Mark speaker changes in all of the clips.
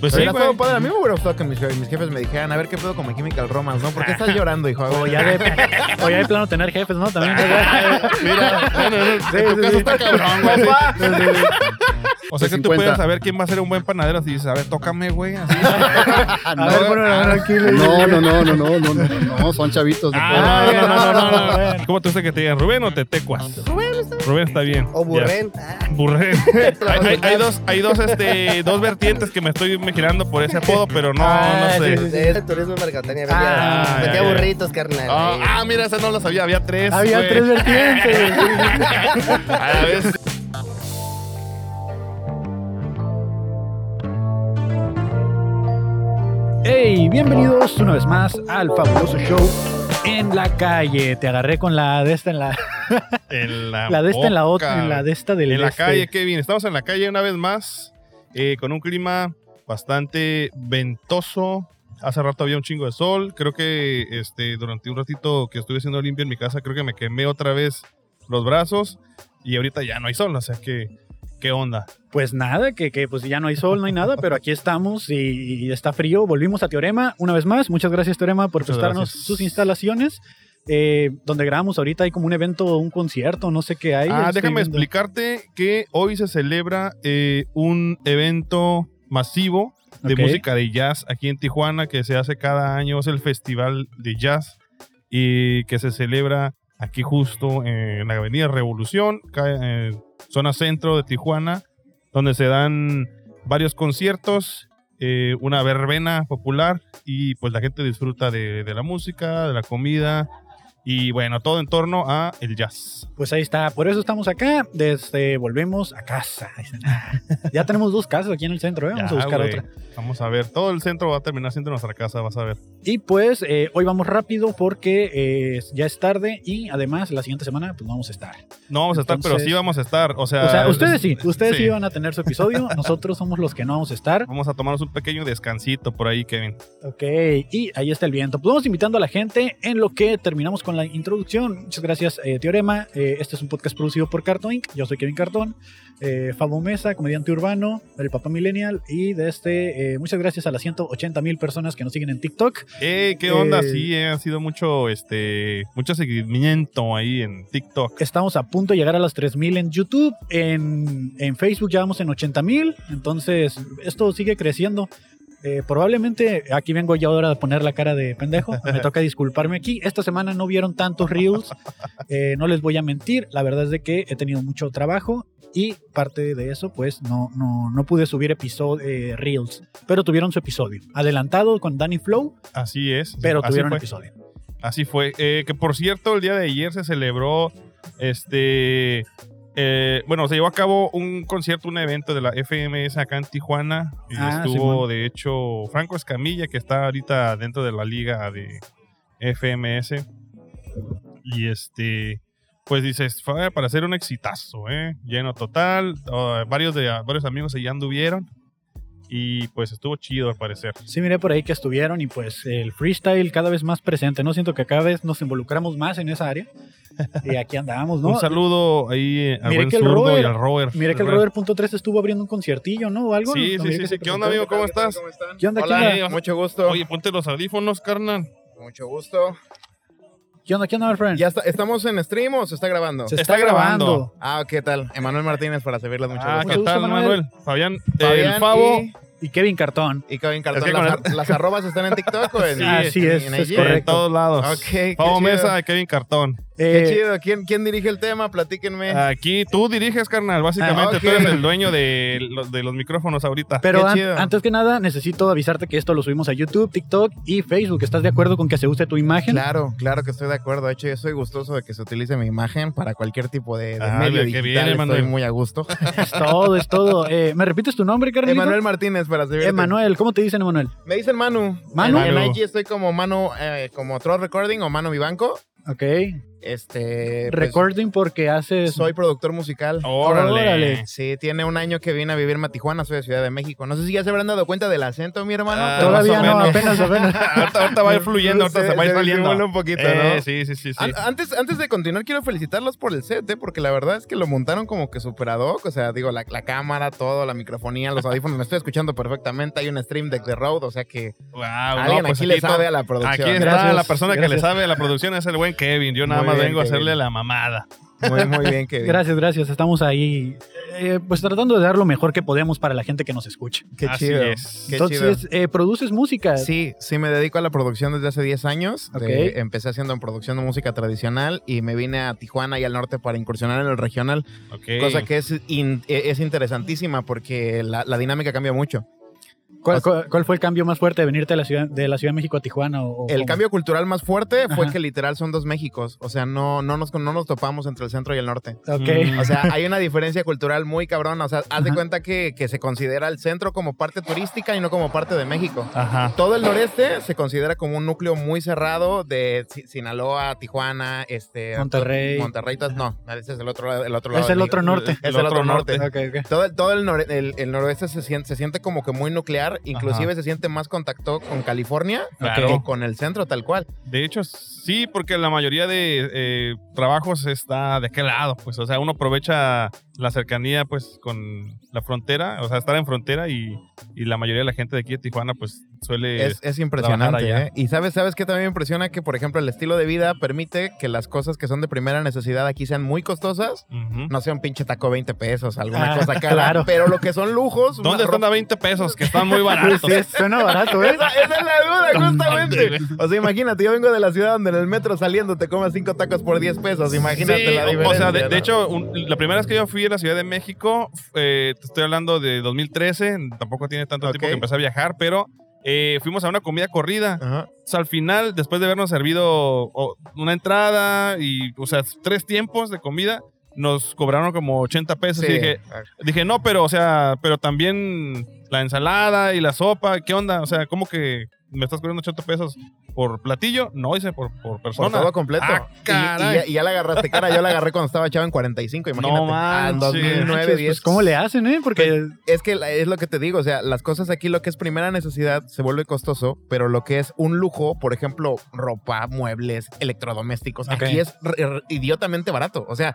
Speaker 1: Pues sí,
Speaker 2: Hubiera
Speaker 1: güey.
Speaker 2: estado padre. A mí me hubiera gustado que mis jefes, mis jefes me dijeran, a ver qué pedo con My Chemical Romance, ¿no? ¿Por qué estás llorando, hijo? A ver,
Speaker 3: O ya de, o ya de plano tener jefes, ¿no? También.
Speaker 1: Mira, bueno, en tu
Speaker 2: Sí, sí,
Speaker 1: caso
Speaker 2: sí.
Speaker 1: está cabrón, güey.
Speaker 2: Papá.
Speaker 1: O sea que tú
Speaker 2: 50.
Speaker 1: puedes saber quién va a ser un buen panadero si dices, a ver, tócame, güey. así.
Speaker 2: Ah,
Speaker 3: A ver, bueno, aquí le-
Speaker 4: Ah. No, no, no, no, no, no, no, no, son chavitos. de
Speaker 1: Ah,
Speaker 3: no, no, no, no, no, bueno.
Speaker 1: ¿Cómo te gusta que te digan? ¿Rubén o te tecuas? Rubén está bien. Rubén está bien.
Speaker 2: Oh.
Speaker 5: O burren.
Speaker 1: Ya. Burren. hay, hay- hay dos, hay dos, este, dos vertientes que me estoy girando por ese apodo, pero no,
Speaker 3: Ah,
Speaker 1: no sé.
Speaker 3: sí, sí, sí.
Speaker 5: Es el turismo mercadotecnia.
Speaker 1: Ah,
Speaker 5: Vendía, vendía
Speaker 1: ya, ya.
Speaker 5: burritos, carnal.
Speaker 1: Ah,
Speaker 5: ahí.
Speaker 1: ah, mira, esa no la sabía. Había tres.
Speaker 2: Ah,
Speaker 3: Había
Speaker 1: güey.
Speaker 3: tres vertientes.
Speaker 1: A la vez.
Speaker 3: Hey, bienvenidos una vez más al fabuloso show en la calle. Te agarré con la de esta en la,
Speaker 1: En la,
Speaker 3: la de esta en la
Speaker 1: boca.
Speaker 3: otra, en la de esta del
Speaker 1: En la
Speaker 3: este.
Speaker 1: calle, Kevin. Estamos en la calle una vez más, eh, con un clima bastante ventoso. Hace rato había un chingo de sol. Creo que este, durante un ratito que estuve haciendo limpio en mi casa, creo que me quemé otra vez los brazos. Y ahorita ya no hay sol, o sea que, ¿qué onda?
Speaker 3: Pues nada, que, que pues ya no hay sol, no hay nada, pero aquí estamos y, y está frío. Volvimos a Teorema una vez más. Muchas gracias, Teorema, por
Speaker 1: Muchas
Speaker 3: prestarnos
Speaker 1: gracias.
Speaker 3: sus instalaciones. Eh, donde grabamos ahorita hay como un evento, un concierto, no sé qué hay.
Speaker 1: ah,
Speaker 3: estoy
Speaker 1: déjame
Speaker 3: viendo.
Speaker 1: explicarte que hoy se celebra eh, un evento masivo de
Speaker 3: Ok.
Speaker 1: música de jazz aquí en Tijuana que se hace cada año, es el Festival de Jazz y que se celebra aquí justo en la Avenida Revolución, ca- eh, zona centro de Tijuana, donde se dan varios conciertos, eh, una verbena popular y pues la gente disfruta de, de la música, de la comida y bueno, todo en torno a el jazz.
Speaker 3: Pues ahí está, por eso estamos acá. Desde volvemos a casa. Ahí está. Ya tenemos dos casas aquí en el centro, ¿eh? vamos
Speaker 1: Ya,
Speaker 3: a buscar
Speaker 1: güey.
Speaker 3: otra.
Speaker 1: Vamos a ver. Todo el centro va a terminar siendo nuestra casa, vas a ver.
Speaker 3: Y pues eh, hoy vamos rápido porque eh, ya es tarde y además la siguiente semana pues no vamos a estar.
Speaker 1: No vamos a estar, pero
Speaker 3: Entonces-
Speaker 1: sí vamos a estar. O sea, este,
Speaker 3: O sea, ustedes sí, ustedes sí
Speaker 1: Ah, sí.
Speaker 3: van a tener su episodio, nosotros somos los que no vamos a estar.
Speaker 1: Vamos a tomarnos un pequeño descansito por ahí, Kevin.
Speaker 3: Ok, y ahí está el viento. Pues vamos invitando a la gente en lo que terminamos con la introducción. Muchas gracias, eh, Teorema. Eh, este es un podcast producido por Cartoon Inc. Yo soy Kevin Cartón, eh, Fabo Mesa, comediante urbano, el papá millennial. Y de este, eh, muchas gracias a las 180 mil personas que nos siguen en TikTok.
Speaker 1: ¡Ey, qué onda!
Speaker 3: Eh.
Speaker 1: Sí, eh, ha sido mucho, este, mucho seguimiento ahí en TikTok.
Speaker 3: Estamos a punto de llegar a las 3 mil en YouTube. En, en Facebook ya vamos en 80 mil. Entonces, esto sigue creciendo. Eh, probablemente aquí vengo yo ahora a poner la cara de pendejo. Me toca disculparme aquí. Esta semana no vieron tantos reels. Eh, no les voy a mentir. La verdad es de que he tenido mucho trabajo y parte de eso, pues no, no, no pude subir episodio, reels. Pero tuvieron su episodio adelantado con Danny Flow,
Speaker 1: Así es.
Speaker 3: pero
Speaker 1: así
Speaker 3: tuvieron
Speaker 1: fue.
Speaker 3: episodio.
Speaker 1: Así fue. Eh, que por cierto, el día de ayer se celebró este. eh, bueno, se llevó a cabo un concierto, un evento de la FMS acá en Tijuana. Y
Speaker 3: Ah,
Speaker 1: estuvo,
Speaker 3: Simón.
Speaker 1: de hecho, Franco Escamilla, que está ahorita dentro de la liga de FMS. Y este. Pues dices, fue para hacer un exitazo, ¿eh? Lleno total. ah, varios, de, varios amigos allá anduvieron. Y pues estuvo chido al parecer.
Speaker 3: Sí, miré por ahí que estuvieron y pues el freestyle cada vez más presente, ¿no? Siento que cada vez nos involucramos más en esa área. Y aquí andamos, ¿no?
Speaker 1: Un saludo ahí eh, al
Speaker 3: Miré
Speaker 1: buen
Speaker 3: que el
Speaker 1: zurdo y
Speaker 3: Robert-
Speaker 1: al Robert.
Speaker 3: Miré que el Robert.3 estuvo abriendo un conciertillo, ¿no? O algo. ¿no?
Speaker 1: Sí,
Speaker 3: Miré
Speaker 1: sí,
Speaker 3: que
Speaker 1: sí,
Speaker 3: se
Speaker 1: sí. ¿Qué onda,
Speaker 3: presentó.
Speaker 1: amigo? ¿Cómo estás?
Speaker 5: ¿Cómo están?
Speaker 3: ¿Qué onda? ¿Qué
Speaker 1: Hola,
Speaker 3: onda?
Speaker 1: eh.
Speaker 2: Mucho gusto.
Speaker 1: Oye, ponte los audífonos, carnal.
Speaker 5: Mucho gusto.
Speaker 3: ¿Qué onda? ¿Qué onda, my friend?
Speaker 2: ¿Ya está, estamos en stream o se está grabando?
Speaker 3: Se
Speaker 1: está grabando.
Speaker 2: Ah, ¿qué tal? Emanuel Martínez para servirles mucho
Speaker 1: Ah,
Speaker 2: gusto.
Speaker 1: ¿qué
Speaker 3: Mucho
Speaker 1: tal,
Speaker 3: gusto,
Speaker 1: Manuel?
Speaker 3: Manuel.
Speaker 1: Fabián,
Speaker 2: Fabián
Speaker 1: el Favo.
Speaker 2: y-
Speaker 3: Y Kevin Cartón.
Speaker 2: Y Kevin Cartón,
Speaker 1: Es que con
Speaker 2: las, las arrobas están en TikTok o en,
Speaker 3: Sí, así es,
Speaker 2: en
Speaker 3: es
Speaker 2: IG?
Speaker 1: En
Speaker 3: correcto.
Speaker 1: todos lados.
Speaker 2: Ok, qué
Speaker 1: Favo
Speaker 2: chido.
Speaker 1: Mesa y Kevin Cartón.
Speaker 2: Qué
Speaker 3: Eh,
Speaker 2: chido. ¿Quién, ¿Quién dirige el tema? Platíquenme.
Speaker 1: Aquí tú diriges, carnal. Básicamente
Speaker 2: Eh. Ah, ok.
Speaker 1: tú eres el dueño de los, de los micrófonos ahorita.
Speaker 3: Pero
Speaker 2: Qué
Speaker 3: an-
Speaker 2: chido.
Speaker 3: antes que nada, necesito avisarte que esto lo subimos a YouTube, TikTok y Facebook. ¿Estás de acuerdo con que se use tu imagen?
Speaker 2: Claro, claro que estoy de acuerdo. De hecho, yo soy gustoso de que se utilice mi imagen para cualquier tipo de, de
Speaker 1: Ah,
Speaker 2: medio
Speaker 1: mira, qué
Speaker 2: digital.
Speaker 1: bien,
Speaker 2: estoy
Speaker 1: Emanuel.
Speaker 2: muy a gusto.
Speaker 3: Es todo, es todo. Eh, ¿Me repites tu nombre, carnalito?
Speaker 2: Emanuel Martínez para servirte.
Speaker 3: Emanuel, ¿cómo te dicen, Emanuel?
Speaker 2: Me dicen Manu.
Speaker 3: Manu.
Speaker 2: En, en
Speaker 1: Manu.
Speaker 2: IG estoy como Manu, eh, como Troll Recording o Manu Mi Banco.
Speaker 3: Ok.
Speaker 2: Este. pues,
Speaker 3: Recording porque haces.
Speaker 2: soy productor musical.
Speaker 1: Órale.
Speaker 3: Órale.
Speaker 2: Sí, tiene un año que vine a vivirme a Tijuana, soy de Ciudad de México. No sé si ya se habrán dado cuenta del acento, mi hermano.
Speaker 1: Ah,
Speaker 2: pero más
Speaker 3: Todavía
Speaker 2: o
Speaker 3: no,
Speaker 2: menos.
Speaker 3: apenas, apenas.
Speaker 1: ahorita, ahorita va a ir fluyendo, ahorita
Speaker 2: Se-
Speaker 1: se va a ir
Speaker 2: se
Speaker 1: saliendo.
Speaker 2: disimula un poquito,
Speaker 1: Eh,
Speaker 2: ¿no?
Speaker 1: Sí, sí, sí, sí.
Speaker 2: An- Antes, antes de continuar, quiero felicitarlos por el set, ¿eh? porque la verdad es que lo montaron como que super ad hoc. O sea, digo, la, la cámara, todo, la microfonía, los audífonos. Me estoy escuchando perfectamente. Hay un stream de The Road, o sea que
Speaker 1: Wow,
Speaker 2: alguien
Speaker 1: no, pues
Speaker 2: aquí le
Speaker 1: todo-
Speaker 2: sabe a la
Speaker 1: Aquí
Speaker 2: producción.
Speaker 1: está
Speaker 3: Gracias,
Speaker 1: la persona que le
Speaker 3: gracias.
Speaker 1: sabe a la producción, es el buen Kevin. Yo nada
Speaker 2: Muy
Speaker 1: más
Speaker 2: bien,
Speaker 1: vengo a
Speaker 2: Kevin.
Speaker 1: hacerle la mamada.
Speaker 2: Muy, muy bien, Kevin.
Speaker 3: Gracias, gracias. Estamos ahí, eh, pues tratando de dar lo mejor que podemos para la gente que nos escucha.
Speaker 2: Qué
Speaker 1: Así
Speaker 2: chido.
Speaker 1: es.
Speaker 2: Qué
Speaker 3: Entonces, eh, produces música.
Speaker 2: Sí, sí, me dedico a la producción desde hace 10 años. De-
Speaker 3: Ok.
Speaker 2: empecé haciendo en producción de música tradicional y me vine a Tijuana y al norte para incursionar en el regional,
Speaker 1: Ok.
Speaker 2: cosa que es, in- eh, es interesantísima porque la, la dinámica cambia mucho.
Speaker 3: ¿Cuál, cuál- cuál fue el cambio más fuerte de venirte a la ciudad, de la Ciudad de México a Tijuana? o- o
Speaker 2: El
Speaker 3: cómo?
Speaker 2: cambio cultural más fuerte fue
Speaker 3: Ajá.
Speaker 2: que literal son dos Méxicos, o sea, no, no, nos, no nos topamos entre el centro y el norte.
Speaker 3: Ok.
Speaker 1: Mm.
Speaker 2: O sea, hay una diferencia cultural muy cabrona, o sea, haz de
Speaker 3: Ajá.
Speaker 2: cuenta que, que se considera el centro como parte turística y no como parte de México.
Speaker 1: Ajá.
Speaker 2: Todo el noreste se considera como un núcleo muy cerrado de Si- Sinaloa, Tijuana, este
Speaker 3: Monterrey.
Speaker 2: Monterrey, tas- no, ese es el otro lado, el otro lado
Speaker 3: Es
Speaker 2: de
Speaker 3: el otro
Speaker 2: México.
Speaker 3: norte.
Speaker 2: Es el otro norte.
Speaker 3: Ok, ok.
Speaker 2: Todo, el- todo el, nor- el, el noroeste se siente, se siente como que muy nuclear, inclusive se siente más contacto con California
Speaker 1: Claro.
Speaker 2: que con el centro tal cual.
Speaker 1: De hecho, sí, porque la mayoría de eh, trabajos está de aquel lado, pues, o sea, uno aprovecha la cercanía, pues, con la frontera, o sea, estar en frontera y, y la mayoría de la gente de aquí de Tijuana, pues, suele...
Speaker 2: Es, es impresionante.
Speaker 1: trabajar allá.
Speaker 2: ¿eh? Y sabes, sabes que también me impresiona que, por ejemplo, el estilo de vida permite que las cosas que son de primera necesidad aquí sean muy costosas.
Speaker 1: Ujú.
Speaker 2: No sea un pinche taco 20 pesos, alguna
Speaker 3: Ah,
Speaker 2: cosa cara.
Speaker 3: claro.
Speaker 2: Pero lo que son lujos, una
Speaker 1: ¿Dónde
Speaker 2: ropa-
Speaker 1: están a 20 pesos? Que están muy baratos.
Speaker 3: Sí, suena barato, ¿eh?
Speaker 2: Esa, esa es la duda, justamente. O sea, imagínate, yo vengo de la ciudad donde en el metro saliendo te comes cinco tacos por 10 pesos. Imagínate
Speaker 1: Sí,
Speaker 2: la
Speaker 1: o-
Speaker 2: diferencia.
Speaker 1: O sea, de,
Speaker 2: ¿no?
Speaker 1: de hecho, un- la primera vez que yo fui a la Ciudad de México, eh, te estoy hablando de 2013, tampoco tiene tanto tiempo
Speaker 2: Ok.
Speaker 1: que empecé a viajar, pero eh, fuimos a una comida corrida.
Speaker 2: Ajá.
Speaker 1: O sea, al final, después de habernos servido o, una entrada y, o sea, tres tiempos de comida, nos cobraron como 80 pesos.
Speaker 2: Sí. Ah,
Speaker 1: Y dije, dije, no, pero, o sea, pero también la ensalada y la sopa, ¿qué onda? O sea, ¿cómo que me estás cobrando 80 pesos por platillo? No, dice, por, por
Speaker 2: Por
Speaker 1: persona.
Speaker 2: todo completo.
Speaker 1: Ah,
Speaker 2: Y- y,
Speaker 1: caray.
Speaker 2: ya, y ya la agarraste cara. Yo la agarré cuando estaba chavo en 45, imagínate.
Speaker 1: No
Speaker 2: Ah, en
Speaker 1: manches.
Speaker 2: 2009,
Speaker 3: Pues,
Speaker 2: 10.
Speaker 3: ¿Cómo le hacen, eh? Porque
Speaker 2: Es que la- es lo que te digo, o sea, las cosas aquí, lo que es primera necesidad, se vuelve costoso, pero lo que es un lujo, por ejemplo, ropa, muebles, electrodomésticos,
Speaker 3: Ok.
Speaker 2: aquí es r- r- idiotamente barato. O sea,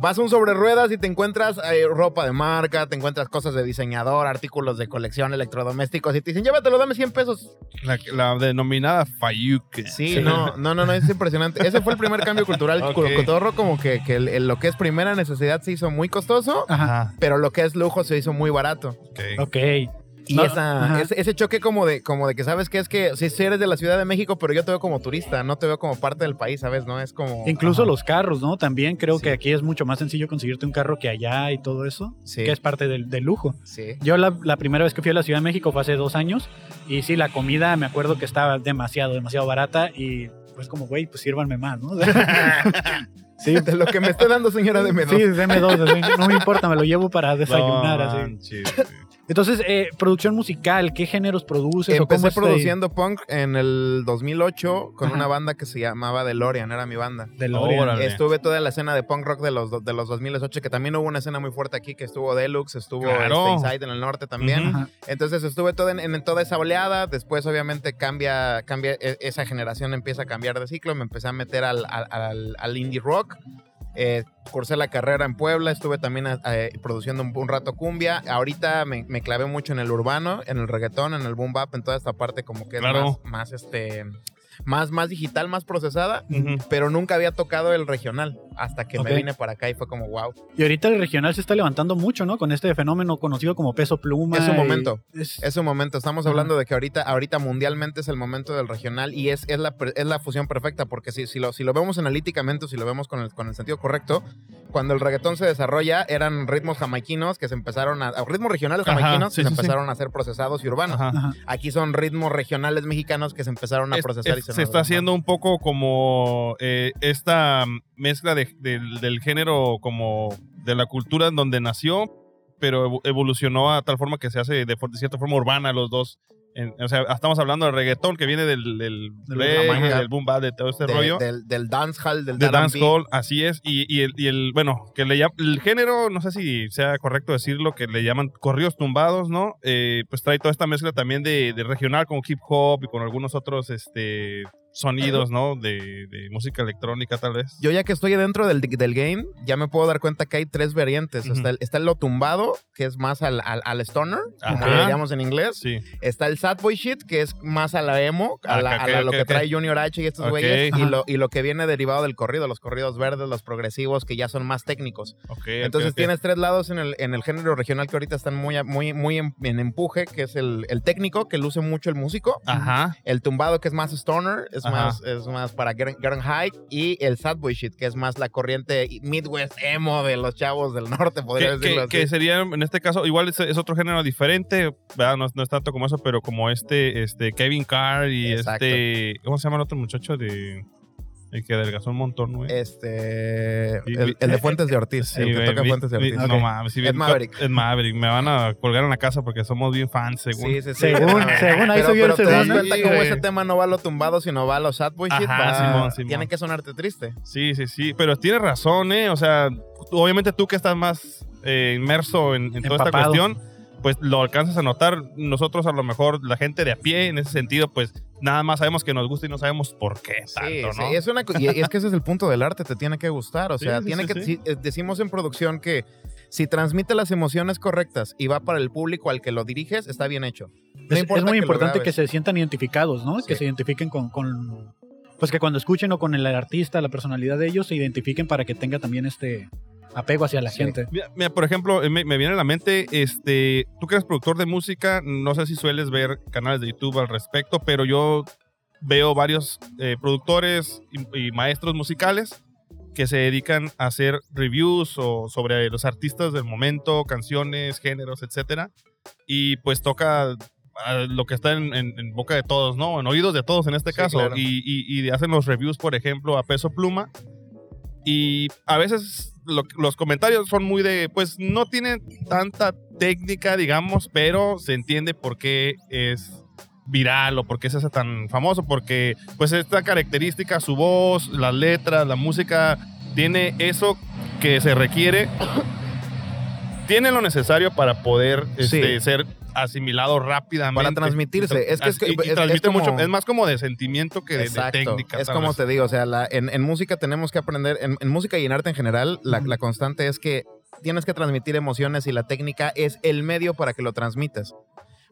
Speaker 2: vas a un sobre ruedas y te encuentras eh, ropa de marca, te encuentras cosas de diseñador, artículos de colección, electrodomésticos, y te dicen, llévatelo, dame 100 pesos.
Speaker 1: La, la denominada Fayuque.
Speaker 2: Sí, No, no, no, no, es impresionante. Ese fue el primer cambio cultural
Speaker 1: Ok.
Speaker 2: cotorro, como que, que el- el- lo que es primera necesidad se hizo muy costoso,
Speaker 1: Ajá.
Speaker 2: pero lo que es lujo se hizo muy barato.
Speaker 1: ok.
Speaker 3: Ok.
Speaker 2: Y
Speaker 3: No,
Speaker 2: esa,
Speaker 3: ajá.
Speaker 2: ese, ese choque como de, como de que sabes que es que si eres de la Ciudad de México, pero yo te veo como turista, no te veo como parte del país, ¿sabes? No es como.
Speaker 3: Incluso
Speaker 2: Ajá.
Speaker 3: los carros, ¿no? También creo
Speaker 2: Sí.
Speaker 3: que aquí es mucho más sencillo conseguirte un carro que allá y todo eso,
Speaker 2: Sí,
Speaker 3: que es parte del, del lujo.
Speaker 2: sí.
Speaker 3: Yo la, la primera vez que fui a la Ciudad de México fue hace dos años y sí, la comida me acuerdo que estaba demasiado, demasiado barata y pues como, güey, pues sírvanme más, ¿no? sí,
Speaker 2: De lo que me está dando, señora de menos.
Speaker 3: sí, deme dos, así, no me importa, me lo llevo para desayunar.
Speaker 1: No
Speaker 3: así.
Speaker 1: manches.
Speaker 3: Entonces, eh, producción musical, ¿qué géneros produces? o cómo
Speaker 2: Empecé
Speaker 3: es de-
Speaker 2: produciendo punk en el 2008 con
Speaker 3: Ajá.
Speaker 2: una banda que se llamaba DeLorean, era mi banda.
Speaker 3: de DeLorean?
Speaker 1: Órale.
Speaker 2: Estuve toda la escena de punk rock de los, do- de los 2008, que también hubo una escena muy fuerte aquí, que estuvo Deluxe, estuvo
Speaker 1: Claro.
Speaker 2: este, Inside en el norte también.
Speaker 1: Ujú.
Speaker 3: Ajá.
Speaker 2: Entonces estuve todo en, en toda esa oleada, después obviamente cambia, cambia e- esa generación empieza a cambiar de ciclo, me empecé a meter al, al- al- al indie rock, eh, cursé la carrera en Puebla, estuve también eh, produciendo un, un rato cumbia, ahorita me, me clavé mucho en el urbano, en el reggaetón, en el boom bap, en toda esta parte como que es
Speaker 1: Claro.
Speaker 2: más, más, este, más, más digital, más procesada.
Speaker 1: Ujú.
Speaker 2: Pero nunca había tocado el regional hasta que
Speaker 3: Ok.
Speaker 2: me vine para acá y fue como, wow.
Speaker 3: Y ahorita el regional se está levantando mucho, ¿no? Con este fenómeno conocido como peso pluma.
Speaker 2: Es su
Speaker 3: y-
Speaker 2: momento.
Speaker 3: es-
Speaker 2: Es un momento, estamos
Speaker 3: Ajá.
Speaker 2: hablando de que ahorita, ahorita mundialmente es el momento del regional y es, es, la, per- es la fusión perfecta, porque si, si, lo, si lo vemos analíticamente, o si lo vemos con el, con el sentido correcto, cuando el reggaetón se desarrolla eran ritmos jamaiquinos que se empezaron a, o ritmos regionales
Speaker 1: Ajá,
Speaker 2: jamaiquinos
Speaker 1: sí,
Speaker 2: que
Speaker 1: sí,
Speaker 2: se
Speaker 1: sí.
Speaker 2: empezaron a ser procesados y urbanos.
Speaker 1: Ajá.
Speaker 3: Ajá.
Speaker 2: Aquí son ritmos regionales mexicanos que se empezaron a
Speaker 1: Es-
Speaker 2: procesar y
Speaker 1: es-
Speaker 2: se,
Speaker 1: se está
Speaker 2: normalizaron.
Speaker 1: haciendo un poco como eh, esta mezcla de- del, del género como de la cultura en donde nació, pero evo- evolucionó a tal forma que se hace de, for- de cierta forma urbana los dos. en- o sea, estamos hablando del reggaetón que viene del, del,
Speaker 3: Del
Speaker 1: reggae,
Speaker 3: Jamaica.
Speaker 1: del boom bap, de todo este
Speaker 2: de-
Speaker 1: rollo.
Speaker 2: Del, del dancehall, del
Speaker 1: de
Speaker 2: R&B.
Speaker 1: dancehall, así es. Y, y el, y el- bueno, que le llam- el género, no sé si sea correcto decirlo, que le llaman corridos tumbados, ¿no? Eh, pues trae toda esta mezcla también de, de regional con hip hop y con algunos otros este, sonidos, ¿no? De, de música electrónica, tal vez.
Speaker 2: Yo ya que estoy dentro del, del game, ya me puedo dar cuenta que hay tres variantes.
Speaker 1: Ujú.
Speaker 2: está, el, está el lo tumbado, que es más al, al, al stoner, como
Speaker 1: Ajá.
Speaker 2: le diríamos en inglés.
Speaker 1: sí.
Speaker 2: Está el sad boy shit, que es más a la emo, a,
Speaker 1: Ah,
Speaker 2: la- a
Speaker 1: ok,
Speaker 2: la- lo
Speaker 1: ok,
Speaker 2: que
Speaker 1: ok.
Speaker 2: trae Junior H y estos
Speaker 1: Ok.
Speaker 2: güeyes. Y
Speaker 3: Ajá.
Speaker 2: lo, y lo que viene derivado del corrido, los corridos verdes, los progresivos, que ya son más técnicos.
Speaker 1: ok, ok,
Speaker 2: Entonces
Speaker 1: ok.
Speaker 2: tienes tres lados en el, en el género regional que ahorita están muy, a- muy, muy en, en empuje, que es el, el técnico, que luce mucho el músico.
Speaker 1: Ajá.
Speaker 2: El tumbado, que es más stoner, es,
Speaker 1: Ajá.
Speaker 2: más, es más para Get, Get on High. Y el sad boy shit, que es más la corriente midwest emo de los chavos del norte, podría
Speaker 1: Que,
Speaker 2: decirlo
Speaker 1: que- que
Speaker 2: así.
Speaker 1: sería, en este caso, igual es, es otro género diferente, ¿verdad? No, es- no es tanto como eso, pero como este, este Kevin Carr y
Speaker 2: Exacto.
Speaker 1: este, ¿cómo se llama el otro muchacho de... El que adelgazó un montón,
Speaker 2: Eh,
Speaker 1: güey.
Speaker 2: Este,
Speaker 1: Y-
Speaker 2: el, el de Fuentes de Ortiz,
Speaker 1: Sí,
Speaker 2: el que
Speaker 1: güey,
Speaker 2: toca
Speaker 1: vi-
Speaker 2: Fuentes de
Speaker 1: vi-
Speaker 2: Ortiz.
Speaker 1: No
Speaker 3: Ok.
Speaker 1: mames. sí,
Speaker 2: Ed
Speaker 1: bien-
Speaker 2: Maverick.
Speaker 1: Ed Maverick. Me van a colgar en la casa porque somos bien fans, según.
Speaker 2: sí,
Speaker 3: Según, según, ahí
Speaker 2: pero,
Speaker 3: subió el
Speaker 2: pero te das
Speaker 1: Sí,
Speaker 3: segundo.
Speaker 2: cuenta cómo
Speaker 1: güey.
Speaker 2: ese tema no va a lo tumbado, sino va a lo sad boy shit.
Speaker 1: Ajá,
Speaker 2: va-
Speaker 1: Simón, Simón.
Speaker 2: Tiene que sonarte triste.
Speaker 1: Sí, sí, sí. Pero tienes razón, ¿eh? O sea, tú- obviamente tú que estás más eh, inmerso en, en toda esta
Speaker 3: Empapado.
Speaker 1: cuestión, pues lo alcanzas a notar. Nosotros, a lo mejor, la gente de a pie, en ese sentido, pues nada más sabemos que nos gusta y no sabemos por qué tanto,
Speaker 2: sí,
Speaker 1: ¿no?
Speaker 2: sí, es una, cu- y y es que ese es el punto del arte, te tiene que gustar. O
Speaker 1: Sí,
Speaker 2: sea,
Speaker 1: sí,
Speaker 2: tiene
Speaker 1: sí,
Speaker 2: que,
Speaker 1: sí.
Speaker 2: si- eh, decimos en producción que si transmite las emociones correctas y va para el público al que lo diriges, está bien hecho. No
Speaker 3: Es,
Speaker 2: importa
Speaker 3: es muy
Speaker 2: que lo
Speaker 3: importante que
Speaker 2: grabes.
Speaker 3: se sientan identificados, ¿no? Que
Speaker 2: Sí.
Speaker 3: se identifiquen con, con- Pues que cuando escuchen o con el artista, la personalidad de ellos, se identifiquen para que tenga también este apego hacia la
Speaker 2: Sí.
Speaker 3: gente.
Speaker 1: Mira, mira, por ejemplo, eh, me, me viene a la mente, este, tú que eres productor de música, no sé si sueles ver canales de YouTube al respecto, pero yo veo varios eh, productores y, y maestros musicales que se dedican a hacer reviews o sobre los artistas del momento, canciones, géneros, etcétera, y pues toca ah, lo que está en, en- en boca de todos, ¿no? En oídos de todos en este
Speaker 2: Sí,
Speaker 1: caso.
Speaker 2: claro.
Speaker 1: Y, y- y hacen los reviews, por ejemplo, a peso pluma. Y a veces lo- los comentarios son muy de, pues no tienen tanta técnica, digamos, pero se entiende por qué es viral o por qué se hace tan famoso, porque pues esta característica, su voz, las letras, la música, tiene eso que se requiere, tiene lo necesario para poder este,
Speaker 2: Sí.
Speaker 1: ser asimilado rápidamente.
Speaker 2: Para transmitirse. Es que es-
Speaker 1: Y- y
Speaker 2: es- es
Speaker 1: transmite
Speaker 2: como-
Speaker 1: mucho, es más como de sentimiento que de- de,
Speaker 2: Exacto.
Speaker 1: técnica.
Speaker 2: Es
Speaker 1: tal
Speaker 2: como
Speaker 1: vez.
Speaker 2: te digo, o sea, la- en, en música tenemos que aprender, en, en música y en arte en general, la, la constante es que tienes que transmitir emociones y la técnica es el medio para que lo transmitas.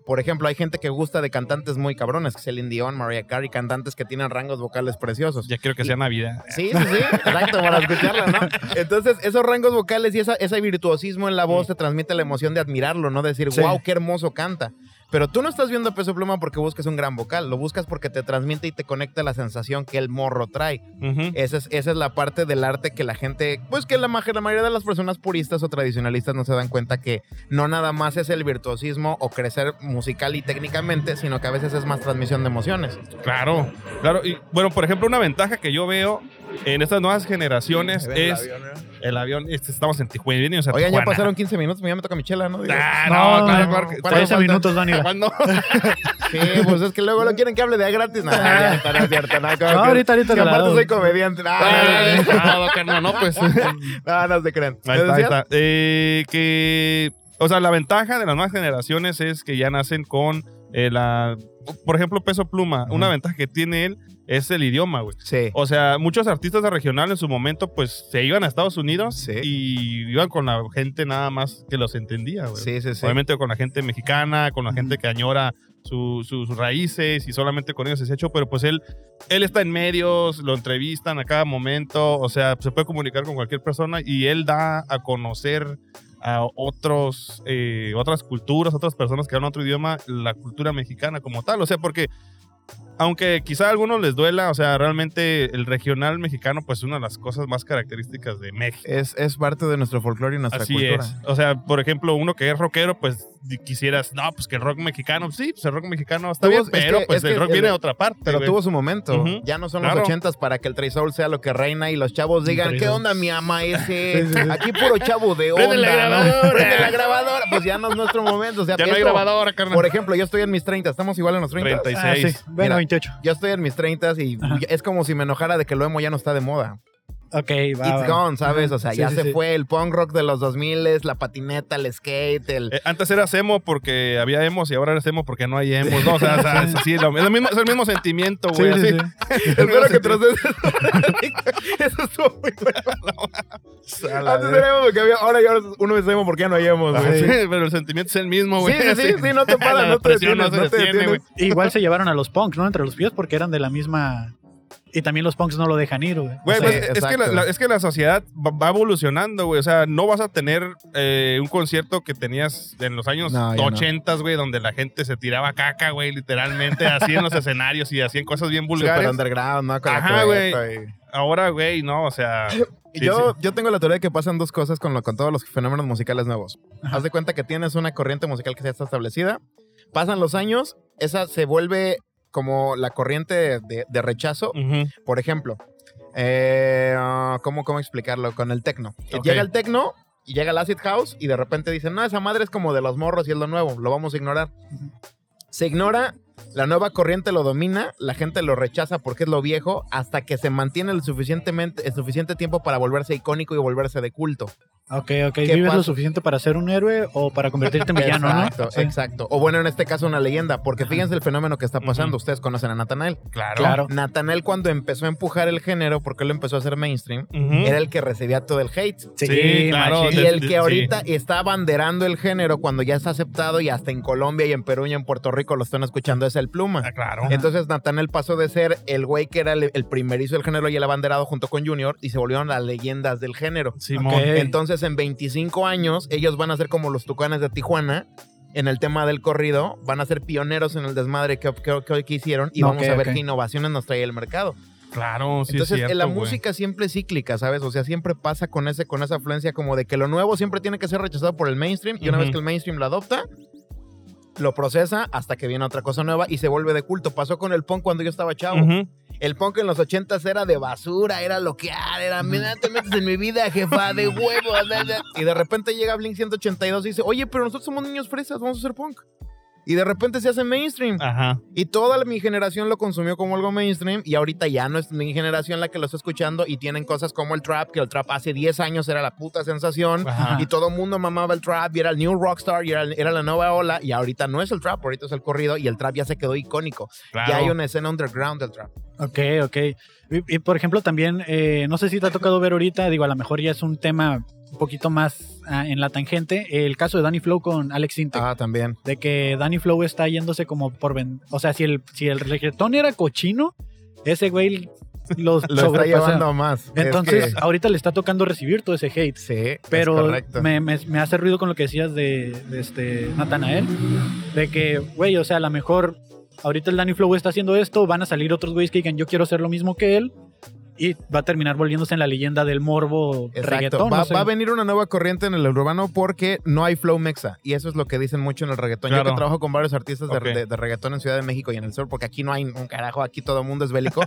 Speaker 2: Por ejemplo, hay gente que gusta de cantantes muy cabrones, Celine Dion, Mariah Carey, cantantes que tienen rangos vocales preciosos.
Speaker 1: Ya quiero que sea Navidad.
Speaker 2: Sí, sí, sí, exacto, para escucharla, ¿no? Entonces, esos rangos vocales y esa, ese virtuosismo en la
Speaker 1: Mm.
Speaker 2: voz te transmite la emoción de admirarlo, ¿no? De decir,
Speaker 3: Sí.
Speaker 2: wow, qué hermoso canta. Pero tú no estás viendo a Peso Pluma porque busques un gran vocal, lo buscas porque te transmite y te conecta la sensación que el morro trae.
Speaker 1: Ujú.
Speaker 2: Esa es, esa es la parte del arte que la gente, pues que la, ma- la mayoría de las personas puristas o tradicionalistas no se dan cuenta que no nada más es el virtuosismo o crecer musical y técnicamente, sino que a veces es más transmisión de emociones.
Speaker 1: Claro, claro. Y bueno, por ejemplo, una ventaja que yo veo en estas nuevas generaciones es el avión. Este, Estamos en Tijuana. venimos a
Speaker 2: ¿eh? Oigan, ya
Speaker 1: Tijuana.
Speaker 2: pasaron 15 minutos, pues, ya me toca mi chela, ¿no? Digo,
Speaker 1: Ah,
Speaker 3: No,
Speaker 1: no,
Speaker 3: no,
Speaker 1: claro,
Speaker 3: no.
Speaker 1: claro que-
Speaker 2: ¿Cuánto
Speaker 3: 13
Speaker 2: falta?
Speaker 3: minutos, Dani.
Speaker 1: ¿Cuándo?
Speaker 2: Sí, pues es que luego no quieren que hable de gratis. No, no
Speaker 1: Ah.
Speaker 2: es cierto, no es cierto. No, como
Speaker 3: No,
Speaker 2: que-
Speaker 3: ahorita, ahorita
Speaker 2: que
Speaker 3: te la
Speaker 2: aparte
Speaker 3: doy.
Speaker 2: soy comediante. No, no, no,
Speaker 1: Ah, carnal, no, pues. Ahí
Speaker 2: no, no, no se crean. ¿Me
Speaker 1: está, ahí
Speaker 2: decías?
Speaker 1: está. Eh, que, o sea, la ventaja de las nuevas generaciones es que ya nacen con eh, la. Por ejemplo, peso pluma. Una
Speaker 2: Ujú.
Speaker 1: ventaja que tiene él es el idioma, güey.
Speaker 2: Sí.
Speaker 1: O sea, muchos artistas de regional en su momento, pues se iban a Estados Unidos
Speaker 2: Sí.
Speaker 1: y iban con la gente nada más que los entendía, güey.
Speaker 2: Sí, sí, sí.
Speaker 1: pues, Obviamente con la gente mexicana, con la gente que añora su- sus raíces y solamente con ellos se ha hecho, pero pues él, él está en medios, lo entrevistan a cada momento, o sea, se puede comunicar con cualquier persona y él da a conocer a otros, eh, otras culturas, otras personas que hablan otro idioma, la cultura mexicana como tal, o sea, porque aunque quizá a algunos les duela, o sea, realmente el regional mexicano, pues es una de las cosas más características de México.
Speaker 2: Es, es parte de nuestro folclore y nuestra
Speaker 1: Así
Speaker 2: cultura.
Speaker 1: es. O sea, por ejemplo, uno que es rockero, pues di- quisieras, no, pues que el rock mexicano, sí, pues el rock mexicano está
Speaker 2: Tuvo-
Speaker 1: bien,
Speaker 2: es
Speaker 1: pero
Speaker 2: que-
Speaker 1: pues
Speaker 2: es
Speaker 1: el
Speaker 2: que
Speaker 1: rock
Speaker 2: el-
Speaker 1: viene de otra parte.
Speaker 2: Pero
Speaker 1: güey.
Speaker 2: tuvo su momento.
Speaker 1: Ujú.
Speaker 2: Ya no son
Speaker 1: Claro.
Speaker 2: los ochentas para que el Trey Soul sea lo que reina y los chavos digan,
Speaker 3: Trey
Speaker 2: ¿qué
Speaker 3: Soul.
Speaker 2: onda mi ama ese?
Speaker 3: Sí, sí, sí.
Speaker 2: Aquí puro chavo de onda.
Speaker 1: Prende la
Speaker 2: ¿no?
Speaker 1: grabadora.
Speaker 2: Prende la grabadora. Pues ya no es nuestro momento. O sea,
Speaker 1: ya no hay
Speaker 2: esto-
Speaker 1: grabadora, carnal.
Speaker 2: Por ejemplo, yo estoy en mis 30, estamos igual en los 30.
Speaker 1: 36.
Speaker 3: Ah, sí. Bueno,
Speaker 2: Mira.
Speaker 3: 28.
Speaker 2: Yo estoy en mis 30 y
Speaker 3: Ajá.
Speaker 2: es como si me enojara de que lo emo ya no está de moda.
Speaker 3: Ok, va.
Speaker 2: It's
Speaker 3: va.
Speaker 2: gone, ¿sabes? O sea,
Speaker 3: Sí,
Speaker 2: ya
Speaker 3: sí,
Speaker 2: se
Speaker 3: sí.
Speaker 2: fue el punk rock de los 2000, la patineta, el skate, el...
Speaker 1: Eh, antes era emo porque había emos y ahora eres emo porque no hay emos. No, o sea, o sea, es, así, lo- es lo mismo, es el mismo sentimiento,
Speaker 3: Sí,
Speaker 1: güey.
Speaker 3: sí,
Speaker 1: así.
Speaker 3: sí.
Speaker 2: Espero que tras eso... eso estuvo muy bueno.
Speaker 1: A la
Speaker 2: Antes
Speaker 1: de-
Speaker 2: era emo porque había... Ahora ya uno es emo porque ya no hay emo,
Speaker 1: Ajá,
Speaker 2: güey.
Speaker 1: sí,
Speaker 2: Sí,
Speaker 1: pero el sentimiento es el mismo, güey.
Speaker 2: sí, sí,
Speaker 1: así.
Speaker 2: sí, no te paras,
Speaker 1: La
Speaker 2: no te
Speaker 1: presión
Speaker 2: detienes,
Speaker 1: no se
Speaker 2: no te
Speaker 1: detiene, güey.
Speaker 2: detienes.
Speaker 3: Igual se llevaron a los punks, ¿no? Entre los pies porque eran de la misma. Y también los punks no lo dejan ir, güey. O
Speaker 1: Güey,
Speaker 3: sea,
Speaker 1: pues,
Speaker 2: Sí,
Speaker 1: es, que la,
Speaker 2: exacto.
Speaker 1: la- es que la sociedad va va evolucionando, güey. O sea, no vas a tener eh, un concierto que tenías en los años
Speaker 2: No, ya no.
Speaker 1: 80, güey, donde la gente se tiraba caca, güey, literalmente, así en los escenarios y hacían cosas bien
Speaker 2: Super
Speaker 1: vulgares.
Speaker 2: underground, ¿no? Con la
Speaker 1: Ajá,
Speaker 2: cubeta y-
Speaker 1: Ahora, güey, no, o sea, Sí,
Speaker 2: Yo, yo tengo la teoría de que pasan dos cosas con, lo, con todos los fenómenos musicales nuevos.
Speaker 3: Ajá.
Speaker 2: Haz de cuenta que tienes una corriente musical que ya está establecida, pasan los años, esa se vuelve como la corriente de, de rechazo.
Speaker 1: ujú,
Speaker 2: Por ejemplo, eh, ah, ¿cómo, ¿cómo explicarlo? Con el techno. Eh,
Speaker 1: Ok.
Speaker 2: Llega el techno y llega el acid house y de repente dicen, no, esa madre es como de los morros y es lo nuevo, lo vamos a ignorar. Se ignora, la nueva corriente lo domina, la gente lo rechaza porque es lo viejo, hasta que se mantiene el, suficientemente, el suficiente tiempo para volverse icónico y volverse de culto.
Speaker 3: Ok, ok.
Speaker 2: ¿Qué
Speaker 3: ¿Vives
Speaker 2: pasa?
Speaker 3: lo suficiente para ser un héroe o para convertirte en villano, no?
Speaker 2: exacto,
Speaker 3: Sí.
Speaker 2: exacto. O bueno, en este caso una leyenda, porque fíjense el fenómeno que está pasando. Ustedes conocen a Natanael.
Speaker 1: claro.
Speaker 3: Claro.
Speaker 2: Natanael cuando empezó a empujar el género, porque él lo empezó a hacer mainstream,
Speaker 1: Ujú.
Speaker 2: era el que recibía todo el hate.
Speaker 1: Sí, claro.
Speaker 3: machín.
Speaker 2: Y
Speaker 1: de-
Speaker 2: el
Speaker 1: de-
Speaker 2: que ahorita está abanderando el género cuando ya está aceptado y hasta en Colombia y en Perú y en Puerto Rico lo están escuchando es el
Speaker 1: Ah,
Speaker 2: Pluma.
Speaker 1: claro.
Speaker 2: Entonces Natanel pasó de ser el güey que era el, el primerizo del género y el abanderado junto con Junior y se volvieron las leyendas del género.
Speaker 1: Simón.
Speaker 3: Ok.
Speaker 2: Entonces en 25 años ellos van a ser como los tucanes de Tijuana en el tema del corrido, van a ser pioneros en el desmadre que, que- que- que hicieron y
Speaker 3: Ok,
Speaker 2: vamos a ver
Speaker 3: ok.
Speaker 2: qué innovaciones nos trae el mercado.
Speaker 1: Claro, sí
Speaker 2: Entonces,
Speaker 1: es cierto,
Speaker 2: en la
Speaker 1: güey.
Speaker 2: música siempre es cíclica, ¿sabes? O sea, siempre pasa con ese, con esa afluencia como de que lo nuevo siempre tiene que ser rechazado por el mainstream. Y una
Speaker 1: Ujú.
Speaker 2: vez que el mainstream lo adopta, lo procesa hasta que viene otra cosa nueva y se vuelve de culto. Pasó con el punk cuando yo estaba chavo.
Speaker 1: Ujú.
Speaker 2: El punk en los ochentas era de basura, era loquear, era mira, te metes en mi vida, jefa, de huevo. da, da". Y de repente llega Blink 182 y dice, oye, pero nosotros somos niños fresas, vamos a ser punk. Y de repente se hace mainstream.
Speaker 1: Ajá.
Speaker 2: Y toda la- mi generación lo consumió como algo mainstream y ahorita ya no es mi generación la que lo está escuchando y tienen cosas como el trap, que el trap hace 10 años era la puta sensación
Speaker 1: Ajá.
Speaker 2: y todo el mundo mamaba el trap y era el new rockstar y era, era la nueva ola y ahorita no es el trap, ahorita es el corrido y el trap ya se quedó icónico.
Speaker 1: Claro.
Speaker 2: Ya hay una escena underground del trap.
Speaker 3: Ok, ok. Y, y, por ejemplo, también, eh, no sé si te ha tocado ver ahorita, digo, a lo mejor ya es un tema un poquito más ah, en la tangente, el caso de Danny Flow con Alex Sintek.
Speaker 2: Ah. también.
Speaker 3: De que Danny Flow está yéndose como por... ven- O sea, si el, si el reggaetón era cochino, ese güey los
Speaker 2: Lo está
Speaker 3: sobrepasa.
Speaker 2: llevando más. Es
Speaker 3: Entonces,
Speaker 2: que-
Speaker 3: ahorita le está tocando recibir todo ese hate.
Speaker 2: sí, es
Speaker 3: Pero
Speaker 2: correcto.
Speaker 3: me, me- me hace ruido con lo que decías de, de este Natanael. De que, güey, o sea, a lo mejor ahorita el Danny Flow está haciendo esto, van a salir otros güeyes que digan yo quiero hacer lo mismo que él. Y va a terminar volviéndose en la leyenda del morbo
Speaker 2: Exacto.
Speaker 3: reggaetón.
Speaker 2: Va,
Speaker 3: no sé.
Speaker 2: va a venir una nueva corriente en el urbano porque no hay flow mexa. Y eso es lo que dicen mucho en el reggaetón. Yo
Speaker 1: Claro.
Speaker 2: que trabajo con varios artistas de,
Speaker 1: Ok.
Speaker 2: de- de reggaetón en Ciudad de México y en el sur, porque aquí no hay un carajo, aquí todo el mundo es bélico.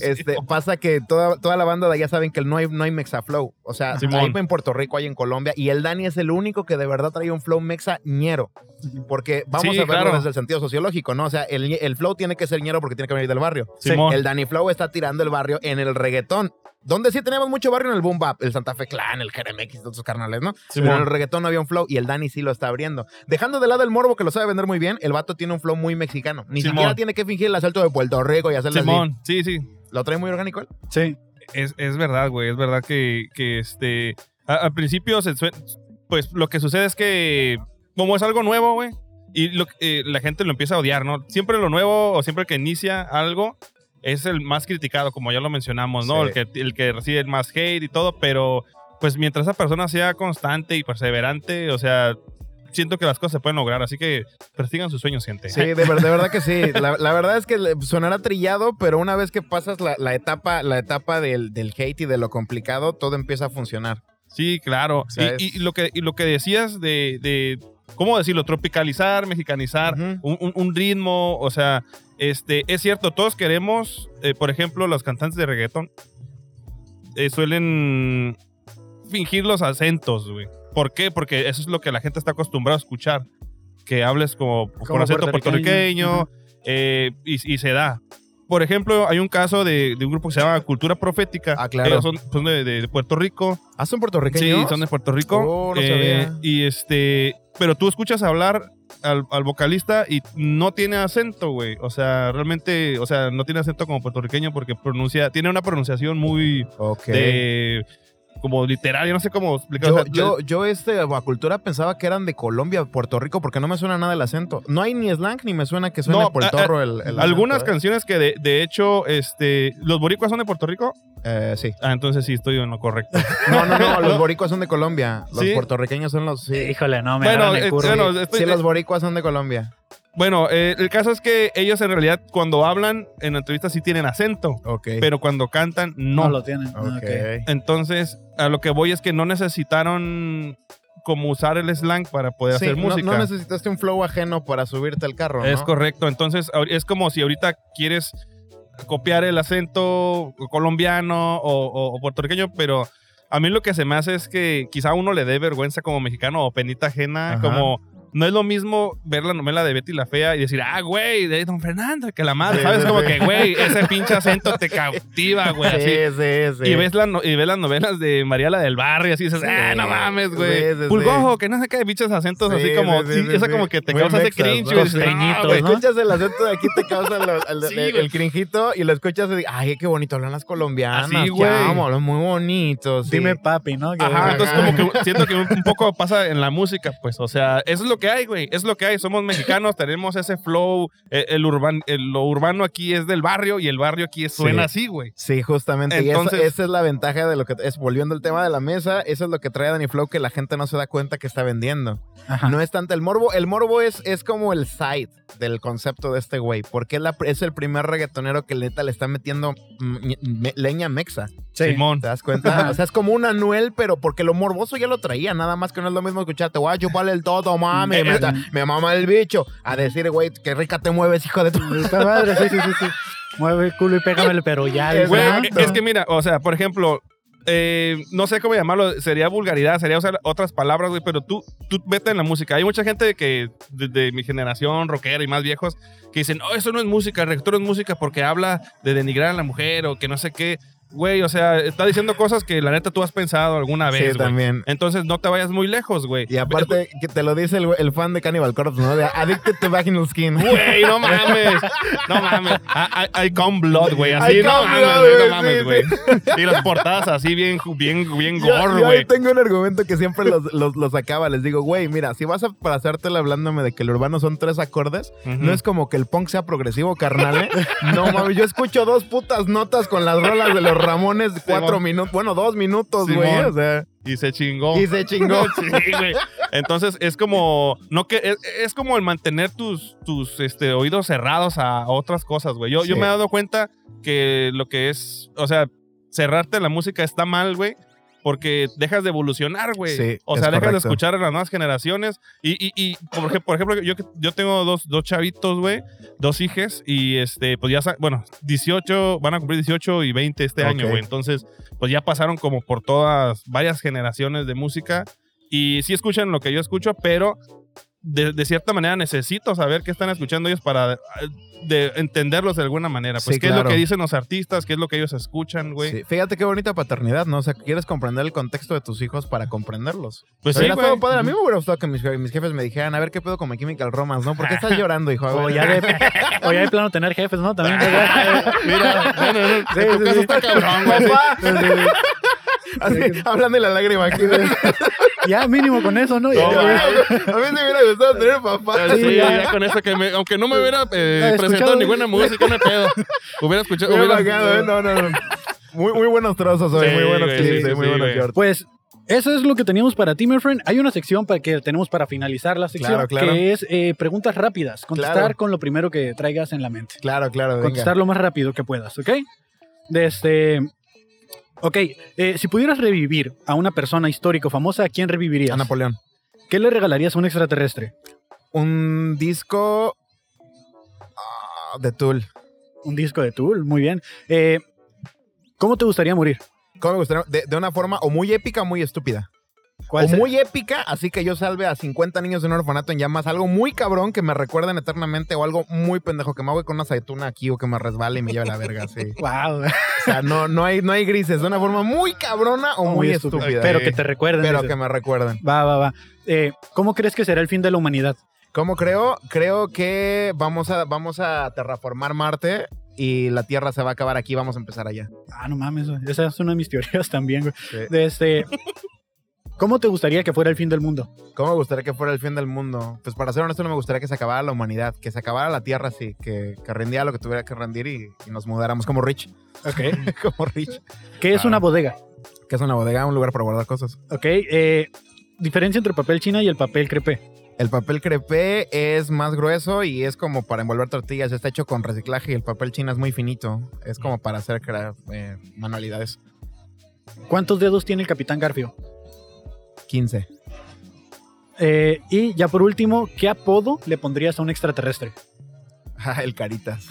Speaker 2: este, pasa que toda, toda la banda de allá saben que no hay, no hay mexa flow. O sea,
Speaker 1: Simón.
Speaker 2: hay en Puerto Rico, hay en Colombia. Y el Dani es el único que de verdad trae un flow mexa ñero. Porque vamos
Speaker 1: Sí,
Speaker 2: a verlo
Speaker 1: claro.
Speaker 2: desde el sentido sociológico, ¿no? O sea, el, el flow tiene que ser ñero porque tiene que venir del barrio.
Speaker 1: Simón.
Speaker 2: El Danny Flow está tirando el barrio en el reggaetón. Donde sí tenemos mucho barrio en el boom bap, el Santa Fe Clan, el Jeremex y todos sus carnales, ¿no? Pero en el
Speaker 1: Simón.
Speaker 2: reggaetón no había un flow y el Danny sí lo está abriendo. Dejando de lado el morbo que lo sabe vender muy bien, el vato tiene un flow muy mexicano. Ni
Speaker 1: Simón.
Speaker 2: siquiera tiene que fingir el asalto de Puerto Rico y hacerle así.
Speaker 1: Simón. Sí, sí.
Speaker 2: Lo trae muy orgánico él.
Speaker 3: Sí.
Speaker 1: Es, es verdad, güey. Es verdad que, que este. a- al principio, se sue- pues lo que sucede es que, como es algo nuevo, güey, y lo- eh, la gente lo empieza a odiar, ¿no? Siempre lo nuevo o siempre que inicia algo es el más criticado, como ya lo mencionamos, ¿no? El,
Speaker 2: Sí.
Speaker 1: que, el que recibe el más hate y todo, pero pues mientras esa persona sea constante y perseverante, o sea, siento que las cosas se pueden lograr, así que persigan sus sueños, gente.
Speaker 2: Sí, de, ver- de verdad que sí. La, la verdad es que le- sonará trillado, pero una vez que pasas la, la etapa, la etapa del, del hate y de lo complicado, todo empieza a funcionar.
Speaker 1: Sí, claro.
Speaker 2: sea,
Speaker 1: y,
Speaker 2: es-
Speaker 1: y lo que, y lo que decías de, de, ¿cómo decirlo? Tropicalizar, mexicanizar,
Speaker 2: Ujú.
Speaker 1: un, un- un ritmo, o sea, este, es cierto, todos queremos, eh, por ejemplo, los cantantes de reggaetón eh, suelen fingir los acentos, güey. ¿Por qué? Porque eso es lo que la gente está acostumbrada a escuchar, que hables como, con
Speaker 2: Como
Speaker 1: acento
Speaker 2: puertorriqueño,
Speaker 1: puertorriqueño,
Speaker 2: ujú.
Speaker 1: eh, y, y se da. Por ejemplo, hay un caso de, de un grupo que se llama Cultura Profética.
Speaker 2: Ah, claro.
Speaker 1: Ellos son, son de- de Puerto Rico.
Speaker 2: ¿Ah, son puertorriqueños?
Speaker 1: Sí, son de Puerto Rico.
Speaker 2: Oh, no
Speaker 1: Eh,
Speaker 2: sabía.
Speaker 1: Y este, pero tú escuchas hablar al, al vocalista y no tiene acento, güey. O sea, realmente, o sea, no tiene acento como puertorriqueño porque pronuncia, tiene una pronunciación muy
Speaker 2: Ok.
Speaker 1: de como literaria, no sé cómo explicar.
Speaker 2: Yo,
Speaker 1: O sea,
Speaker 2: yo, yo este acuacultura pensaba que eran de Colombia, Puerto Rico, porque no me suena nada el acento. No hay ni slang ni me suena que suene
Speaker 1: No,
Speaker 2: por el
Speaker 1: a-
Speaker 2: torro el, el
Speaker 1: algunas
Speaker 2: acento, ¿eh?
Speaker 1: canciones que de, de hecho, este, los boricuas son de Puerto Rico.
Speaker 2: ¿eh? Eh, sí.
Speaker 1: Ah, entonces sí estoy en lo correcto.
Speaker 2: No, no, no, los boricuas son de Colombia. Los
Speaker 1: ¿Sí?
Speaker 2: puertorriqueños son los... Sí,
Speaker 3: Híjole, no, me
Speaker 1: Bueno,
Speaker 3: agarran
Speaker 1: eh,
Speaker 3: el curro.
Speaker 1: bueno,
Speaker 2: Sí,
Speaker 1: estoy-
Speaker 2: sí, los boricuas son de Colombia.
Speaker 1: Bueno, eh, el caso es que ellos en realidad cuando hablan en entrevistas sí tienen acento,
Speaker 2: Ok.
Speaker 1: pero cuando cantan
Speaker 3: no.
Speaker 1: no.
Speaker 3: lo tienen.
Speaker 2: Ok.
Speaker 3: ok.
Speaker 1: Entonces, a lo que voy es que no necesitaron como usar el slang para poder
Speaker 2: Sí,
Speaker 1: hacer
Speaker 2: no-
Speaker 1: música.
Speaker 2: No, necesitaste un flow ajeno para subirte al carro,
Speaker 1: es
Speaker 2: ¿no?
Speaker 1: correcto. Entonces, ahor- es como si ahorita quieres copiar el acento colombiano o, o- o puertorriqueño, pero a mí lo que se me hace es que quizá uno le dé vergüenza como mexicano o penita ajena,
Speaker 2: Ajá.
Speaker 1: como no es lo mismo ver la novela de Betty la Fea y decir, ah, güey, de Don Fernando, que la madre,
Speaker 2: Sí,
Speaker 1: ¿sabes?
Speaker 2: sí,
Speaker 1: como
Speaker 2: sí.
Speaker 1: que, güey, ese pinche acento te cautiva, güey. así.
Speaker 2: Sí, sí, sí.
Speaker 1: Y, ves la no- y ves las novelas de María la del Barrio, así dices, ah,
Speaker 2: Sí,
Speaker 1: no mames,
Speaker 2: sí,
Speaker 1: güey.
Speaker 2: sí, sí.
Speaker 1: Pulgojo, que no sé qué, bichos acentos
Speaker 2: Sí,
Speaker 1: así como,
Speaker 2: sí, sí,
Speaker 1: sí,
Speaker 2: sí,
Speaker 1: esa
Speaker 2: sí.
Speaker 1: como que te
Speaker 2: Muy
Speaker 1: causa ese
Speaker 2: mexas,
Speaker 1: cringe,
Speaker 2: ¿no?
Speaker 1: güey. dices, "Ah,
Speaker 3: Costeñitos,
Speaker 1: güey".
Speaker 3: ¿no?
Speaker 2: Escuchas el acento de aquí, te causa el, el-
Speaker 1: Sí,
Speaker 2: el-
Speaker 1: güey.
Speaker 2: el crinjito y lo escuchas y dices, ay, qué bonito hablan las colombianas.
Speaker 1: Así,
Speaker 2: ya,
Speaker 1: güey.
Speaker 2: hablan muy bonitos. sí.
Speaker 3: Dime papi, ¿no? Que-
Speaker 1: Ajá, entonces
Speaker 2: Ajá.
Speaker 1: como que siento que un un poco pasa en la música, pues, o sea, eso es lo que hay, güey, es lo que hay, somos mexicanos, tenemos ese flow, eh, el urban, el- lo urbano aquí es del barrio y el barrio aquí suena así, güey.
Speaker 2: Sí, justamente. Y eso-
Speaker 1: Entonces-
Speaker 2: esa es la ventaja de lo que es, volviendo al tema de la mesa, eso es lo que trae Danny Flow que la gente no se da cuenta que está vendiendo.
Speaker 3: Ajá.
Speaker 2: No es tanto el morbo, el morbo es, es como el side del concepto de este güey, porque es, la- es el primer reggaetonero que neta le está metiendo mm, me- leña mexa.
Speaker 3: Sí.
Speaker 1: Simón.
Speaker 2: ¿Te das cuenta? O sea, es como un Anuel, pero porque lo morboso ya lo traía, nada más que no es lo mismo escucharte, voy a chuparle el todo, mami,
Speaker 1: Eh,
Speaker 2: me,
Speaker 1: eh,
Speaker 2: ta- me mama el bicho, a decir, güey, qué rica te mueves, hijo de tu...
Speaker 3: Puta madre, sí, sí, sí, sí. Mueve el culo y pégamelo, pero ya.
Speaker 2: Güey,
Speaker 1: Güey,
Speaker 3: ¿verdad?
Speaker 1: es que mira, o sea, por ejemplo, eh, no sé cómo llamarlo, sería vulgaridad, sería usar otras palabras, güey, pero tú, tú vete en la música. Hay mucha gente que, de, de mi generación, rockera y más viejos, que dicen, oh, eso no es música, el rector es música porque habla de denigrar a la mujer o que no sé qué. Güey, o sea, está diciendo cosas que la neta tú has pensado alguna vez,
Speaker 2: Sí,
Speaker 1: güey.
Speaker 2: también.
Speaker 1: Entonces no te vayas muy lejos, güey.
Speaker 2: Y aparte, que te lo dice el, güey- el fan de Cannibal Corpse, ¿no? De Addicted to Vaginal Skin.
Speaker 1: Güey, no mames. No mames. I, I- I come blood, güey. Así,
Speaker 2: I
Speaker 1: no,
Speaker 2: come
Speaker 1: mames,
Speaker 2: blood,
Speaker 1: güey, no
Speaker 2: güey,
Speaker 1: mames, güey. Y las portadas así bien, bien, bien
Speaker 2: Yo-
Speaker 1: gore,
Speaker 2: yo
Speaker 1: güey.
Speaker 2: ahí tengo un argumento que siempre los, los, los sacaba. Les digo, güey, mira, si vas a pasártela hablándome de que el urbano son tres acordes,
Speaker 1: Ujú.
Speaker 2: no es como que el punk sea progresivo, carnal, ¿eh? No, mami, yo escucho dos putas notas con las rolas de los Ramones, cuatro
Speaker 1: Simón.
Speaker 2: minutos, bueno, dos minutos, güey,
Speaker 1: Simón.
Speaker 2: o sea,
Speaker 1: Y se chingó.
Speaker 2: y se chingó.
Speaker 1: Sí, güey. Entonces es como no que es, es como el mantener tus tus este oídos cerrados a otras cosas, güey. Yo, yo
Speaker 2: Sí.
Speaker 1: me he dado cuenta que lo que es, o sea, cerrarte a la música está mal, güey. Porque dejas de evolucionar, güey.
Speaker 2: Sí,
Speaker 1: o
Speaker 2: es
Speaker 1: sea, dejas de
Speaker 2: correcto.
Speaker 1: escuchar a las nuevas generaciones. Y, y, y, por, ej- por ejemplo, yo, yo tengo dos, dos chavitos, güey, dos hijes, y este, pues ya, sa- bueno, 18, van a cumplir 18 y 20 este año,
Speaker 2: Ok.
Speaker 1: güey. Entonces, pues ya pasaron como por todas, varias generaciones de música y sí escuchan lo que yo escucho, pero de, de cierta manera necesito saber qué están escuchando ellos para eh, de entenderlos de alguna manera. Pues
Speaker 2: Sí,
Speaker 1: qué es
Speaker 2: claro.
Speaker 1: lo que dicen los artistas, qué es lo que ellos escuchan, güey.
Speaker 2: Sí, Fíjate qué bonita paternidad, ¿no? O sea, quieres comprender el contexto de tus hijos para comprenderlos.
Speaker 1: Pues sí,
Speaker 2: Hubiera
Speaker 1: güey.
Speaker 2: estado padre. A mí me hubiera gustado que mis, mis jefes me dijeran, a ver qué pedo con My Chemical Romance, ¿no? ¿Por qué estás llorando, hijo? A
Speaker 3: O
Speaker 2: ver,
Speaker 3: ya, de, o ya de plano tener jefes, ¿no? También.
Speaker 1: Mira, bueno, en tu
Speaker 3: Sí, sí,
Speaker 1: caso
Speaker 3: sí.
Speaker 1: está cabrón, güey.
Speaker 2: ¡Papá! Así, hablando de la lágrima aquí. güey.
Speaker 3: ya mínimo con eso, ¿no?
Speaker 1: No,
Speaker 2: A
Speaker 1: güey.
Speaker 2: mí se me hubiera gustado tener papá.
Speaker 1: Sí,
Speaker 3: Sí,
Speaker 1: ya,
Speaker 3: ya.
Speaker 1: ya con eso que me- aunque no me hubiera eh,
Speaker 3: Escuchado.
Speaker 1: presentado ni buena música, no hay pedo. Hubiera escuchado,
Speaker 2: Hubiera
Speaker 1: hubiera-
Speaker 2: bajado, ¿eh? No, no, no. Muy, muy buenos trozos hoy,
Speaker 1: Sí,
Speaker 2: muy buenos
Speaker 1: güey,
Speaker 2: clips,
Speaker 1: sí,
Speaker 2: eh, muy
Speaker 1: sí,
Speaker 2: buenos
Speaker 1: güey.
Speaker 2: cortes.
Speaker 3: Pues Eso es lo que teníamos para ti, my friend. Hay una sección para que tenemos para finalizar la sección,
Speaker 2: Claro, claro.
Speaker 3: que es eh, preguntas rápidas. Contestar
Speaker 2: Claro.
Speaker 3: con lo primero que traigas en la mente.
Speaker 2: Claro, claro, venga.
Speaker 3: Contestar lo más rápido que puedas, ¿ok? De este... Ok, eh, si pudieras revivir a una persona histórica o famosa, ¿a quién revivirías?
Speaker 2: A Napoleón.
Speaker 3: ¿Qué le regalarías a un extraterrestre?
Speaker 2: Un disco ah, de Tool.
Speaker 3: Un disco de Tool, muy bien. Eh, ¿Cómo te gustaría morir?
Speaker 2: ¿Cómo me gustaría? De, de una forma o muy épica o muy estúpida.
Speaker 3: ¿Cuál
Speaker 2: o
Speaker 3: se-
Speaker 2: muy épica, así que yo salve a 50 niños de un orfanato en llamas. Algo muy cabrón que me recuerden eternamente o algo muy pendejo que me hago con una aceituna aquí o que me resbale y me lleve a la verga, sí.
Speaker 3: Wow,
Speaker 2: O sea, no, no, hay, no hay grises. De una forma muy cabrona o muy, estúpida. eh.
Speaker 3: Pero que te recuerden.
Speaker 2: Pero
Speaker 3: dices.
Speaker 2: que me recuerden.
Speaker 3: Va, va, va. Eh, ¿Cómo crees que será el fin de la humanidad?
Speaker 2: ¿Cómo creo? Creo que vamos a, vamos a terraformar Marte y la Tierra se va a acabar aquí. Vamos a empezar allá.
Speaker 3: Ah, no mames, güey. esa es una de mis teorías también, güey.
Speaker 2: Sí.
Speaker 3: De este, ¿Cómo te gustaría que fuera el fin del mundo?
Speaker 2: ¿Cómo me gustaría que fuera el fin del mundo? Pues para ser honesto, no me gustaría que se acabara la humanidad, que se acabara la tierra, sí, que, que rendiera lo que tuviera que rendir y, y nos mudáramos como Rich.
Speaker 3: Ok.
Speaker 2: como Rich.
Speaker 3: ¿Qué es
Speaker 1: Ah.
Speaker 3: una bodega?
Speaker 2: Que es una bodega, un lugar para guardar cosas.
Speaker 3: Ok. eh, diferencia entre el papel china y el papel crepe.
Speaker 2: El papel crepé es más grueso y es como para envolver tortillas. Está hecho con reciclaje y el papel china es muy finito. Es como para hacer crea- eh, manualidades.
Speaker 3: ¿Cuántos dedos tiene el capitán Garfio?
Speaker 2: 15.
Speaker 3: Eh, y ya por último, ¿qué apodo le pondrías a un extraterrestre?
Speaker 2: Ah, el caritas.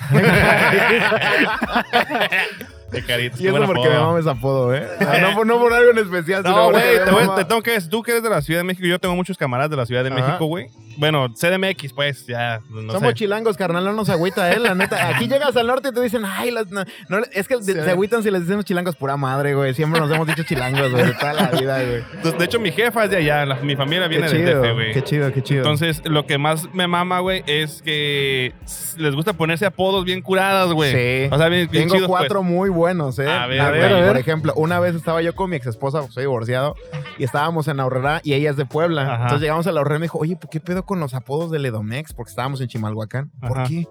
Speaker 1: De caritas,
Speaker 2: ¿eh? Y
Speaker 1: qué
Speaker 2: eso
Speaker 1: buen
Speaker 2: porque
Speaker 1: apodo.
Speaker 2: me mama ese apodo, ¿eh? O sea, no, por- no por algo en especial. sino
Speaker 1: No,
Speaker 2: porque
Speaker 1: güey,
Speaker 2: me
Speaker 1: te, voy-
Speaker 2: mama.
Speaker 1: te tengo que decir, tú que eres de la Ciudad de México, yo tengo muchos camaradas de la Ciudad de
Speaker 2: Ajá.
Speaker 1: México, güey. Bueno, CDMX, pues, ya, no
Speaker 2: Somos
Speaker 1: sé.
Speaker 2: chilangos, carnal, no nos agüita, eh, la neta. Aquí llegas al norte y te dicen, ay, las- no, no, es que de- se agüitan si les decimos chilangos, pura madre, güey. Siempre nos hemos dicho chilangos, güey, de toda la vida, güey.
Speaker 1: Entonces, Pues, De hecho, mi jefa es de allá, la- mi familia
Speaker 2: Qué
Speaker 1: viene del
Speaker 2: chido,
Speaker 1: DF, güey.
Speaker 2: qué chido, qué chido.
Speaker 1: Entonces, lo que más me mama, güey, es que les gusta ponerse apodos bien curadas, güey.
Speaker 2: Sí.
Speaker 1: O sea, bien, bien
Speaker 2: Tengo
Speaker 1: chidos, pues.
Speaker 2: cuatro muy buenos, ¿eh?
Speaker 1: A ver,
Speaker 2: La
Speaker 1: a
Speaker 2: neta,
Speaker 1: ver, a
Speaker 2: Por
Speaker 3: ver.
Speaker 2: ejemplo, una vez estaba yo con mi ex esposa, soy divorciado, y estábamos en Aurrera y ella es de Puebla.
Speaker 1: Ajá.
Speaker 2: Entonces llegamos a la Aurrera y me dijo, oye, ¿por ¿qué pedo con los apodos del Edomex? Porque estábamos en Chimalhuacán. ¿Por
Speaker 1: Ajá.
Speaker 2: qué?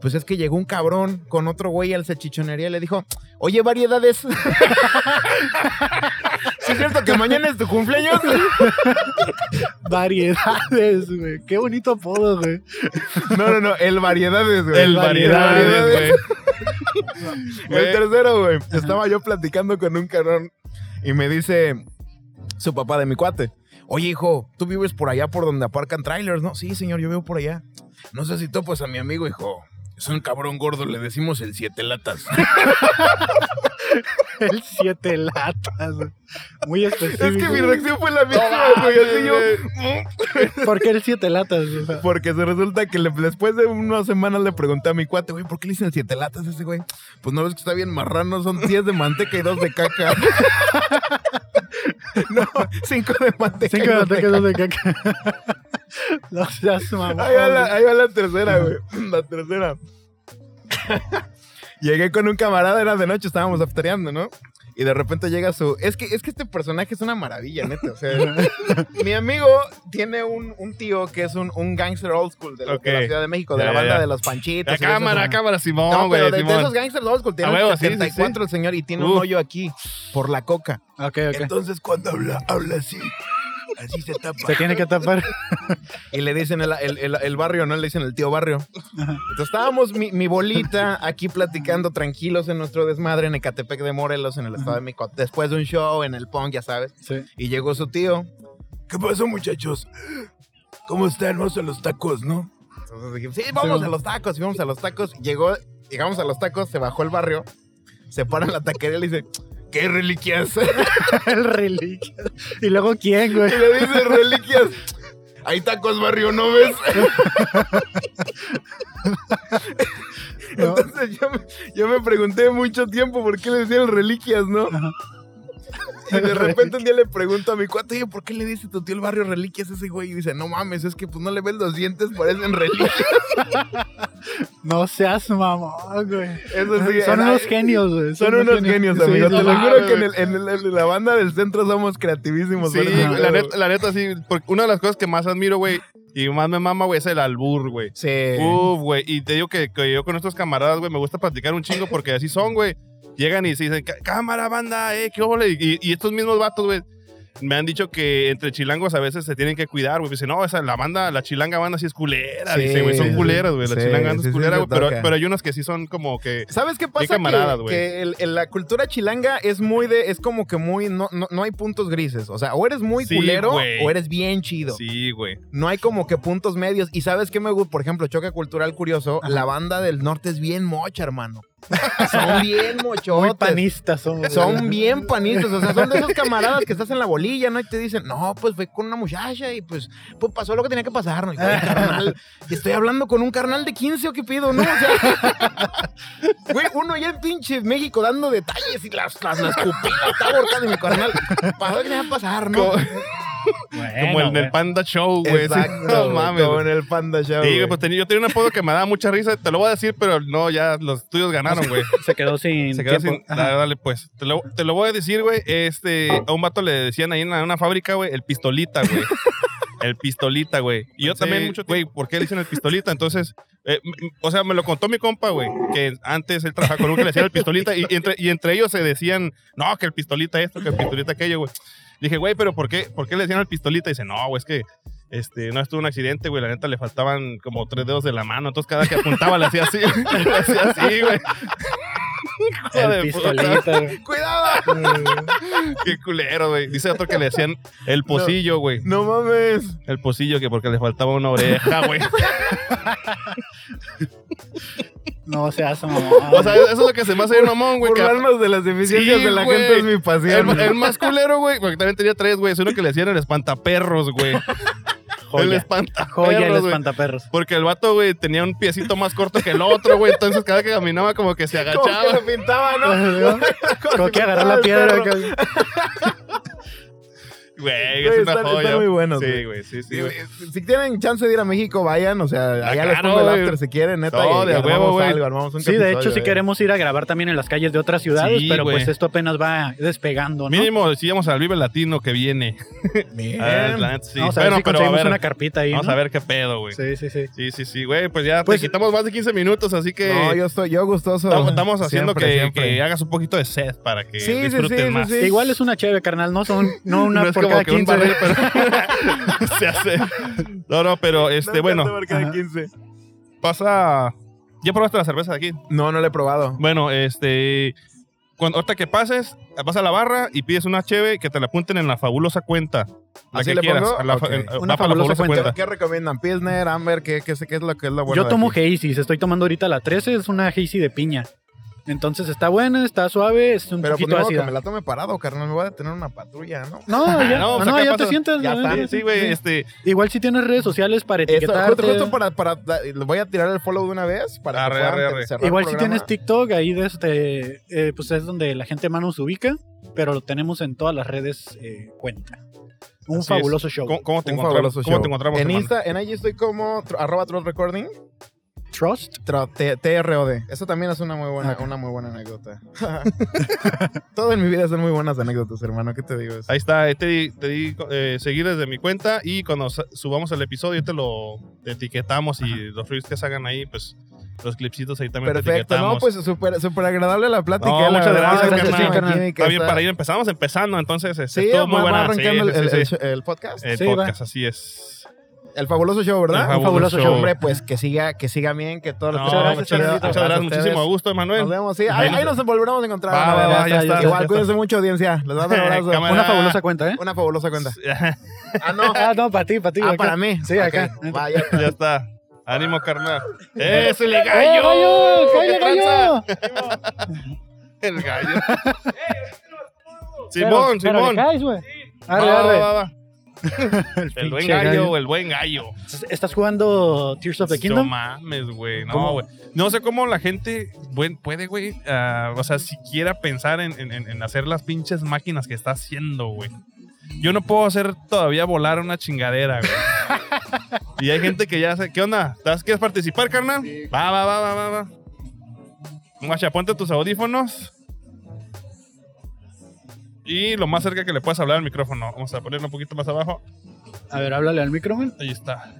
Speaker 2: Pues es que llegó un cabrón con otro güey al salchichonería y le dijo, oye, variedades. ¿Sí es cierto que mañana es tu cumpleaños?
Speaker 3: Variedades, güey. Qué bonito apodo, güey.
Speaker 2: No, no, no, el variedades, güey.
Speaker 1: pues. El variedades, güey.
Speaker 2: El tercero, güey. Estaba yo platicando con un cabrón y me dice su papá de mi cuate. Oye, hijo, tú vives por allá por donde aparcan trailers, ¿no? Sí, señor, yo vivo por allá. No sé si topas a mi amigo, hijo. Es un cabrón gordo, le decimos el siete latas.
Speaker 3: El siete latas, güey. Muy específico.
Speaker 2: fue la misma, güey. Así yo.
Speaker 3: ¿Por qué el siete latas? güey?
Speaker 2: Porque se resulta que le- después de unas semanas le pregunté a mi cuate, güey, ¿por qué le dicen siete latas a ese güey? Pues no ves que está bien marrano, son 10 de manteca y dos de caca. no, cinco de manteca. y
Speaker 3: Cinco de
Speaker 2: dos de
Speaker 3: ataques, dos de caca. No seas mamón.
Speaker 2: Ahí va, la, ahí va la tercera, güey. La tercera. Llegué con un camarada, era de noche, estábamos aftereando, ¿no? Y de repente llega su. Es que, es que este personaje es una maravilla, neta. O sea, mi amigo tiene un, un tío que es un, un gangster old school de, la- de la
Speaker 1: Ok.
Speaker 2: Ciudad de México, de
Speaker 1: Ya,
Speaker 2: la
Speaker 1: ya,
Speaker 2: banda
Speaker 1: ya.
Speaker 2: de los panchitos.
Speaker 1: La
Speaker 2: y de esos,
Speaker 1: cámara,
Speaker 2: ¿no?
Speaker 1: cámara, Simón,
Speaker 2: No,
Speaker 1: güey.
Speaker 2: pero de, de
Speaker 1: Simón.
Speaker 2: esos gangsters old school, tiene
Speaker 1: A huevo, sí, sí,
Speaker 2: 74 el señor y tiene un
Speaker 1: Uf.
Speaker 2: hoyo aquí por la coca.
Speaker 3: Ok, ok.
Speaker 2: Entonces cuando habla, habla así. Así se tapa.
Speaker 3: Se tiene que tapar.
Speaker 2: Y le dicen el, el- el- el barrio, ¿no? Le dicen el tío barrio. Entonces estábamos mi, mi bolita aquí platicando tranquilos en nuestro desmadre en Ecatepec de Morelos, en el estado de México. Después de un show en el punk, ya sabes.
Speaker 3: Sí.
Speaker 2: Y llegó su tío. ¿Qué pasó, muchachos? ¿Cómo están? Vamos a los tacos, ¿no? Entonces dijimos, sí, vamos
Speaker 3: Sí.
Speaker 2: a los tacos, y vamos a los tacos. Llegó, llegamos a los tacos, se bajó el barrio, se para en la taquería y le dice, ¿qué reliquias?
Speaker 3: El reliquia. ¿Y luego quién, güey?
Speaker 2: Y le dice reliquias. Hay tacos, barrio, ¿no ves?
Speaker 3: No.
Speaker 2: Entonces yo me, yo me pregunté mucho tiempo por qué le decían reliquias, ¿no?
Speaker 3: Ajá.
Speaker 2: Y de repente un día le pregunto a mi cuate, oye, ¿por qué le dice tu tío el barrio reliquias a ese güey? Y dice, no mames, es que pues no le ves los dientes, parecen reliquias.
Speaker 3: No seas mamón, güey.
Speaker 2: Eso sí,
Speaker 3: Son
Speaker 2: era-
Speaker 3: unos genios, güey.
Speaker 2: Son unos genios,
Speaker 3: Sí,
Speaker 2: amigo.
Speaker 3: sí,
Speaker 2: Te
Speaker 3: sí.
Speaker 2: lo
Speaker 1: claro,
Speaker 2: juro que en,
Speaker 1: güey.
Speaker 2: el- en el- en la banda del centro somos creativísimos.
Speaker 1: Sí,
Speaker 2: ¿verdad?
Speaker 1: güey, la neta, la neta, sí. Porque una de las cosas que más admiro, güey, y más me mama, güey, es el albur, güey.
Speaker 2: Sí.
Speaker 1: Uf, güey. Y te digo que, que yo con estos camaradas, güey, me gusta platicar un chingo porque así son, güey. Llegan y se dicen, "Cá- cámara, banda, eh, qué ole. Y, y estos mismos vatos, güey. me han dicho que entre chilangos a veces se tienen que cuidar, güey. Dicen, no, esa, la banda, la chilanga banda sí es culera.
Speaker 2: Sí,
Speaker 1: dice, güey, son
Speaker 2: sí,
Speaker 1: culeras, güey. La
Speaker 2: sí,
Speaker 1: chilanga banda
Speaker 2: sí, sí,
Speaker 1: es culera,
Speaker 2: se
Speaker 1: güey. Pero,
Speaker 2: toca.
Speaker 1: pero hay unos que sí son como que.
Speaker 2: ¿Sabes qué pasa?
Speaker 1: camaradas,
Speaker 2: que
Speaker 1: güey.
Speaker 2: que el- el- la cultura chilanga es muy de. Es como que muy. No, no, no hay puntos grises. O sea, o eres muy
Speaker 1: Sí,
Speaker 2: culero
Speaker 1: güey.
Speaker 2: o eres bien chido.
Speaker 1: Sí, güey.
Speaker 2: No hay como que puntos medios. Y sabes qué me gusta, por ejemplo, choque cultural curioso. La banda del norte es bien mocha, hermano. Son bien
Speaker 3: Muy
Speaker 2: mochotes.
Speaker 3: panistas son. güey.
Speaker 2: Son bien panistas, o sea, son de esos camaradas que estás en la bolilla, ¿no? Y te dicen, no, pues fue con una muchacha y pues, pues pasó lo que tenía que pasar, ¿no? Y, güey, carnal, estoy hablando con un carnal de 15 o qué pido, ¿no? O sea, güey, uno ya en pinche México dando detalles y las, las, las pupilas, está borcado y mi carnal, pasó lo que tenía que pasar, ¿no?
Speaker 1: Como-
Speaker 3: Bueno,
Speaker 1: Como el del
Speaker 3: güey.
Speaker 1: Panda Show, güey. Sí, no
Speaker 2: eh. güey,
Speaker 1: mames.
Speaker 2: como
Speaker 1: güey.
Speaker 2: en el Panda Show.
Speaker 1: Sí,
Speaker 2: güey.
Speaker 1: güey, pues tenía- yo tenía un apodo que me daba mucha risa, te lo voy a decir, pero no, ya los tuyos ganaron, güey.
Speaker 3: Se quedó sin.
Speaker 1: Se quedó
Speaker 3: tiempo.
Speaker 1: sin. Dale, dale, pues. Te lo, te lo voy a decir, güey. Este, a un vato le decían ahí en la- una fábrica, güey, el pistolita, güey. El pistolita, güey. Y yo también mucho, güey, ¿por qué le dicen el pistolita? Entonces, eh, m- m- o sea, me lo contó mi compa, güey, que antes él trabajaba con uno que le decían el pistolita y, y entre, y entre ellos se decían, no, que el pistolita esto, que el pistolita aquello, güey. Dije, güey, pero ¿por qué, ¿por qué le decían el pistolita? Y dice, no, güey, es que este, no estuvo un accidente, güey, la neta le faltaban como tres dedos de la mano, entonces cada que apuntaba le hacía así, le hacía así, güey.
Speaker 2: Ah,
Speaker 1: Hijo de
Speaker 3: El
Speaker 1: puta.
Speaker 3: pistolita, güey.
Speaker 2: ¡Cuidado!
Speaker 1: Qué culero, güey. Dice otro que le decían el pocillo, güey.
Speaker 2: No mames.
Speaker 1: El pocillo, que porque le faltaba una oreja, güey.
Speaker 3: No se hace
Speaker 1: O sea, eso es lo que se me hace un mamón, güey. que-
Speaker 2: Burlarnos de las deficiencias
Speaker 1: Sí,
Speaker 2: de la
Speaker 1: güey.
Speaker 2: gente es mi pasión.
Speaker 1: El, el más culero, güey, porque también tenía tres, güey. Es uno que le decían el espantaperros, güey. El
Speaker 3: joya. Joya el
Speaker 1: espantaperros, güey.
Speaker 3: espantaperros.
Speaker 1: Porque el vato, güey, tenía un piecito más corto que el otro, güey. Entonces cada que caminaba como que se
Speaker 2: Como que
Speaker 1: agachaba.
Speaker 2: lo pintaba, ¿no?
Speaker 3: Creo que agarrar la
Speaker 2: el
Speaker 3: piedra.
Speaker 2: perro.
Speaker 3: cabrón.
Speaker 1: Güey,
Speaker 2: Güey,
Speaker 1: es una
Speaker 2: están-
Speaker 1: joya.
Speaker 2: están muy buenos,
Speaker 1: Sí,
Speaker 2: güey.
Speaker 1: güey, sí, sí,
Speaker 2: Sí,
Speaker 1: güey.
Speaker 2: güey. si tienen chance de ir a México, vayan. O sea, allá les
Speaker 1: claro,
Speaker 2: pongo el
Speaker 1: güey.
Speaker 2: after si quieren, neta.
Speaker 1: No,
Speaker 2: y-
Speaker 1: de
Speaker 2: y armamos
Speaker 1: huevo, güey.
Speaker 2: algo, armamos un
Speaker 3: Sí, de hecho,
Speaker 2: episodio, eh.
Speaker 3: sí
Speaker 2: güey.
Speaker 3: queremos ir a grabar también en las calles de otras ciudades,
Speaker 1: Sí,
Speaker 3: pero pues
Speaker 1: güey.
Speaker 3: esto apenas va despegando, ¿no?
Speaker 1: Mínimo, decíamos al Vive Latino que viene.
Speaker 2: Bien.
Speaker 1: Ah, la neta, sí.
Speaker 3: Vamos a ver
Speaker 1: Bueno, pero a
Speaker 3: si conseguimos
Speaker 1: ver,
Speaker 3: una carpita ahí,
Speaker 1: vamos
Speaker 3: ¿no?
Speaker 1: a ver qué pedo, güey.
Speaker 3: Sí, sí, sí.
Speaker 1: Sí, sí, sí, güey, pues ya
Speaker 3: Pues-
Speaker 1: te quitamos más de 15 minutos, así que
Speaker 2: No, Ah, yo estoy yo gustoso.
Speaker 1: estamos, estamos haciendo
Speaker 2: Siempre,
Speaker 1: que,
Speaker 2: siempre.
Speaker 1: que hagas un poquito de sed para que
Speaker 2: Sí, sí,
Speaker 1: disfruten
Speaker 2: sí, sí,
Speaker 1: más.
Speaker 2: sí.
Speaker 3: Igual es una chévere, carnal, no son no una
Speaker 1: No es
Speaker 3: por
Speaker 1: como
Speaker 3: cada
Speaker 1: que un
Speaker 3: 15.
Speaker 1: barril, pero se hace. No, no, pero este, bueno,
Speaker 3: Ajá.
Speaker 1: pasa. ¿Ya probaste la cerveza de aquí?
Speaker 2: No, no lo he probado.
Speaker 1: Bueno, este. Cuando, ahorita que pases, vas a la barra y pides una cheve que te la apunten en la fabulosa cuenta. La
Speaker 2: ¿Así
Speaker 1: que
Speaker 2: le
Speaker 1: quieras.
Speaker 2: pongo?
Speaker 1: a la fa-
Speaker 2: Ok.
Speaker 1: en- va
Speaker 3: Una
Speaker 1: para la
Speaker 3: fabulosa
Speaker 1: fabulosa
Speaker 3: cuenta.
Speaker 1: cuenta.
Speaker 2: ¿Qué recomiendan? Pilsner, Amber, ¿qué, qué, sé- qué es lo que es lo bueno?
Speaker 3: Yo tomo
Speaker 2: que
Speaker 3: Hazy, estoy tomando ahorita la 13, es una Hazy de piña. Entonces está buena, está suave, es un
Speaker 2: Pero pues
Speaker 3: poquito
Speaker 2: no, que
Speaker 3: ácida.
Speaker 2: me la tome parado, carnal. Me voy a detener una patrulla, Ah, ¿no?
Speaker 3: No, ya,
Speaker 1: no, pues,
Speaker 3: no,
Speaker 1: acá
Speaker 3: ya
Speaker 1: pasa-
Speaker 3: te sientas.
Speaker 2: ya
Speaker 3: ¿no?
Speaker 2: está.
Speaker 1: Sí, güey, este.
Speaker 3: Igual si tienes redes sociales para
Speaker 2: Eso,
Speaker 3: etiquetarte.
Speaker 2: justo, justo para, para, le voy a tirar el follow de una vez para
Speaker 1: Arre,
Speaker 2: que puedan
Speaker 1: arre, arre.
Speaker 2: cerrar el
Speaker 3: Igual si
Speaker 2: programa.
Speaker 3: tienes TikTok, ahí de este, eh, pues es donde la gente más nos ubica, pero lo tenemos en todas las redes eh, cuenta.
Speaker 1: Así
Speaker 3: Un
Speaker 1: es.
Speaker 3: fabuloso show.
Speaker 1: ¿Cómo, cómo te,
Speaker 2: Un
Speaker 1: encontramos,
Speaker 2: fabuloso
Speaker 1: ¿cómo
Speaker 2: show.
Speaker 1: te encontramos?
Speaker 2: En
Speaker 1: hermano?
Speaker 2: Insta, en IG estoy como tr- arroba Trot Recording,
Speaker 3: Trust.
Speaker 2: tro- T- TROD. Eso también es una muy buena,
Speaker 3: Ah.
Speaker 2: una muy buena anécdota. Todo en mi vida son muy buenas anécdotas, hermano. ¿Qué te digo?
Speaker 1: Ahí está, ahí te di, te di, eh, seguir desde mi cuenta y cuando sa- subamos el episodio te lo te etiquetamos y los reels que salgan ahí, pues los clipsitos ahí también te
Speaker 2: Perfecto,
Speaker 1: etiquetamos.
Speaker 2: no, pues súper súper agradable la plática.
Speaker 1: No,
Speaker 2: la
Speaker 1: muchas
Speaker 2: verdad,
Speaker 1: gracias,
Speaker 2: muchas
Speaker 3: carnal.
Speaker 2: por la
Speaker 3: Carnal.
Speaker 2: química,
Speaker 1: Está bien,
Speaker 2: está-
Speaker 1: para ir empezamos empezando, entonces este,
Speaker 2: Sí,
Speaker 1: estuvo
Speaker 2: muy
Speaker 1: muy buena.
Speaker 2: arrancando
Speaker 1: sí, sí,
Speaker 2: el,
Speaker 1: sí,
Speaker 2: el-
Speaker 1: sí.
Speaker 2: el- el podcast.
Speaker 1: El
Speaker 3: sí, va.
Speaker 1: podcast, así es.
Speaker 2: El fabuloso show, ¿verdad?
Speaker 1: El
Speaker 2: Un
Speaker 1: fabuloso
Speaker 2: show.
Speaker 1: show.
Speaker 2: Hombre, pues que siga, que siga bien, que todos los
Speaker 1: No,
Speaker 2: que se
Speaker 1: muchas
Speaker 2: vean,
Speaker 1: muchas gracias,
Speaker 2: a ustedes.
Speaker 1: muchísimo gusto, Emanuel.
Speaker 2: Nos vemos, sí. Ahí,
Speaker 1: Ahí-
Speaker 2: ahí nos volveremos a encontrar.
Speaker 1: Va,
Speaker 2: una
Speaker 1: va,
Speaker 2: vez.
Speaker 1: va, ya está, ya
Speaker 2: Igual,
Speaker 1: está.
Speaker 2: cuídense mucho, audiencia. Les mando un abrazo.
Speaker 1: Cámara.
Speaker 3: Una fabulosa cuenta, ¿eh?
Speaker 2: Una fabulosa cuenta.
Speaker 1: Ya
Speaker 2: Ah, no.
Speaker 3: Ah, no, para ti, para ti.
Speaker 2: Ah,
Speaker 3: acá.
Speaker 2: para mí.
Speaker 3: Sí, acá.
Speaker 2: Ok, Vaya.
Speaker 1: está. Ánimo, carnal. ¡Es el
Speaker 3: ¡Eh,
Speaker 1: gallo!
Speaker 3: gallo!
Speaker 1: ¿Qué
Speaker 3: ¡Cállate,
Speaker 1: tranza?
Speaker 3: gallo!
Speaker 1: El gallo.
Speaker 3: Pero-
Speaker 1: Simón,
Speaker 3: pero le
Speaker 1: Simón.
Speaker 3: caes, güey. Arre,
Speaker 1: Va,
Speaker 3: arre.
Speaker 1: va, va, va. El buen
Speaker 3: pinche gallo.
Speaker 1: gallo, el buen gallo.
Speaker 3: ¿Estás jugando Tears of the
Speaker 1: No
Speaker 3: Kingdom?
Speaker 1: mames, güey.
Speaker 3: ¿Cómo?
Speaker 1: No, güey. No sé cómo la gente buen- puede, güey. ah, o sea, siquiera pensar en, en- en- en hacer las pinches máquinas que está haciendo, güey. Yo no puedo hacer todavía volar una chingadera, güey. y hay gente que ya hace. ¿Qué onda? ¿Estás, ¿Quieres participar, carnal? Va, va, va, va, va, va. Guacha, ponte tus audífonos. Y lo más cerca que le puedas hablar al micrófono. Vamos a ponerlo un poquito más abajo.
Speaker 3: A ver, háblale al micrófono.
Speaker 1: Ahí está.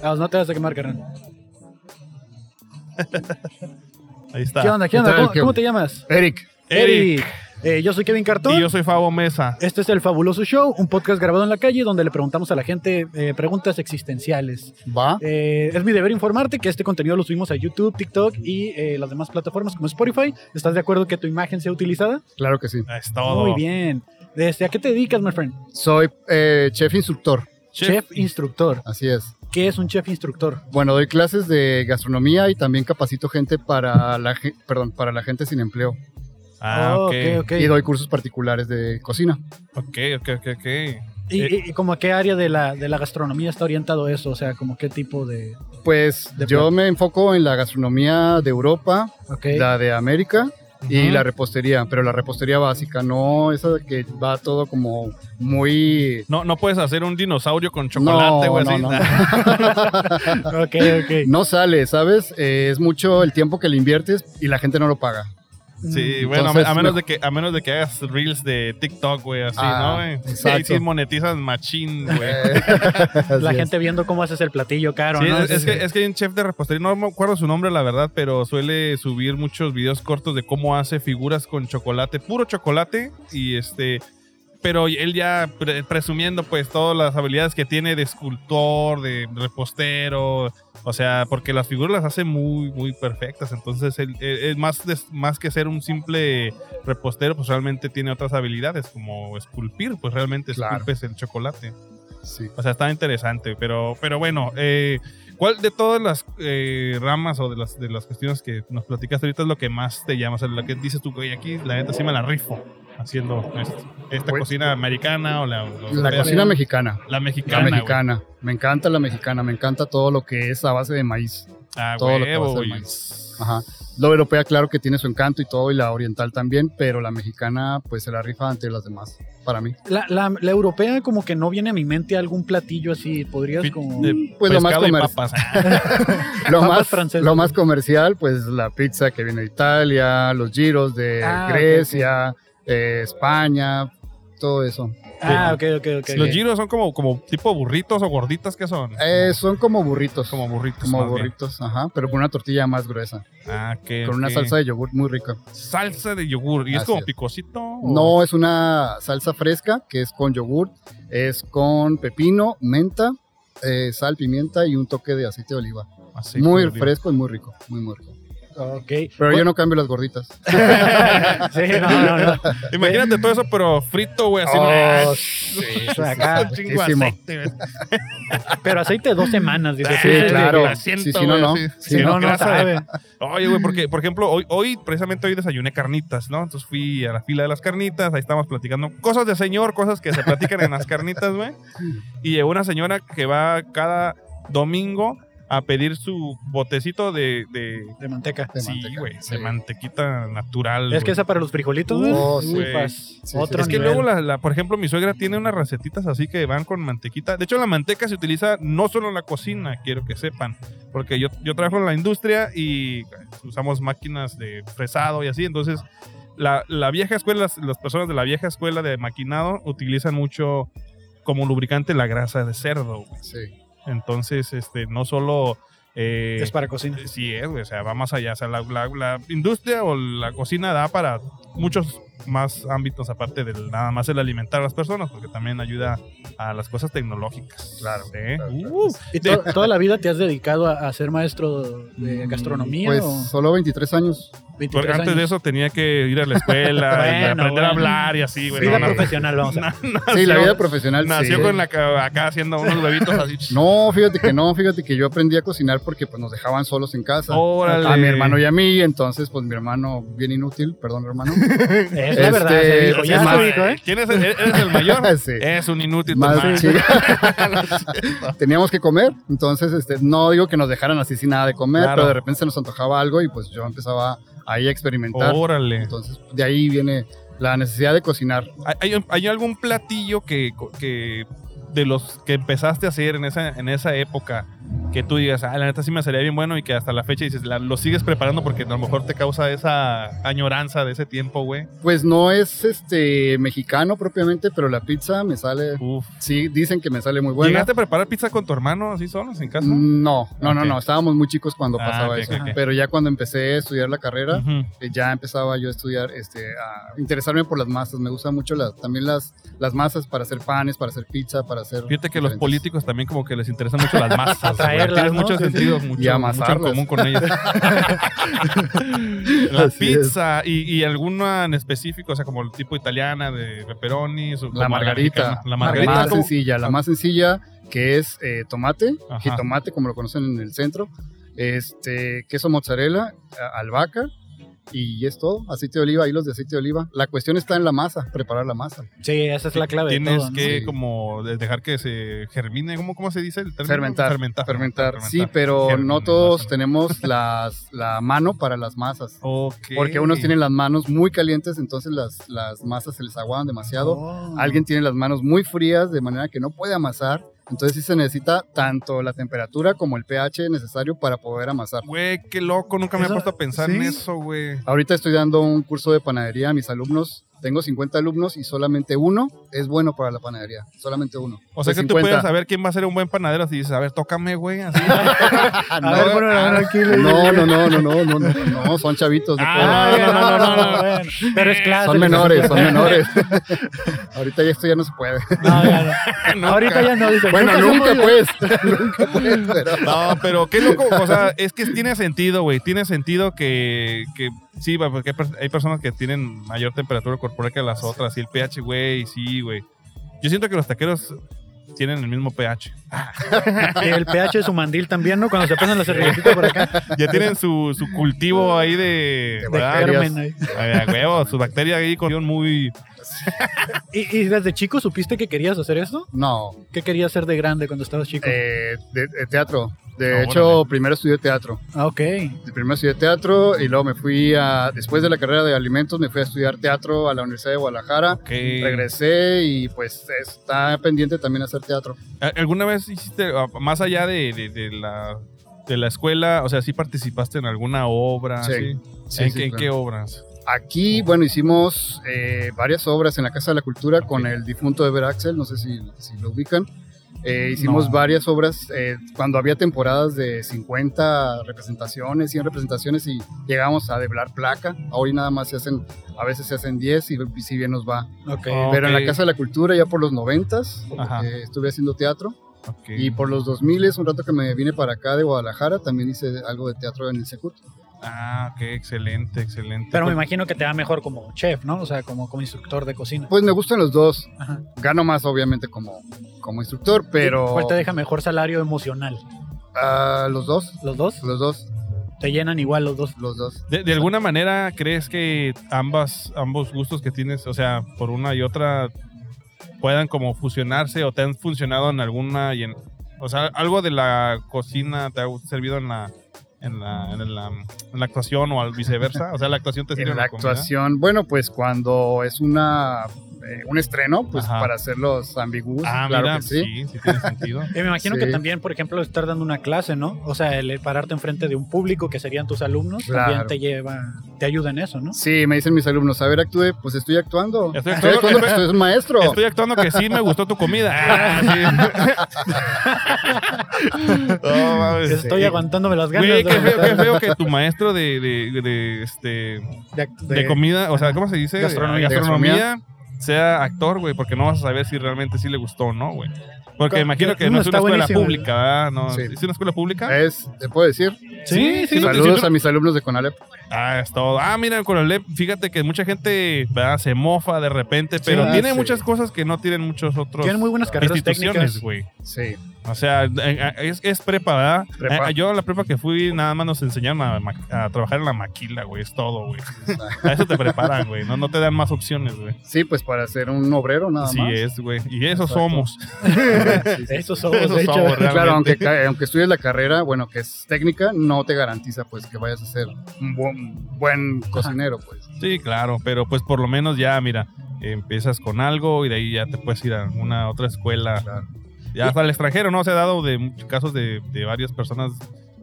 Speaker 3: Vamos, no te vas a quemar, carnal.
Speaker 1: Ahí está.
Speaker 3: ¿Qué onda? ¿Qué
Speaker 4: ¿Qué
Speaker 3: onda?
Speaker 4: tal?
Speaker 3: ¿Cómo,
Speaker 4: ¿Qué-
Speaker 3: cómo te llamas?
Speaker 4: Eric,
Speaker 1: Eric.
Speaker 3: Eh, yo soy Kevin Cartón.
Speaker 1: Y yo soy Fabo Mesa.
Speaker 3: Este es El Fabuloso Show, un podcast grabado en la calle donde le preguntamos a la gente eh, preguntas existenciales.
Speaker 4: Va.
Speaker 3: Eh, es mi deber informarte que este contenido lo subimos a YouTube, TikTok y eh, las demás plataformas como Spotify. ¿Estás de acuerdo que tu imagen sea utilizada?
Speaker 4: Claro que sí.
Speaker 1: Ah, Es todo.
Speaker 3: Muy bien. Desde, ¿A qué te dedicas, my friend?
Speaker 4: Soy eh, chef instructor.
Speaker 1: Chef,
Speaker 3: chef instructor.
Speaker 4: Así es.
Speaker 3: ¿Qué es un chef instructor?
Speaker 4: Bueno, doy clases de gastronomía y también capacito gente para la, ge- perdón, para la gente sin empleo.
Speaker 1: Ah,
Speaker 3: Oh,
Speaker 1: ok.
Speaker 3: ok, ok.
Speaker 4: Y doy cursos particulares de cocina.
Speaker 1: Ok, ok, ok, ok.
Speaker 3: ¿Y, y- y como a qué área de la, de la gastronomía está orientado eso? O sea, como qué tipo de...
Speaker 4: Pues
Speaker 3: De
Speaker 4: yo
Speaker 3: plan-
Speaker 4: me enfoco en la gastronomía de Europa,
Speaker 3: Ok.
Speaker 4: la de América y
Speaker 1: Ujú.
Speaker 4: la repostería, pero la repostería básica, no esa que va todo como muy...
Speaker 1: No, no puedes hacer un dinosaurio con chocolate,
Speaker 4: No,
Speaker 1: güey.
Speaker 4: no,
Speaker 1: así.
Speaker 4: no.
Speaker 3: Ok, ok.
Speaker 4: No sale, ¿sabes? Eh, es mucho el tiempo que le inviertes y la gente no lo paga.
Speaker 1: Sí, bueno, a me-
Speaker 4: Entonces,
Speaker 1: a, menos
Speaker 4: mejor-
Speaker 1: de que, a menos de que hagas reels de TikTok, güey, así,
Speaker 4: Ah,
Speaker 1: ¿no, güey?
Speaker 4: exacto. Eh,
Speaker 1: Ahí sí monetizas machín, güey.
Speaker 3: Mm, La
Speaker 4: Así es.
Speaker 3: gente viendo cómo haces el platillo caro,
Speaker 1: Sí,
Speaker 3: ¿no?
Speaker 1: es, es que, es que hay un chef de repostería, no me acuerdo su nombre, la verdad, pero suele subir muchos videos cortos de cómo hace figuras con chocolate, puro chocolate, y este. Pero él ya pre- presumiendo, pues, todas las habilidades que tiene de escultor, de repostero, o sea, porque las figuras las hace muy, muy perfectas. Entonces, él, él- él más, des- más que ser un simple repostero, pues realmente tiene otras habilidades, como esculpir, pues realmente
Speaker 4: Claro.
Speaker 1: esculpes el chocolate.
Speaker 4: Sí.
Speaker 1: O sea, está interesante, pero, pero bueno, eh, ¿cuál de todas las eh, ramas o de las, de las cuestiones que nos platicaste ahorita es lo que más te llama? O sea, lo que dices tú, güey, aquí la neta sí me la rifo haciendo esto. esta
Speaker 2: Pues-
Speaker 1: cocina americana o la,
Speaker 3: Pues
Speaker 1: o
Speaker 4: La
Speaker 1: ustedes-
Speaker 4: cocina mexicana.
Speaker 1: La mexicana.
Speaker 4: La
Speaker 1: güey.
Speaker 4: mexicana. Me encanta la mexicana. Me encanta todo lo que es a base de maíz.
Speaker 1: Ah,
Speaker 4: Todo lo que va a
Speaker 1: huevo,
Speaker 4: ser
Speaker 1: güey.
Speaker 4: Ajá. Lo europea, claro que tiene su encanto y todo, y la oriental también, pero la mexicana, pues se la rifa ante las demás, para mí.
Speaker 3: La, la- la europea como que no viene a mi mente algún platillo así. ¿Podrías
Speaker 1: Fit-
Speaker 3: como... Mm.
Speaker 1: de
Speaker 4: Pues lo más,
Speaker 1: pescado y
Speaker 4: comer-
Speaker 1: papas. Ah,
Speaker 4: lo,
Speaker 3: Papas
Speaker 4: más,
Speaker 3: francesas.
Speaker 4: lo más comercial, pues la pizza que viene de Italia, los giros de
Speaker 3: Ah, ok,
Speaker 4: Grecia, eh, España, todo eso.
Speaker 3: Ah, ok, ok, ok.
Speaker 1: Los giros son como, como tipo burritos o gorditas que son.
Speaker 4: Eh, son como burritos, como,
Speaker 1: como burritos. Pues más bien.
Speaker 4: burritos, ajá, pero con una tortilla más gruesa,
Speaker 1: Ah, que
Speaker 4: con una salsa de yogur muy rica.
Speaker 1: Salsa de yogur. ¿Y es
Speaker 4: Así
Speaker 1: como
Speaker 4: es.
Speaker 1: picosito? o-
Speaker 4: No, es una salsa fresca que es con yogur, es con pepino, menta, eh, sal, pimienta y un toque de aceite de oliva.
Speaker 1: Así,
Speaker 4: muy
Speaker 1: como digo.
Speaker 4: fresco y muy rico, muy, muy rico.
Speaker 3: Ok.
Speaker 4: Pero yo no cambio las gorditas.
Speaker 3: Sí, no, no, no.
Speaker 1: Imagínate todo eso, pero frito, güey, así.
Speaker 4: Oh,
Speaker 1: ¡ah!
Speaker 4: sí,
Speaker 3: O sea, acá,
Speaker 1: Chingo
Speaker 4: riquísimo.
Speaker 1: aceite, güey.
Speaker 3: pero aceite dos semanas, dice.
Speaker 1: Ah,
Speaker 4: Sí,
Speaker 1: sí,
Speaker 4: claro.
Speaker 1: la siento,
Speaker 4: sí, sí, no,
Speaker 1: güey,
Speaker 4: no.
Speaker 1: sí.
Speaker 4: Sí,
Speaker 1: Sí,
Speaker 4: no.
Speaker 3: no, no
Speaker 1: grasa de-
Speaker 3: sabe.
Speaker 1: Oye, güey, porque, por ejemplo, hoy, hoy, precisamente hoy desayuné carnitas, ¿no? Entonces fui a la fila de las carnitas, ahí estábamos platicando cosas de señor, cosas que se platican en las carnitas, güey. Y llegó una señora que va cada domingo a pedir su botecito de. de
Speaker 3: De manteca.
Speaker 4: De
Speaker 1: sí,
Speaker 4: manteca,
Speaker 1: güey, de
Speaker 4: sí.
Speaker 1: mantequita natural.
Speaker 3: Es que
Speaker 1: Pues, güey.
Speaker 3: esa para los frijolitos, güey.
Speaker 4: Oh, sí.
Speaker 3: Ufas.
Speaker 4: sí,
Speaker 3: Otro
Speaker 1: Es que
Speaker 3: nivel.
Speaker 1: luego, la, la- por ejemplo, mi suegra tiene unas recetitas así que van con mantequita. De hecho, la manteca se utiliza no solo en la cocina, quiero que sepan. Porque yo, yo trabajo en la industria y pues, usamos máquinas de fresado y así. Entonces, la, la vieja escuela, las, las personas de la vieja escuela de maquinado utilizan mucho como lubricante la grasa de cerdo. güey.
Speaker 4: Sí.
Speaker 1: Entonces, este, no solo... eh,
Speaker 3: Es para cocina.
Speaker 1: Sí es, güey, o sea, va más allá. O sea, la, la- la industria o la cocina da para muchos más ámbitos aparte del nada más el alimentar a las personas, porque también ayuda a las cosas tecnológicas.
Speaker 4: Claro,
Speaker 1: ¿eh?
Speaker 4: claro, claro.
Speaker 1: Uh,
Speaker 3: ¿Y to- toda la vida te has dedicado a, a ser maestro de gastronomía
Speaker 4: Pues
Speaker 3: o
Speaker 4: solo 23 años.
Speaker 3: 23
Speaker 1: porque antes
Speaker 3: años?
Speaker 1: de eso tenía que ir a la escuela, y
Speaker 3: Bueno,
Speaker 1: aprender
Speaker 3: bueno.
Speaker 1: a hablar y así, güey.
Speaker 3: Vida
Speaker 1: No, no,
Speaker 3: profesional, vamos a ver.
Speaker 4: Sí, la
Speaker 1: Nació-
Speaker 4: vida profesional. sí.
Speaker 1: Nació con la ca- acá haciendo unos huevitos así.
Speaker 4: No, fíjate que no, fíjate que yo aprendí a cocinar porque pues nos dejaban solos en casa.
Speaker 1: Órale.
Speaker 4: A Ah, mi hermano y a mí, entonces pues mi hermano bien inútil, perdón hermano.
Speaker 3: Es la verdad,
Speaker 4: Este,
Speaker 3: se dijo.
Speaker 1: pues,
Speaker 3: Ya
Speaker 4: es
Speaker 3: se
Speaker 4: más-
Speaker 3: dijo, ¿eh?
Speaker 1: ¿Quién es el, eres el mayor?
Speaker 4: Sí.
Speaker 1: Es un inútil. tu madre.
Speaker 4: Más chica. Teníamos que comer, entonces este, no digo que nos dejaran así sin nada de comer,
Speaker 1: Claro.
Speaker 4: pero de repente se nos antojaba algo y pues yo empezaba ahí a experimentar.
Speaker 1: Órale.
Speaker 4: Entonces de ahí viene la necesidad de cocinar.
Speaker 1: ¿Hay- ¿Hay, un- hay algún platillo que, que de los que empezaste a hacer en esa, en esa época que tú digas, ah, la neta sí me salía bien bueno y que hasta la fecha dices, la- lo sigues preparando porque a lo mejor te causa esa añoranza de ese tiempo, güey.
Speaker 4: Pues no es este mexicano propiamente, pero la pizza me sale.
Speaker 1: Uf.
Speaker 4: Sí, dicen que me sale muy buena. Mm,
Speaker 1: ¿Llegaste a preparar pizza con tu hermano así solos en casa?
Speaker 4: No, no, no,
Speaker 1: Ok.
Speaker 4: no. Estábamos muy chicos cuando
Speaker 1: Ah,
Speaker 4: pasaba
Speaker 1: ok,
Speaker 4: eso.
Speaker 1: ok, ok.
Speaker 4: Pero ya cuando empecé a estudiar la carrera,
Speaker 1: Ujú.
Speaker 4: eh, ya empezaba yo a estudiar, este, a interesarme por las masas. Me gustan mucho las, también las, las masas para hacer panes, para hacer pizza, para hacer.
Speaker 1: Fíjate que los
Speaker 4: diferentes-
Speaker 1: políticos también como que les interesan mucho las masas. güey.
Speaker 3: Atraerlas,
Speaker 1: Tienes
Speaker 3: ¿no?
Speaker 1: muchos
Speaker 3: Sí, sí.
Speaker 1: sentidos, mucho, mucho en
Speaker 4: amasarlas.
Speaker 1: común con ellos. la
Speaker 4: Así es.
Speaker 1: pizza y, y alguna en específico, o sea, como el tipo italiana de pepperoni. o
Speaker 4: La
Speaker 1: como
Speaker 4: margarita.
Speaker 1: La
Speaker 4: La
Speaker 1: margarita.
Speaker 4: más
Speaker 1: como-
Speaker 4: sencilla, la más sencilla que es eh, tomate,
Speaker 1: Ajá.
Speaker 4: jitomate, como lo conocen en el centro, este, queso mozzarella, a- albahaca. Y es todo, aceite de oliva, hilos de aceite de oliva. La cuestión está en la masa, preparar la masa.
Speaker 3: Sí, esa es la clave. de
Speaker 1: Tienes
Speaker 3: todo, ¿no?
Speaker 1: que
Speaker 4: Sí.
Speaker 1: como de- dejar que se germine, ¿cómo, cómo se dice el término?
Speaker 4: Fermentar,
Speaker 1: Fermentar.
Speaker 4: fermentar. Sí, pero
Speaker 1: Germen-
Speaker 4: no todos
Speaker 1: masa.
Speaker 4: tenemos las, la mano para las masas.
Speaker 1: Ok.
Speaker 4: Porque unos tienen las manos muy calientes, entonces las, las masas se les aguadan demasiado.
Speaker 3: Oh.
Speaker 4: Alguien tiene las manos muy frías, de manera que no puede amasar. Entonces sí se necesita tanto la temperatura como el pH necesario para poder amasar.
Speaker 1: Güey, qué loco, nunca me he
Speaker 3: Eso-
Speaker 1: puesto a pensar
Speaker 3: sí.
Speaker 1: en eso, güey.
Speaker 4: Ahorita estoy dando un curso de panadería a mis alumnos. Tengo 50 alumnos y solamente uno es bueno para la panadería. Solamente uno.
Speaker 1: O sea
Speaker 4: De
Speaker 1: que tú puedes
Speaker 4: 50.
Speaker 1: saber quién va a ser un buen panadero si dices, a ver, tócame, güey, así.
Speaker 4: Ah,
Speaker 3: A ver, bueno, a ver, aquí le-
Speaker 4: no, no, no, no, no, no, no, no, son chavitos. no puedo.
Speaker 3: Ah, no, no, no, no, no, bueno. Pero es clase.
Speaker 4: Son menores, son menores. Ahorita ya esto ya no se puede.
Speaker 3: No, ya no. Ahorita ya no dicen.
Speaker 4: Bueno,
Speaker 3: se ha
Speaker 4: nunca
Speaker 3: podido.
Speaker 4: pues. Nunca pues, pero.
Speaker 1: No, pero qué loco. O sea, es que tiene sentido, güey. Tiene sentido que, que sí, va, porque hay per- hay personas que tienen mayor temperatura corporal que las otras. Y el pH, güey, sí, güey. Yo siento que los taqueros tienen el mismo pH.
Speaker 3: Y el pH de su mandil también, ¿no? Cuando se pasan la servilletitas por acá.
Speaker 1: Ya tienen su, su cultivo ahí de.
Speaker 4: De
Speaker 1: ¿verdad?
Speaker 4: bacterias.
Speaker 3: Germen ahí.
Speaker 1: Ay, a huevo, su bacteria ahí con muy.
Speaker 3: ¿Y, y desde chico supiste que querías hacer esto?
Speaker 4: No,
Speaker 3: ¿Qué querías hacer de grande cuando estabas chico?
Speaker 4: eh, de, de teatro. De
Speaker 1: No,
Speaker 4: hecho,
Speaker 1: Ah, órale.
Speaker 4: primero estudié teatro.
Speaker 3: Ah, ok.
Speaker 4: Primero estudié teatro y luego me fui a, después de la carrera de alimentos, me fui a estudiar teatro a la Universidad de Guadalajara.
Speaker 1: que-
Speaker 4: Regresé y pues está pendiente también hacer teatro.
Speaker 1: ¿Al- ¿Alguna vez hiciste, ah, más allá de, de- de la, de la escuela, o sea, sí participaste en alguna obra?
Speaker 4: Sí.
Speaker 1: Sí.
Speaker 4: Sí,
Speaker 1: ¿En,
Speaker 4: sí,
Speaker 1: qué- en
Speaker 4: claro.
Speaker 1: qué obras?
Speaker 4: Aquí, bueno, hicimos eh, varias obras en la Casa de la Cultura con
Speaker 1: Ok.
Speaker 4: el difunto Ever Axel, no sé si, si lo ubican. Eh, hicimos
Speaker 3: No.
Speaker 4: varias obras eh, cuando había temporadas de 50 representaciones, 100 representaciones y llegábamos a deblar placa. Hoy nada más se hacen, a veces se hacen 10 y si bien nos va.
Speaker 3: Ok.
Speaker 1: Oh.
Speaker 4: Pero en
Speaker 1: Ok.
Speaker 4: la Casa de la Cultura ya por los 90
Speaker 1: Ajá.
Speaker 4: eh, estuve haciendo teatro
Speaker 1: Ok.
Speaker 4: y por los 2000 un rato que me vine para acá de Guadalajara también hice algo de teatro en el Secut.
Speaker 1: Ah, qué excelente, excelente. Pues,
Speaker 3: Pero me imagino que te va mejor como chef, ¿no? O sea, como, como instructor de cocina.
Speaker 4: Pues me gustan los dos.
Speaker 3: Ajá.
Speaker 4: Gano más, obviamente, como, como instructor, pero
Speaker 3: ¿Cuál te deja mejor salario emocional?
Speaker 4: ah, los dos,
Speaker 3: ¿Los dos?
Speaker 4: los dos,
Speaker 3: ¿Te llenan igual los dos?
Speaker 4: los dos.
Speaker 1: de, de alguna manera, ¿crees que ambas, ambos gustos que tienes, o sea, por una y otra, puedan como fusionarse o te han funcionado en alguna y en... O sea, algo de la cocina te ha servido en la... En la, en, la, en la actuación o al viceversa, o sea, la actuación te sirve
Speaker 4: En la
Speaker 1: comida?
Speaker 4: actuación, bueno, pues cuando es una eh, un estreno, pues
Speaker 1: Ajá.
Speaker 4: para hacerlos ambiguos,
Speaker 1: Ah,
Speaker 4: claro
Speaker 1: mira,
Speaker 4: que sí.
Speaker 1: sí, sí tiene sentido.
Speaker 3: Y me imagino
Speaker 4: Sí.
Speaker 3: que también, por ejemplo, estar dando una clase, ¿no? O sea, el pararte enfrente de un público que serían tus alumnos, también
Speaker 4: Claro.
Speaker 3: te lleva, te ayuda en eso, ¿no?
Speaker 4: Sí, me dicen mis alumnos, a ver, actúe, pues estoy actuando.
Speaker 1: Estoy
Speaker 4: Estoy
Speaker 1: actuando,
Speaker 4: actuando, pues soy un maestro.
Speaker 1: Estoy actuando que sí me gustó tu comida. Ah, sí. No, mames.
Speaker 3: Estoy
Speaker 4: Sí.
Speaker 3: aguantándome las ganas
Speaker 1: Güey,
Speaker 3: de,
Speaker 1: qué feo, qué feo que tu maestro de, de, de, este,
Speaker 3: de act-
Speaker 1: de
Speaker 3: de-
Speaker 1: comida, o sea, ¿cómo se dice?
Speaker 3: Gastronomía.
Speaker 1: Gastronomía, sea actor, güey, porque no vas a saber si realmente sí le gustó o no, güey. Porque
Speaker 3: Ca-
Speaker 1: imagino que
Speaker 3: no,
Speaker 1: no es una
Speaker 3: está
Speaker 1: escuela
Speaker 3: buenísimo.
Speaker 1: pública, ¿verdad? No,
Speaker 4: Sí.
Speaker 1: ¿Es una escuela pública?
Speaker 4: Es, te puedo decir,
Speaker 3: Sí, sí.
Speaker 1: Sí, no te-
Speaker 4: saludos
Speaker 1: sí, tú-
Speaker 4: a mis alumnos de Conalep.
Speaker 1: Ah, es todo. Ah, mira, con el LEP, fíjate que mucha gente ¿verdad? se mofa de repente, pero
Speaker 4: ah,
Speaker 1: tiene
Speaker 4: sí.
Speaker 1: muchas cosas que no tienen muchos otros
Speaker 3: Tienen muy buenas carreras
Speaker 1: instituciones,
Speaker 3: técnicas.
Speaker 1: güey.
Speaker 4: Sí,
Speaker 1: O sea, en- en- es, es prepa, ¿verdad?
Speaker 4: Prepa.
Speaker 1: Eh, Yo a la prepa que fui, nada más nos enseñaron a, ma- a trabajar en la maquila, güey. Es todo, güey. A eso te preparan, güey. No, no te dan más opciones, güey.
Speaker 4: sí, pues para ser un obrero nada
Speaker 1: Así
Speaker 4: más.
Speaker 1: es, güey. Y eso
Speaker 4: Exacto.
Speaker 1: somos.
Speaker 4: Sí, sí.
Speaker 3: Esos somos,
Speaker 1: Esos
Speaker 3: de hecho.
Speaker 1: somos, realmente.
Speaker 4: Claro, aunque, ca- aunque estudies la carrera, bueno, que es técnica, no te garantiza pues que vayas a ser un buen, buen cocinero, pues.
Speaker 1: Sí, claro. Pero pues por lo menos ya, mira, empiezas con algo y de ahí ya te puedes ir a una otra escuela.
Speaker 4: Claro.
Speaker 1: Y Ya hasta el extranjero, ¿no? Se ha dado de muchos casos de, de varias personas,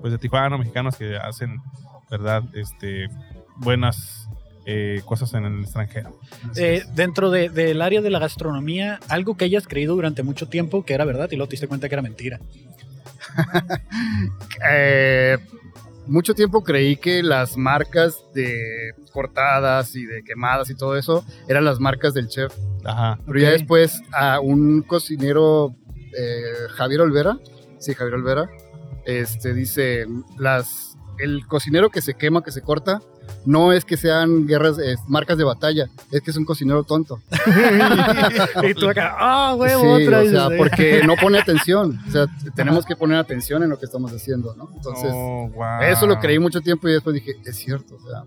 Speaker 1: pues de Tijuana, mexicanos que hacen, ¿verdad? Este, buenas eh, cosas en el extranjero.
Speaker 3: Eh, dentro de- del área de la gastronomía, algo que hayas creído durante mucho tiempo que era verdad y luego te diste cuenta que era mentira.
Speaker 4: Eh, mucho tiempo creí que las marcas de cortadas y de quemadas y todo eso eran las marcas del chef.
Speaker 1: Ajá.
Speaker 4: Pero ya
Speaker 3: Ok.
Speaker 4: después a un cocinero, eh, Javier Olvera, sí, Javier Olvera, este, dice, las, el cocinero que se quema, que se corta, no es que sean guerras, es marcas de batalla, es que es un cocinero tonto.
Speaker 3: y tú acá, ah, huevo,
Speaker 4: sí,
Speaker 3: otra
Speaker 4: o
Speaker 3: vez.
Speaker 4: sea, porque no pone atención. O sea, tenemos que poner atención en lo que estamos haciendo, ¿no? Entonces,
Speaker 1: Oh, wow.
Speaker 4: eso lo creí mucho tiempo y después dije, es cierto, o sea,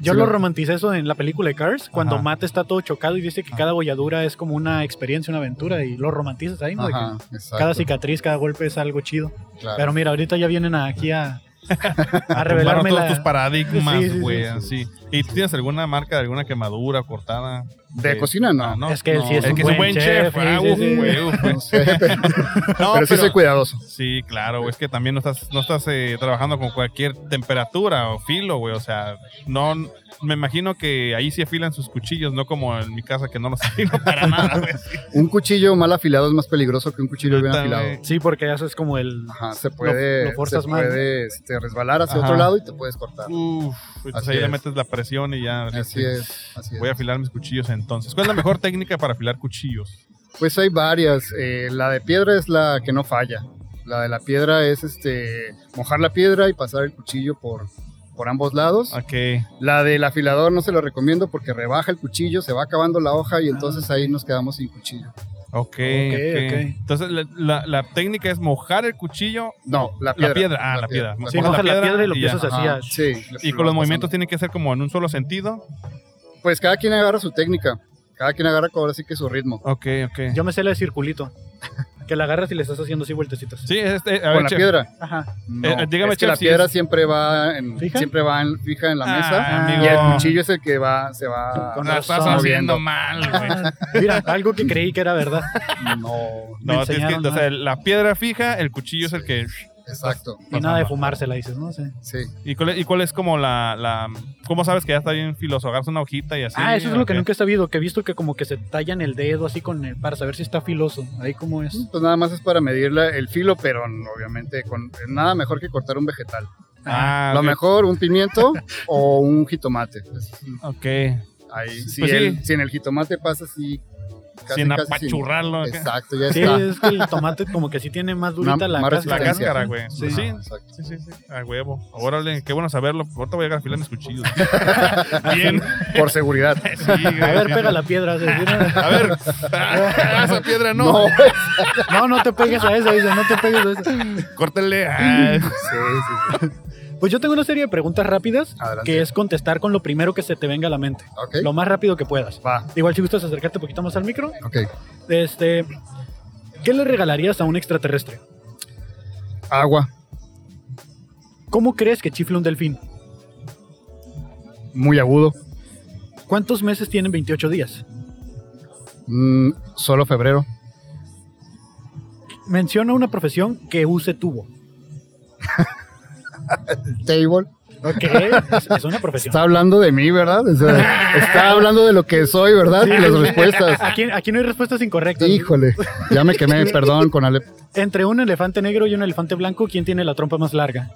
Speaker 3: Yo
Speaker 4: Sí,
Speaker 3: lo
Speaker 4: lo-
Speaker 3: romanticé eso en la película de Cars, cuando
Speaker 1: Ajá.
Speaker 3: Matt está todo chocado y dice que
Speaker 1: Ajá.
Speaker 3: cada bolladura es como una experiencia, una aventura, y lo romantizas ahí, ¿no? De que
Speaker 4: ajá, exacto.
Speaker 3: cada cicatriz, cada golpe es algo chido.
Speaker 4: claro.
Speaker 3: Pero mira, ahorita ya vienen aquí a, a
Speaker 1: Tumbaron
Speaker 3: revelarme
Speaker 1: todos
Speaker 3: la-
Speaker 1: tus paradigmas,
Speaker 3: Sí, sí, sí,
Speaker 1: güey,
Speaker 4: sí,
Speaker 1: así. ¿Y tú tienes alguna marca de alguna quemadura cortada?
Speaker 4: de cocina
Speaker 1: Ah,
Speaker 4: no,
Speaker 1: ¿no?
Speaker 3: Es que él sí
Speaker 4: No,
Speaker 3: es,
Speaker 1: Es
Speaker 3: un
Speaker 1: que es
Speaker 3: buen
Speaker 1: un buen chef.
Speaker 3: sí,
Speaker 1: ah,
Speaker 3: sí,
Speaker 1: uf,
Speaker 3: sí.
Speaker 1: güey, uf.
Speaker 4: no sé, pero,
Speaker 1: No,
Speaker 4: pero sí
Speaker 1: pero-
Speaker 4: soy cuidadoso.
Speaker 1: Sí, claro, güey. Es que también no estás, no estás eh, trabajando con cualquier temperatura o filo, güey. O sea, no. Me imagino que ahí sí afilan sus cuchillos, no como en mi casa que no los afilo para nada, güey.
Speaker 4: Un cuchillo mal afilado es más peligroso que un cuchillo bien
Speaker 1: Neta,
Speaker 4: afilado.
Speaker 1: güey.
Speaker 3: Sí, porque eso es como el...
Speaker 4: Ajá, se puede,
Speaker 3: lo forzas
Speaker 4: se
Speaker 3: mal, ¿no?
Speaker 4: puede este, resbalar hacia
Speaker 1: Ajá.
Speaker 4: otro lado y te puedes cortar.
Speaker 1: Uf, entonces
Speaker 4: Así
Speaker 1: ahí le
Speaker 4: es.
Speaker 1: metes la presión y ya.
Speaker 4: Así
Speaker 1: listo.
Speaker 4: es, así es.
Speaker 1: Voy a afilar mis cuchillos entonces. ¿Cuál es la mejor técnica para afilar cuchillos?
Speaker 4: Pues hay varias. eh, la de piedra es la que no falla. La de la piedra es este mojar la piedra y pasar el cuchillo por, por ambos lados.
Speaker 1: Ah. Ok.
Speaker 4: La del afilador no se lo recomiendo porque rebaja el cuchillo, se va acabando la hoja
Speaker 1: Ah.
Speaker 4: y entonces ahí nos quedamos sin cuchillo.
Speaker 1: Ok, ok. Entonces, la, la- la técnica es mojar el cuchillo.
Speaker 4: No, la piedra.
Speaker 1: La piedra. Ah, la piedra.
Speaker 3: Sí,
Speaker 1: Mojas
Speaker 3: mojas la piedra y lo
Speaker 1: ya.
Speaker 3: empiezas a-
Speaker 4: Ajá,
Speaker 3: así a-
Speaker 4: sí,
Speaker 1: Y
Speaker 4: Pues lo
Speaker 1: con los
Speaker 4: vas
Speaker 1: movimientos
Speaker 4: pasando.
Speaker 1: tiene que ser como en un solo sentido.
Speaker 4: Pues cada quien agarra su técnica. Cada quien agarra ahora sí que su ritmo.
Speaker 1: Ok, ok.
Speaker 3: Yo me sé la de circulito. Que la agarras y le estás haciendo así vueltecitas.
Speaker 1: Sí, este, a ver,
Speaker 4: ¿Con la
Speaker 1: chef.
Speaker 4: piedra?
Speaker 3: Ajá.
Speaker 4: No.
Speaker 1: eh, dígame,
Speaker 4: es que
Speaker 1: chef,
Speaker 4: la
Speaker 1: si
Speaker 4: piedra
Speaker 1: es-
Speaker 4: siempre va en,
Speaker 3: ¿Fija?
Speaker 4: siempre va en- fija en la
Speaker 1: Ah,
Speaker 4: mesa.
Speaker 1: amigo.
Speaker 4: Y el cuchillo es el que va, se va
Speaker 3: Con
Speaker 1: La
Speaker 3: razón.
Speaker 1: estás haciendo
Speaker 4: moviendo.
Speaker 1: mal, güey.
Speaker 3: Mira, algo que creí que era verdad. Me
Speaker 4: No,
Speaker 1: No, tienes que-
Speaker 3: enseñaron
Speaker 1: o sea, la piedra fija, el cuchillo es el que.
Speaker 4: exacto.
Speaker 3: Y nada de fumársela, dices, ¿no? Sí.
Speaker 4: Sí.
Speaker 1: ¿Y cuál es, y cuál es como la, la. ¿Cómo sabes que ya está bien filoso? Agarras una hojita y así.
Speaker 3: ah, eso es lo que
Speaker 1: ok.
Speaker 3: nunca he sabido, que he visto que como que se tallan el dedo así con el, para saber si está filoso. Ahí cómo es.
Speaker 4: Pues nada más es para medir la- el filo, pero obviamente con nada mejor que cortar un vegetal.
Speaker 1: Ah,
Speaker 4: Lo
Speaker 1: ok.
Speaker 4: mejor un pimiento o un jitomate. Pues,
Speaker 1: Ok.
Speaker 4: Ahí, si,
Speaker 1: Pues sí.
Speaker 4: el- si en el jitomate pasa así, casi,
Speaker 1: Sin ¿eh?
Speaker 4: casi sin-
Speaker 1: apachurrarlo. acá.
Speaker 4: Exacto, ya
Speaker 3: Sí,
Speaker 4: está.
Speaker 3: es que el tomate como que sí tiene más durita
Speaker 4: Una-
Speaker 3: la
Speaker 4: más
Speaker 1: La
Speaker 3: cáscara.
Speaker 4: resistencia.
Speaker 1: cáscara, güey. Sí.
Speaker 3: Sí.
Speaker 1: sí.
Speaker 4: Ah, exacto.
Speaker 1: Sí, sí, sí. A huevo. Órale, qué bueno saberlo. Ahorita voy a llegar a afilar mis cuchillos. Bien.
Speaker 4: Por seguridad.
Speaker 1: Sí, güey.
Speaker 3: A ver, pega la piedra. dice, mira.
Speaker 1: A ver. Ah, esa piedra no.
Speaker 4: No.
Speaker 3: No, no te pegues a esa, dice, no te pegues a esa.
Speaker 1: Córtale. Ah,
Speaker 3: Pues yo tengo una serie de preguntas rápidas
Speaker 4: Adelante.
Speaker 3: que es contestar con lo primero que se te venga a la mente.
Speaker 4: Ok.
Speaker 3: Lo más rápido que puedas.
Speaker 4: Va.
Speaker 3: Igual si gustas acercarte un poquito más al micro.
Speaker 4: Ok.
Speaker 3: Este, ¿Qué le regalarías a un extraterrestre?
Speaker 4: Agua.
Speaker 3: ¿Cómo crees que chifle un delfín?
Speaker 4: Muy agudo.
Speaker 3: ¿Cuántos meses tienen 28 días?
Speaker 4: Mm, solo febrero.
Speaker 3: Menciona una profesión que use tubo.
Speaker 4: Table.
Speaker 3: Ok, es, es una profesión.
Speaker 4: Está hablando de mí, ¿verdad? O sea, está hablando de lo que soy, ¿verdad? Y las respuestas.
Speaker 3: Aquí, aquí no hay respuestas incorrectas.
Speaker 4: Híjole. Ya me quemé, perdón, con Ale.
Speaker 3: Entre un elefante negro y un elefante blanco, ¿quién tiene la trompa más larga?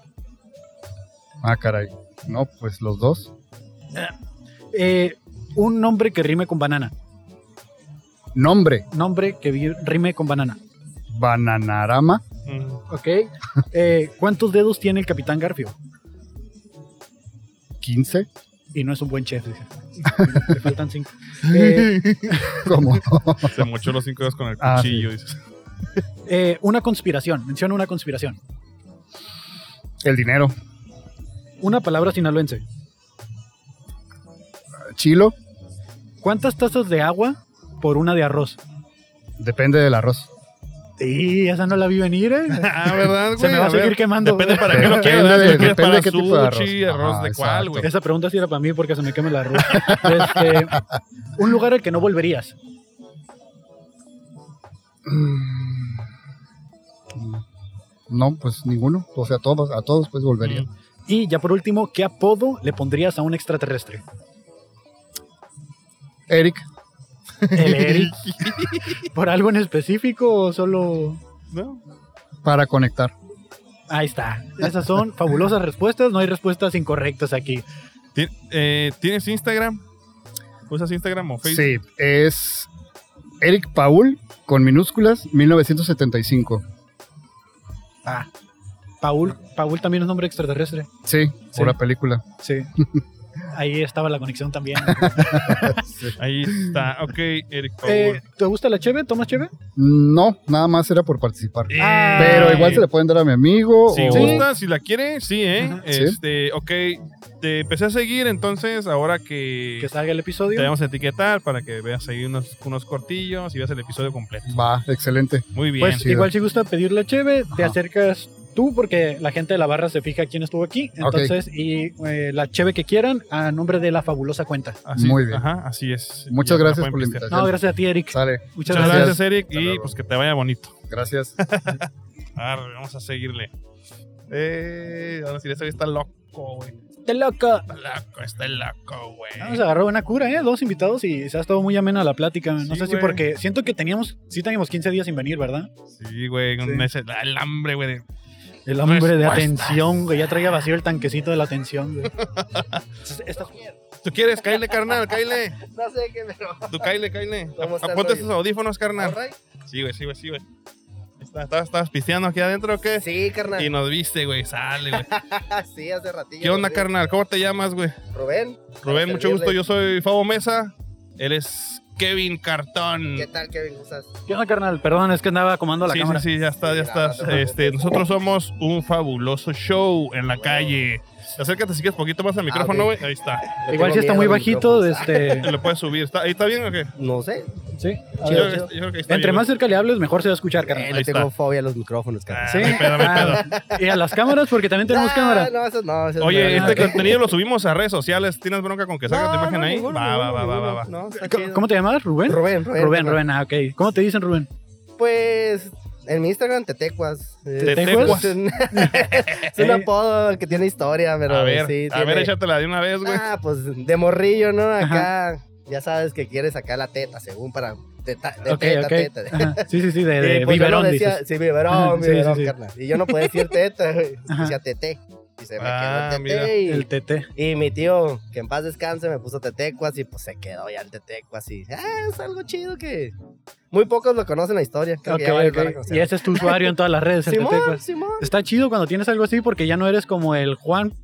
Speaker 4: Ah, caray. No, pues los dos.
Speaker 3: Eh, un nombre que rime con banana.
Speaker 4: Nombre.
Speaker 3: Nombre que vi- rime con banana.
Speaker 4: Bananarama.
Speaker 1: mm.
Speaker 3: Ok. Eh, ¿Cuántos dedos tiene el capitán Garfio?
Speaker 4: 15.
Speaker 3: Y no es un buen chef, dice. Le faltan cinco. Eh,
Speaker 4: ¿Cómo?
Speaker 1: Se mochó los cinco dedos con el
Speaker 4: Ah,
Speaker 1: cuchillo. dices.
Speaker 3: eh, una conspiración. Menciona una conspiración.
Speaker 4: El dinero.
Speaker 3: Una palabra sinaloense.
Speaker 4: Chilo.
Speaker 3: ¿Cuántas tazas de agua por una de arroz?
Speaker 4: Depende del arroz.
Speaker 3: Sí, esa no la vi venir, ¿eh?
Speaker 1: Ah, ¿verdad, güey?
Speaker 3: Se me va a seguir quemando.
Speaker 1: Depende
Speaker 3: güey.
Speaker 1: para qué lo quieras.
Speaker 4: Depende de-
Speaker 1: si lo quieres
Speaker 4: depende
Speaker 1: para
Speaker 4: de qué tipo de
Speaker 1: sushi,
Speaker 4: arroz.
Speaker 1: arroz
Speaker 4: Ajá,
Speaker 1: de cuál, güey.
Speaker 3: Esa pregunta sí era para mí porque se me quema la arroz. Este, un lugar al que no volverías.
Speaker 4: No, pues ninguno. O sea, a todos, a todos pues volvería.
Speaker 1: Mm.
Speaker 3: Y ya por último, ¿qué apodo le pondrías a un extraterrestre?
Speaker 4: Eric,
Speaker 3: El Eric. ¿Por algo en específico o solo.?
Speaker 1: ¿No?
Speaker 4: para conectar.
Speaker 3: Ahí está. Esas son fabulosas respuestas. No hay respuestas incorrectas aquí.
Speaker 1: Ti- eh, ¿Tienes Instagram? ¿Usas Instagram o Facebook?
Speaker 4: Sí, es Eric Paul con minúsculas 1975.
Speaker 3: Ah, Paul, Paul también es nombre extraterrestre.
Speaker 4: Sí,
Speaker 3: Sí.
Speaker 4: por la película.
Speaker 3: Sí. Ahí estaba la conexión también.
Speaker 1: Ahí está. Ok, Eric Paul.
Speaker 3: Eh, ¿Te gusta la cheve? ¿Tomas cheve?
Speaker 4: No, nada más era por participar.
Speaker 1: Eh,
Speaker 4: Pero igual se le pueden dar a mi amigo.
Speaker 1: Si
Speaker 4: o-
Speaker 1: gusta, si la quiere, sí, ¿eh?
Speaker 3: Ajá.
Speaker 4: Sí.
Speaker 1: Este, ok, te empecé a seguir, entonces ahora que,
Speaker 3: Que salga el
Speaker 1: te
Speaker 3: episodio.
Speaker 1: vamos a etiquetar para que veas ahí unos, unos cortillos y veas el episodio completo.
Speaker 4: Va, excelente.
Speaker 1: Muy bien.
Speaker 3: Pues
Speaker 4: chido.
Speaker 3: igual si gusta pedir la cheve, te
Speaker 4: Ajá.
Speaker 3: acercas tú porque la gente de la barra se fija quién estuvo aquí. Entonces, y eh, la cheve que quieran a nombre de la fabulosa cuenta.
Speaker 1: así,
Speaker 4: muy bien.
Speaker 1: Ajá, así es.
Speaker 4: Muchas
Speaker 1: Ya la
Speaker 4: gracias
Speaker 1: pueden
Speaker 4: por la
Speaker 1: pistear.
Speaker 3: No,
Speaker 4: Gracias.
Speaker 3: gracias a ti, Eric.
Speaker 4: Sale,
Speaker 3: Muchas
Speaker 1: Muchas
Speaker 3: gracias.
Speaker 1: gracias, Eric,
Speaker 4: Hasta
Speaker 1: y
Speaker 4: luego.
Speaker 1: pues que te vaya bonito.
Speaker 4: gracias.
Speaker 1: Arre, vamos a seguirle. Eh, ahora sí, ese güey está loco, güey.
Speaker 3: Te loco.
Speaker 1: Está loco, está loco, güey.
Speaker 3: Nos agarró buena cura, ¿eh? Dos invitados y se ha estado muy amena la plática. No
Speaker 1: Sí,
Speaker 3: sé si
Speaker 1: güey.
Speaker 3: porque siento que teníamos, sí teníamos 15 días sin venir, ¿verdad?
Speaker 1: Sí, güey, con
Speaker 3: Sí.
Speaker 1: ese- el hambre, güey. de- Pues,
Speaker 3: El hombre de
Speaker 1: Respuestas.
Speaker 3: atención, güey. Ya traía vacío el
Speaker 1: pues.
Speaker 3: tanquecito de la atención, güey. Estás-
Speaker 1: ¿Tú quieres? Cáile, carnal, cáile.
Speaker 5: No sé qué, pero.
Speaker 1: Tú cáile, cáile.
Speaker 5: ¿Cómo está el
Speaker 1: Ponte
Speaker 5: rollo?
Speaker 1: esos audífonos, carnal.
Speaker 5: Alright.
Speaker 1: Sí, güey, sí, güey, sí, güey. Ahí está, ¿Estabas, estabas pisteando aquí adentro o qué?
Speaker 5: Sí, carnal. Ah,
Speaker 1: Y nos viste, güey, sale, güey.
Speaker 5: sí, hace ratillo.
Speaker 1: ¿Qué onda,
Speaker 5: Rubén.
Speaker 1: carnal? ¿Cómo te llamas, güey?
Speaker 5: Rubén.
Speaker 1: Rubén,
Speaker 5: Para
Speaker 1: mucho gusto.
Speaker 5: servirle.
Speaker 1: Yo soy Fabo Mesa. Él es Kevin Cartón.
Speaker 5: ¿Qué tal, Kevin? ¿Cómo estás?
Speaker 3: ¿Qué onda, carnal? Perdón, es que andaba comando la
Speaker 1: sí,
Speaker 3: cámara.
Speaker 1: sí, sí, ya está, ya
Speaker 5: Sí, nada,
Speaker 1: estás.
Speaker 5: no te
Speaker 1: Este, nosotros somos un fabuloso show en la
Speaker 5: Wow.
Speaker 1: calle. Acércate si quieres poquito más al micrófono,
Speaker 5: Ah, ok.
Speaker 1: güey. Ahí está.
Speaker 5: Le
Speaker 3: Igual
Speaker 5: tengo
Speaker 3: si está
Speaker 5: miedo
Speaker 3: muy
Speaker 5: al
Speaker 3: bajito,
Speaker 5: micrófono.
Speaker 3: este...
Speaker 1: Lo puedes subir. ¿Está, ahí está bien o qué?
Speaker 5: No sé.
Speaker 3: Sí.
Speaker 1: Yo
Speaker 5: Chido,
Speaker 1: creo que-
Speaker 5: chido.
Speaker 1: yo creo que está
Speaker 3: Entre
Speaker 1: bien.
Speaker 3: más cerca le hables, mejor se va a escuchar,
Speaker 5: Eh,
Speaker 3: carnal. Ah,
Speaker 5: le
Speaker 1: está.
Speaker 5: tengo fobia a los micrófonos,
Speaker 1: Ah,
Speaker 5: carnal.
Speaker 1: no hay pedo, no hay pedo.
Speaker 3: Y a las cámaras porque también tenemos cámara.
Speaker 5: Ah, No, eso no. Eso
Speaker 1: Oye,
Speaker 5: no,
Speaker 1: este
Speaker 5: no,
Speaker 1: contenido lo subimos a redes sociales. ¿Tienes bronca con que salga tu
Speaker 5: no,
Speaker 1: imagen
Speaker 5: no,
Speaker 1: ahí?
Speaker 5: ninguno,
Speaker 1: va, va, va,
Speaker 5: ninguno,
Speaker 1: va, va, va.
Speaker 5: ninguno. No, está
Speaker 3: ¿Cómo-
Speaker 5: chido.
Speaker 3: ¿Cómo te llamas? ¿Rubén?
Speaker 5: Rubén, Rubén.
Speaker 3: Rubén,
Speaker 5: carnal.
Speaker 3: Rubén, ah, ok. ¿Cómo te dicen, Rubén?
Speaker 5: Pues en mi Instagram, Tetecuas. Eh,
Speaker 1: Tetecuas.
Speaker 5: Es un, es un apodo que tiene historia, pero
Speaker 1: a ver,
Speaker 5: sí.
Speaker 1: a
Speaker 5: tiene-
Speaker 1: ver, échatela de una vez, güey.
Speaker 5: Ah, pues de morrillo, ¿no? Acá ya sabes que quieres sacar la teta, según para. Teta, de
Speaker 3: Ok,
Speaker 5: teta,
Speaker 3: ok.
Speaker 5: teta. de-
Speaker 3: Ajá. Sí, sí, sí, de, de
Speaker 5: Y, pues, yo
Speaker 3: biberón,
Speaker 5: no decía,
Speaker 3: dices.
Speaker 5: Sí,
Speaker 3: Ajá,
Speaker 5: biberón,
Speaker 3: sí, sí,
Speaker 5: biberón,
Speaker 3: sí.
Speaker 5: carnal. Y yo no podía decir teta, güey.
Speaker 3: Ajá.
Speaker 5: decía tete. Y se me
Speaker 1: Ah,
Speaker 5: quedó
Speaker 1: mira.
Speaker 5: tete. y-
Speaker 3: El TT.
Speaker 5: y mi tío, que en paz descanse, me puso Tetecuas y pues se quedó ya el Tetecuas y ah, es algo chido que muy pocos lo conocen la historia. Creo
Speaker 3: Ok,
Speaker 5: que ya varios van a
Speaker 3: ok.
Speaker 5: conocer.
Speaker 3: Y ese es tu usuario en todas las redes, el TT.
Speaker 5: Simón, Simón.
Speaker 3: Está chido cuando tienes algo así porque ya no eres como el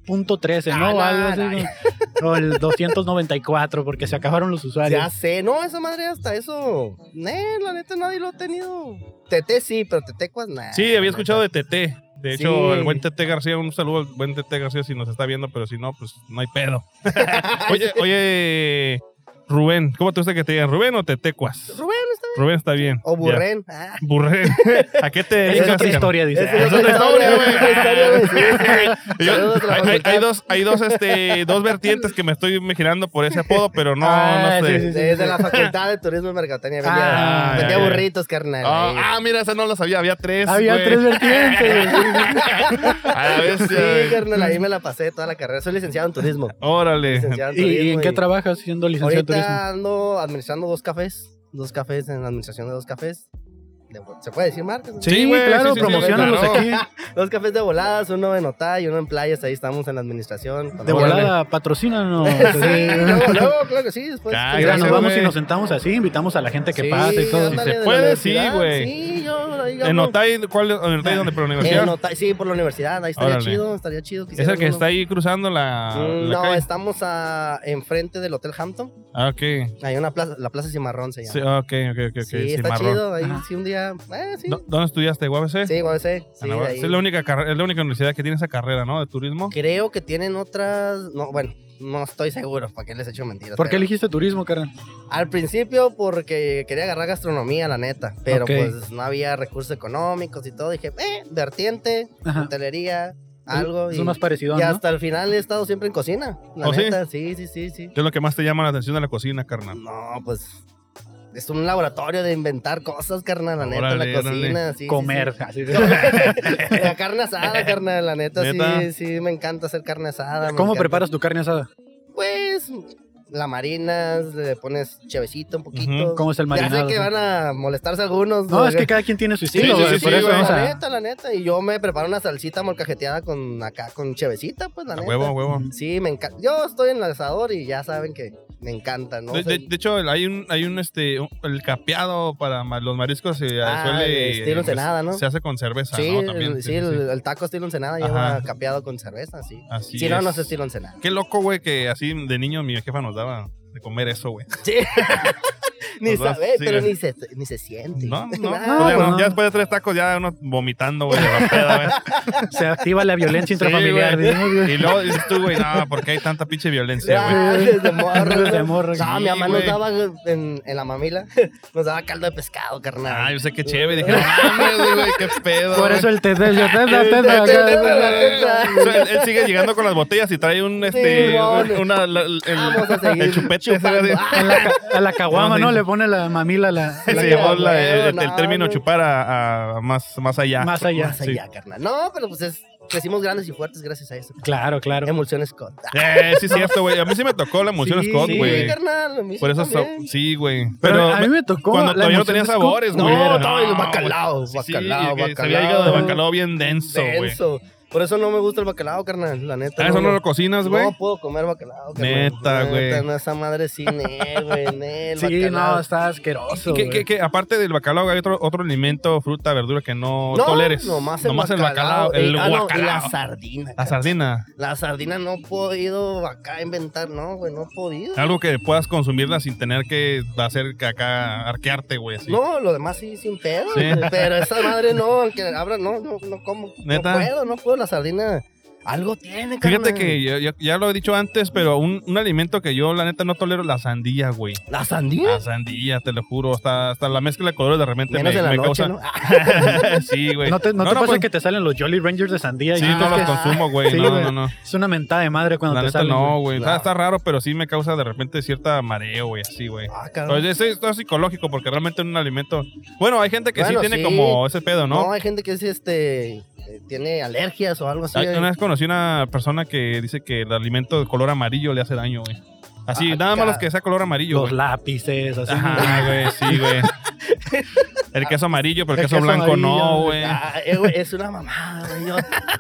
Speaker 3: Juan.13, ¿no?
Speaker 5: Ah,
Speaker 3: O
Speaker 5: no,
Speaker 3: algo así,
Speaker 5: no,
Speaker 3: ¿no? O el 294 porque se acabaron los
Speaker 5: Ya
Speaker 3: usuarios.
Speaker 5: sé, no, esa madre hasta eso. Eh, la neta nadie lo ha tenido. Tete sí, pero Tetecuas nada.
Speaker 1: Sí, había escuchado de TT. De hecho,
Speaker 5: Sí.
Speaker 1: el buen TT García, un saludo al buen TT García si nos está viendo, pero si no, pues no hay pedo. oye, oye, Rubén, ¿cómo te gusta que te digan? ¿Rubén o Tetecuas?
Speaker 5: Rubén está bien.
Speaker 1: Rubén está bien.
Speaker 5: O
Speaker 1: ya.
Speaker 5: Burren. Ah,
Speaker 1: Burren. ¿A qué te
Speaker 3: Esa es
Speaker 1: dedicas?
Speaker 3: otra
Speaker 1: carnal?
Speaker 3: historia, dice.
Speaker 5: esa es
Speaker 1: otra historia, güey.
Speaker 5: otra historia, güey, sí, sí, sí.
Speaker 1: Yo-
Speaker 5: Saludos a la
Speaker 1: hay, hay-
Speaker 5: facultad.
Speaker 1: hay dos, hay dos, este, dos vertientes que me estoy imaginando por ese apodo, pero no,
Speaker 3: Ah,
Speaker 1: no
Speaker 3: sí,
Speaker 1: sé.
Speaker 3: sí, sí.
Speaker 5: Es de la Facultad de Turismo y Mercadotecnia.
Speaker 3: Ah,
Speaker 5: Vendía, vendía
Speaker 1: ya, ya.
Speaker 5: burritos, carnal.
Speaker 1: Ah,
Speaker 5: ahí.
Speaker 1: ah, mira, esa no la sabía. Había tres.
Speaker 3: Había
Speaker 1: güey.
Speaker 3: tres vertientes.
Speaker 1: A la bestia,
Speaker 5: Sí,
Speaker 1: güey.
Speaker 5: carnal, ahí me la pasé toda la carrera. Soy licenciado en turismo.
Speaker 1: Órale.
Speaker 5: Licenciado en
Speaker 3: ¿Y, y en
Speaker 5: turismo
Speaker 3: qué
Speaker 5: y
Speaker 3: trabajas siendo licenciado en
Speaker 5: Ahorita
Speaker 3: turismo?
Speaker 5: ando administrando dos cafés. Dos cafés en la administración de dos cafés. De- ¿Se puede decir marcas? no?
Speaker 1: Sí, güey, sí,
Speaker 3: claro,
Speaker 1: sí, sí,
Speaker 3: promocionalos
Speaker 1: claro.
Speaker 3: aquí.
Speaker 5: Dos cafés de voladas, uno en Otay y uno en playas. Ahí estamos en la administración.
Speaker 3: De
Speaker 1: Órale.
Speaker 3: volada, patrocínanos.
Speaker 5: Sí, luego, luego, claro que sí. Después.
Speaker 1: Ah,
Speaker 3: Mira, nos
Speaker 1: Gracias,
Speaker 3: vamos
Speaker 1: güey.
Speaker 3: y nos sentamos así, invitamos a la gente que
Speaker 5: Sí,
Speaker 3: pasa y todo.
Speaker 1: Si se
Speaker 5: ándale, de la
Speaker 1: puede,
Speaker 5: universidad.
Speaker 1: sí, güey.
Speaker 5: Sí, yo ahí
Speaker 1: ¿En
Speaker 5: ando.
Speaker 1: Otay? ¿Cuál? ¿En Otay donde? ¿Por la
Speaker 5: En
Speaker 1: universidad?
Speaker 5: Otay, sí, por la universidad. Ahí estaría
Speaker 1: Órale.
Speaker 5: chido, estaría chido.
Speaker 1: ¿Es el que
Speaker 5: quisiera
Speaker 1: está
Speaker 5: uno.
Speaker 1: ahí cruzando la,
Speaker 5: Mm,
Speaker 1: la
Speaker 5: No,
Speaker 1: calle?
Speaker 5: estamos a, enfrente del Hotel Hampton.
Speaker 1: Ah, ok.
Speaker 5: Hay una plaza, la Plaza Cimarrón se llama.
Speaker 1: Sí, ok, ok, ok. ok.
Speaker 5: Sí, está
Speaker 1: Cimarrón.
Speaker 5: chido. Ahí
Speaker 3: Ajá.
Speaker 5: sí un día. Eh, sí.
Speaker 1: ¿Dó- ¿Dónde estudiaste? ¿UABC?
Speaker 5: Sí, igual sé.
Speaker 1: Ah,
Speaker 5: Sí,
Speaker 1: no,
Speaker 5: de
Speaker 1: es
Speaker 5: ahí.
Speaker 1: la, única carre- es la única universidad que tiene esa carrera, ¿no? De turismo.
Speaker 5: Creo que tienen otras. No, bueno, no estoy seguro. ¿Para qué les echo mentiras?
Speaker 3: ¿Por qué
Speaker 5: pero-
Speaker 3: elegiste turismo, Karen?
Speaker 5: Al principio, porque quería agarrar gastronomía, la neta. Pero
Speaker 3: Ok.
Speaker 5: pues no había recursos económicos y todo. Dije, eh, vertiente,
Speaker 3: Ajá.
Speaker 5: hotelería, algo.
Speaker 3: Es
Speaker 5: y,
Speaker 3: más parecido,
Speaker 5: y
Speaker 3: ¿no?
Speaker 5: hasta el final he estado siempre en cocina. La
Speaker 1: ¿Oh, sí?
Speaker 5: neta, sí, sí, sí, sí.
Speaker 1: ¿Qué es lo que más te llama la atención de la cocina, carnal?
Speaker 5: No, pues. es un laboratorio de inventar cosas, carnal, la neta,
Speaker 1: Órale,
Speaker 5: la cocina.
Speaker 1: órale.
Speaker 5: sí, sí,
Speaker 3: comer.
Speaker 5: sí.
Speaker 3: así.
Speaker 5: La carne asada, carnal, la neta,
Speaker 1: ¿Neta?
Speaker 5: sí, sí, me encanta hacer carne asada. me
Speaker 3: ¿Cómo
Speaker 5: encanta.
Speaker 3: preparas tu carne asada?
Speaker 5: Pues la marinas, le pones chevecito un poquito.
Speaker 1: Ujú.
Speaker 3: ¿Cómo es el
Speaker 5: Ya sé
Speaker 3: marinado?
Speaker 5: que van a molestarse algunos.
Speaker 3: No, es que
Speaker 5: porque-
Speaker 3: cada quien tiene su
Speaker 1: Sí,
Speaker 3: estilo,
Speaker 1: sí,
Speaker 3: güey,
Speaker 1: sí,
Speaker 3: por
Speaker 1: sí,
Speaker 3: eso
Speaker 1: güey.
Speaker 3: vamos
Speaker 5: la
Speaker 3: a...
Speaker 5: neta, la neta. Y yo me preparo una salsita molcajeteada con acá, con chevecita, pues la
Speaker 1: A
Speaker 5: neta.
Speaker 1: huevo, a huevo.
Speaker 5: Sí, me encanta. Yo estoy en el asador y ya saben que me encanta, ¿no?
Speaker 1: De, de- de hecho, el- hay un, hay un, este, un- el capeado para ma- los mariscos se
Speaker 5: Ah,
Speaker 1: suele. eh,
Speaker 5: estilo ensenada, ¿no?
Speaker 1: Se hace con cerveza,
Speaker 5: sí,
Speaker 1: ¿no?
Speaker 5: el-
Speaker 1: También.
Speaker 5: sí,
Speaker 1: sí, sí,
Speaker 5: el,
Speaker 1: sí.
Speaker 5: el taco estilo ensenada
Speaker 1: Ajá.
Speaker 5: lleva capeado con cerveza, sí.
Speaker 1: Así
Speaker 5: si no, no
Speaker 1: es.
Speaker 5: es estilo ensenada.
Speaker 1: Qué loco, güey, que así de niño mi jefa nos daba de comer eso, güey.
Speaker 5: Sí. ni
Speaker 1: Nos vas-
Speaker 5: sabe,
Speaker 1: sí,
Speaker 5: pero
Speaker 1: güey.
Speaker 5: ni se, ni se siente.
Speaker 1: No, no,
Speaker 5: Nada.
Speaker 1: no, ya,
Speaker 3: pues
Speaker 1: no,
Speaker 3: no.
Speaker 1: ya después de tres tacos ya uno vomitando, güey, de la peda, güey.
Speaker 3: Se activa la violencia
Speaker 1: Sí,
Speaker 3: intrafamiliar.
Speaker 1: güey.
Speaker 3: digamos, güey.
Speaker 1: Y luego dices tú, güey, no, ¿por qué hay tanta pinche violencia, güey?
Speaker 5: Ah, desde morro.
Speaker 3: Desde
Speaker 5: ¿no?
Speaker 3: morro.
Speaker 5: No,
Speaker 1: Sí,
Speaker 5: mi mamá
Speaker 1: güey.
Speaker 5: nos daba en, en la mamila, nos daba caldo de pescado, carnal.
Speaker 1: Ah, yo sé que chévere. Dije, no mames, güey, qué pedo.
Speaker 3: Por
Speaker 1: güey.
Speaker 3: eso el teta, el teta, el teta,
Speaker 5: El teta,
Speaker 3: acá.
Speaker 1: O sea, él, él sigue llegando con las botellas y trae un, este,
Speaker 5: mon.
Speaker 1: un- una, la- el,
Speaker 5: Vamos a seguir
Speaker 1: el chupete.
Speaker 5: chupando.
Speaker 1: ¿sabes?
Speaker 5: Ah,
Speaker 3: A la ca- A la caguama,
Speaker 1: No,
Speaker 3: ¿no?
Speaker 1: no.
Speaker 3: Le pone la mamila a la...
Speaker 1: Se
Speaker 5: la
Speaker 1: llevó
Speaker 5: que-
Speaker 1: la- el,
Speaker 5: no,
Speaker 1: el término
Speaker 5: no.
Speaker 1: chupar a, a más, más allá.
Speaker 3: Más allá.
Speaker 5: más allá, carnal. No, pero pues es, crecimos grandes y fuertes gracias a eso.
Speaker 3: Claro, claro.
Speaker 5: Emulsión Scott. Ah,
Speaker 1: Eh, sí, es cierto, güey. A mí sí me tocó la emulsión
Speaker 3: Sí,
Speaker 1: Scott,
Speaker 3: sí,
Speaker 5: Sí,
Speaker 1: güey.
Speaker 5: carnal. a mí sí
Speaker 1: Por eso,
Speaker 5: también.
Speaker 1: so- sí, güey.
Speaker 3: Pero,
Speaker 1: Pero,
Speaker 3: a mí me tocó...
Speaker 1: cuando
Speaker 3: la
Speaker 1: todavía no
Speaker 3: emoción
Speaker 1: tenía
Speaker 3: de Scoop.
Speaker 1: sabores,
Speaker 5: No,
Speaker 1: güey.
Speaker 3: era.
Speaker 5: todo
Speaker 1: No,
Speaker 5: el bacalao,
Speaker 1: Sí, sí,
Speaker 5: bacalao,
Speaker 1: que se había
Speaker 5: bacalao.
Speaker 1: llegado de bacalao bien denso, güey.
Speaker 5: Denso. Por eso no me gusta el bacalao, carnal. La neta.
Speaker 1: Ah, eso no lo cocinas, güey.
Speaker 5: No puedo comer bacalao, carnal.
Speaker 1: Neta, güey.
Speaker 5: Neta, No, esa madre sin él, güey. en él,
Speaker 3: Sí,
Speaker 5: bacalao.
Speaker 3: no, está asqueroso,
Speaker 1: que,
Speaker 3: güey.
Speaker 1: aparte del bacalao hay otro, otro alimento, fruta, verdura que no, toleres.
Speaker 5: Nomás el bacalao.
Speaker 1: el
Speaker 5: eh, ah, no, y
Speaker 1: guacalao.
Speaker 5: la sardina.
Speaker 1: la
Speaker 5: carnal.
Speaker 1: sardina.
Speaker 5: La sardina no he podido acá inventar, no, güey, no he podido.
Speaker 1: Algo que puedas consumirla sin tener que hacer que acá arquearte, güey. así.
Speaker 5: No, lo demás sí, sin pedo.
Speaker 1: Sí.
Speaker 5: güey, Pero esa madre no, aunque abra, no, no, no como.
Speaker 1: ¿Neta?
Speaker 5: No puedo, no puedo. La sardina algo tiene,
Speaker 1: Fíjate
Speaker 5: carnal.
Speaker 1: que ya, ya- ya lo he dicho antes, pero un, un alimento que yo la neta no tolero la sandía, güey.
Speaker 5: La sandía.
Speaker 1: La sandía, te lo juro. Hasta, hasta la mezcla de colores de repente
Speaker 5: Menos
Speaker 1: Ah, me,
Speaker 5: en la
Speaker 1: me
Speaker 5: noche,
Speaker 1: causa.
Speaker 5: ¿no? Ah,
Speaker 1: sí, güey.
Speaker 3: ¿No te, no te pasa
Speaker 1: pues,
Speaker 3: que te salen los Jolly Rangers de sandía? y
Speaker 1: Sí,
Speaker 3: dices
Speaker 1: no
Speaker 3: que
Speaker 1: los consumo, güey.
Speaker 3: Sí,
Speaker 1: no,
Speaker 3: güey.
Speaker 1: no, no.
Speaker 3: Es una mentada de madre cuando
Speaker 1: La
Speaker 3: te
Speaker 1: neta
Speaker 3: salen.
Speaker 1: no, güey. Está,
Speaker 5: Claro.
Speaker 1: está raro, pero sí me causa de repente cierta mareo, güey, así, güey.
Speaker 5: ah, cabrón.
Speaker 1: Pues ese es todo psicológico, porque realmente un alimento. Bueno, hay gente que sí
Speaker 5: Bueno,
Speaker 1: tiene
Speaker 5: sí.
Speaker 1: como ese pedo,
Speaker 5: ¿no?
Speaker 1: ¿no?
Speaker 5: hay gente que es este. eh, Tiene alergias o algo así.
Speaker 1: Hay-
Speaker 5: eh.
Speaker 1: Una vez conocí una persona que dice que el alimento de color amarillo le hace daño, güey. Así,
Speaker 5: Ah,
Speaker 1: nada más
Speaker 5: ca-
Speaker 1: los que sea color amarillo,
Speaker 3: Los
Speaker 1: güey.
Speaker 3: lápices, así.
Speaker 1: Ajá, güey, sí, güey. El queso amarillo, pero el
Speaker 3: El
Speaker 1: queso
Speaker 3: queso
Speaker 1: blanco no,
Speaker 3: amarillo,
Speaker 1: güey.
Speaker 5: Ah, eh, güey, es una mamada, güey. Yo,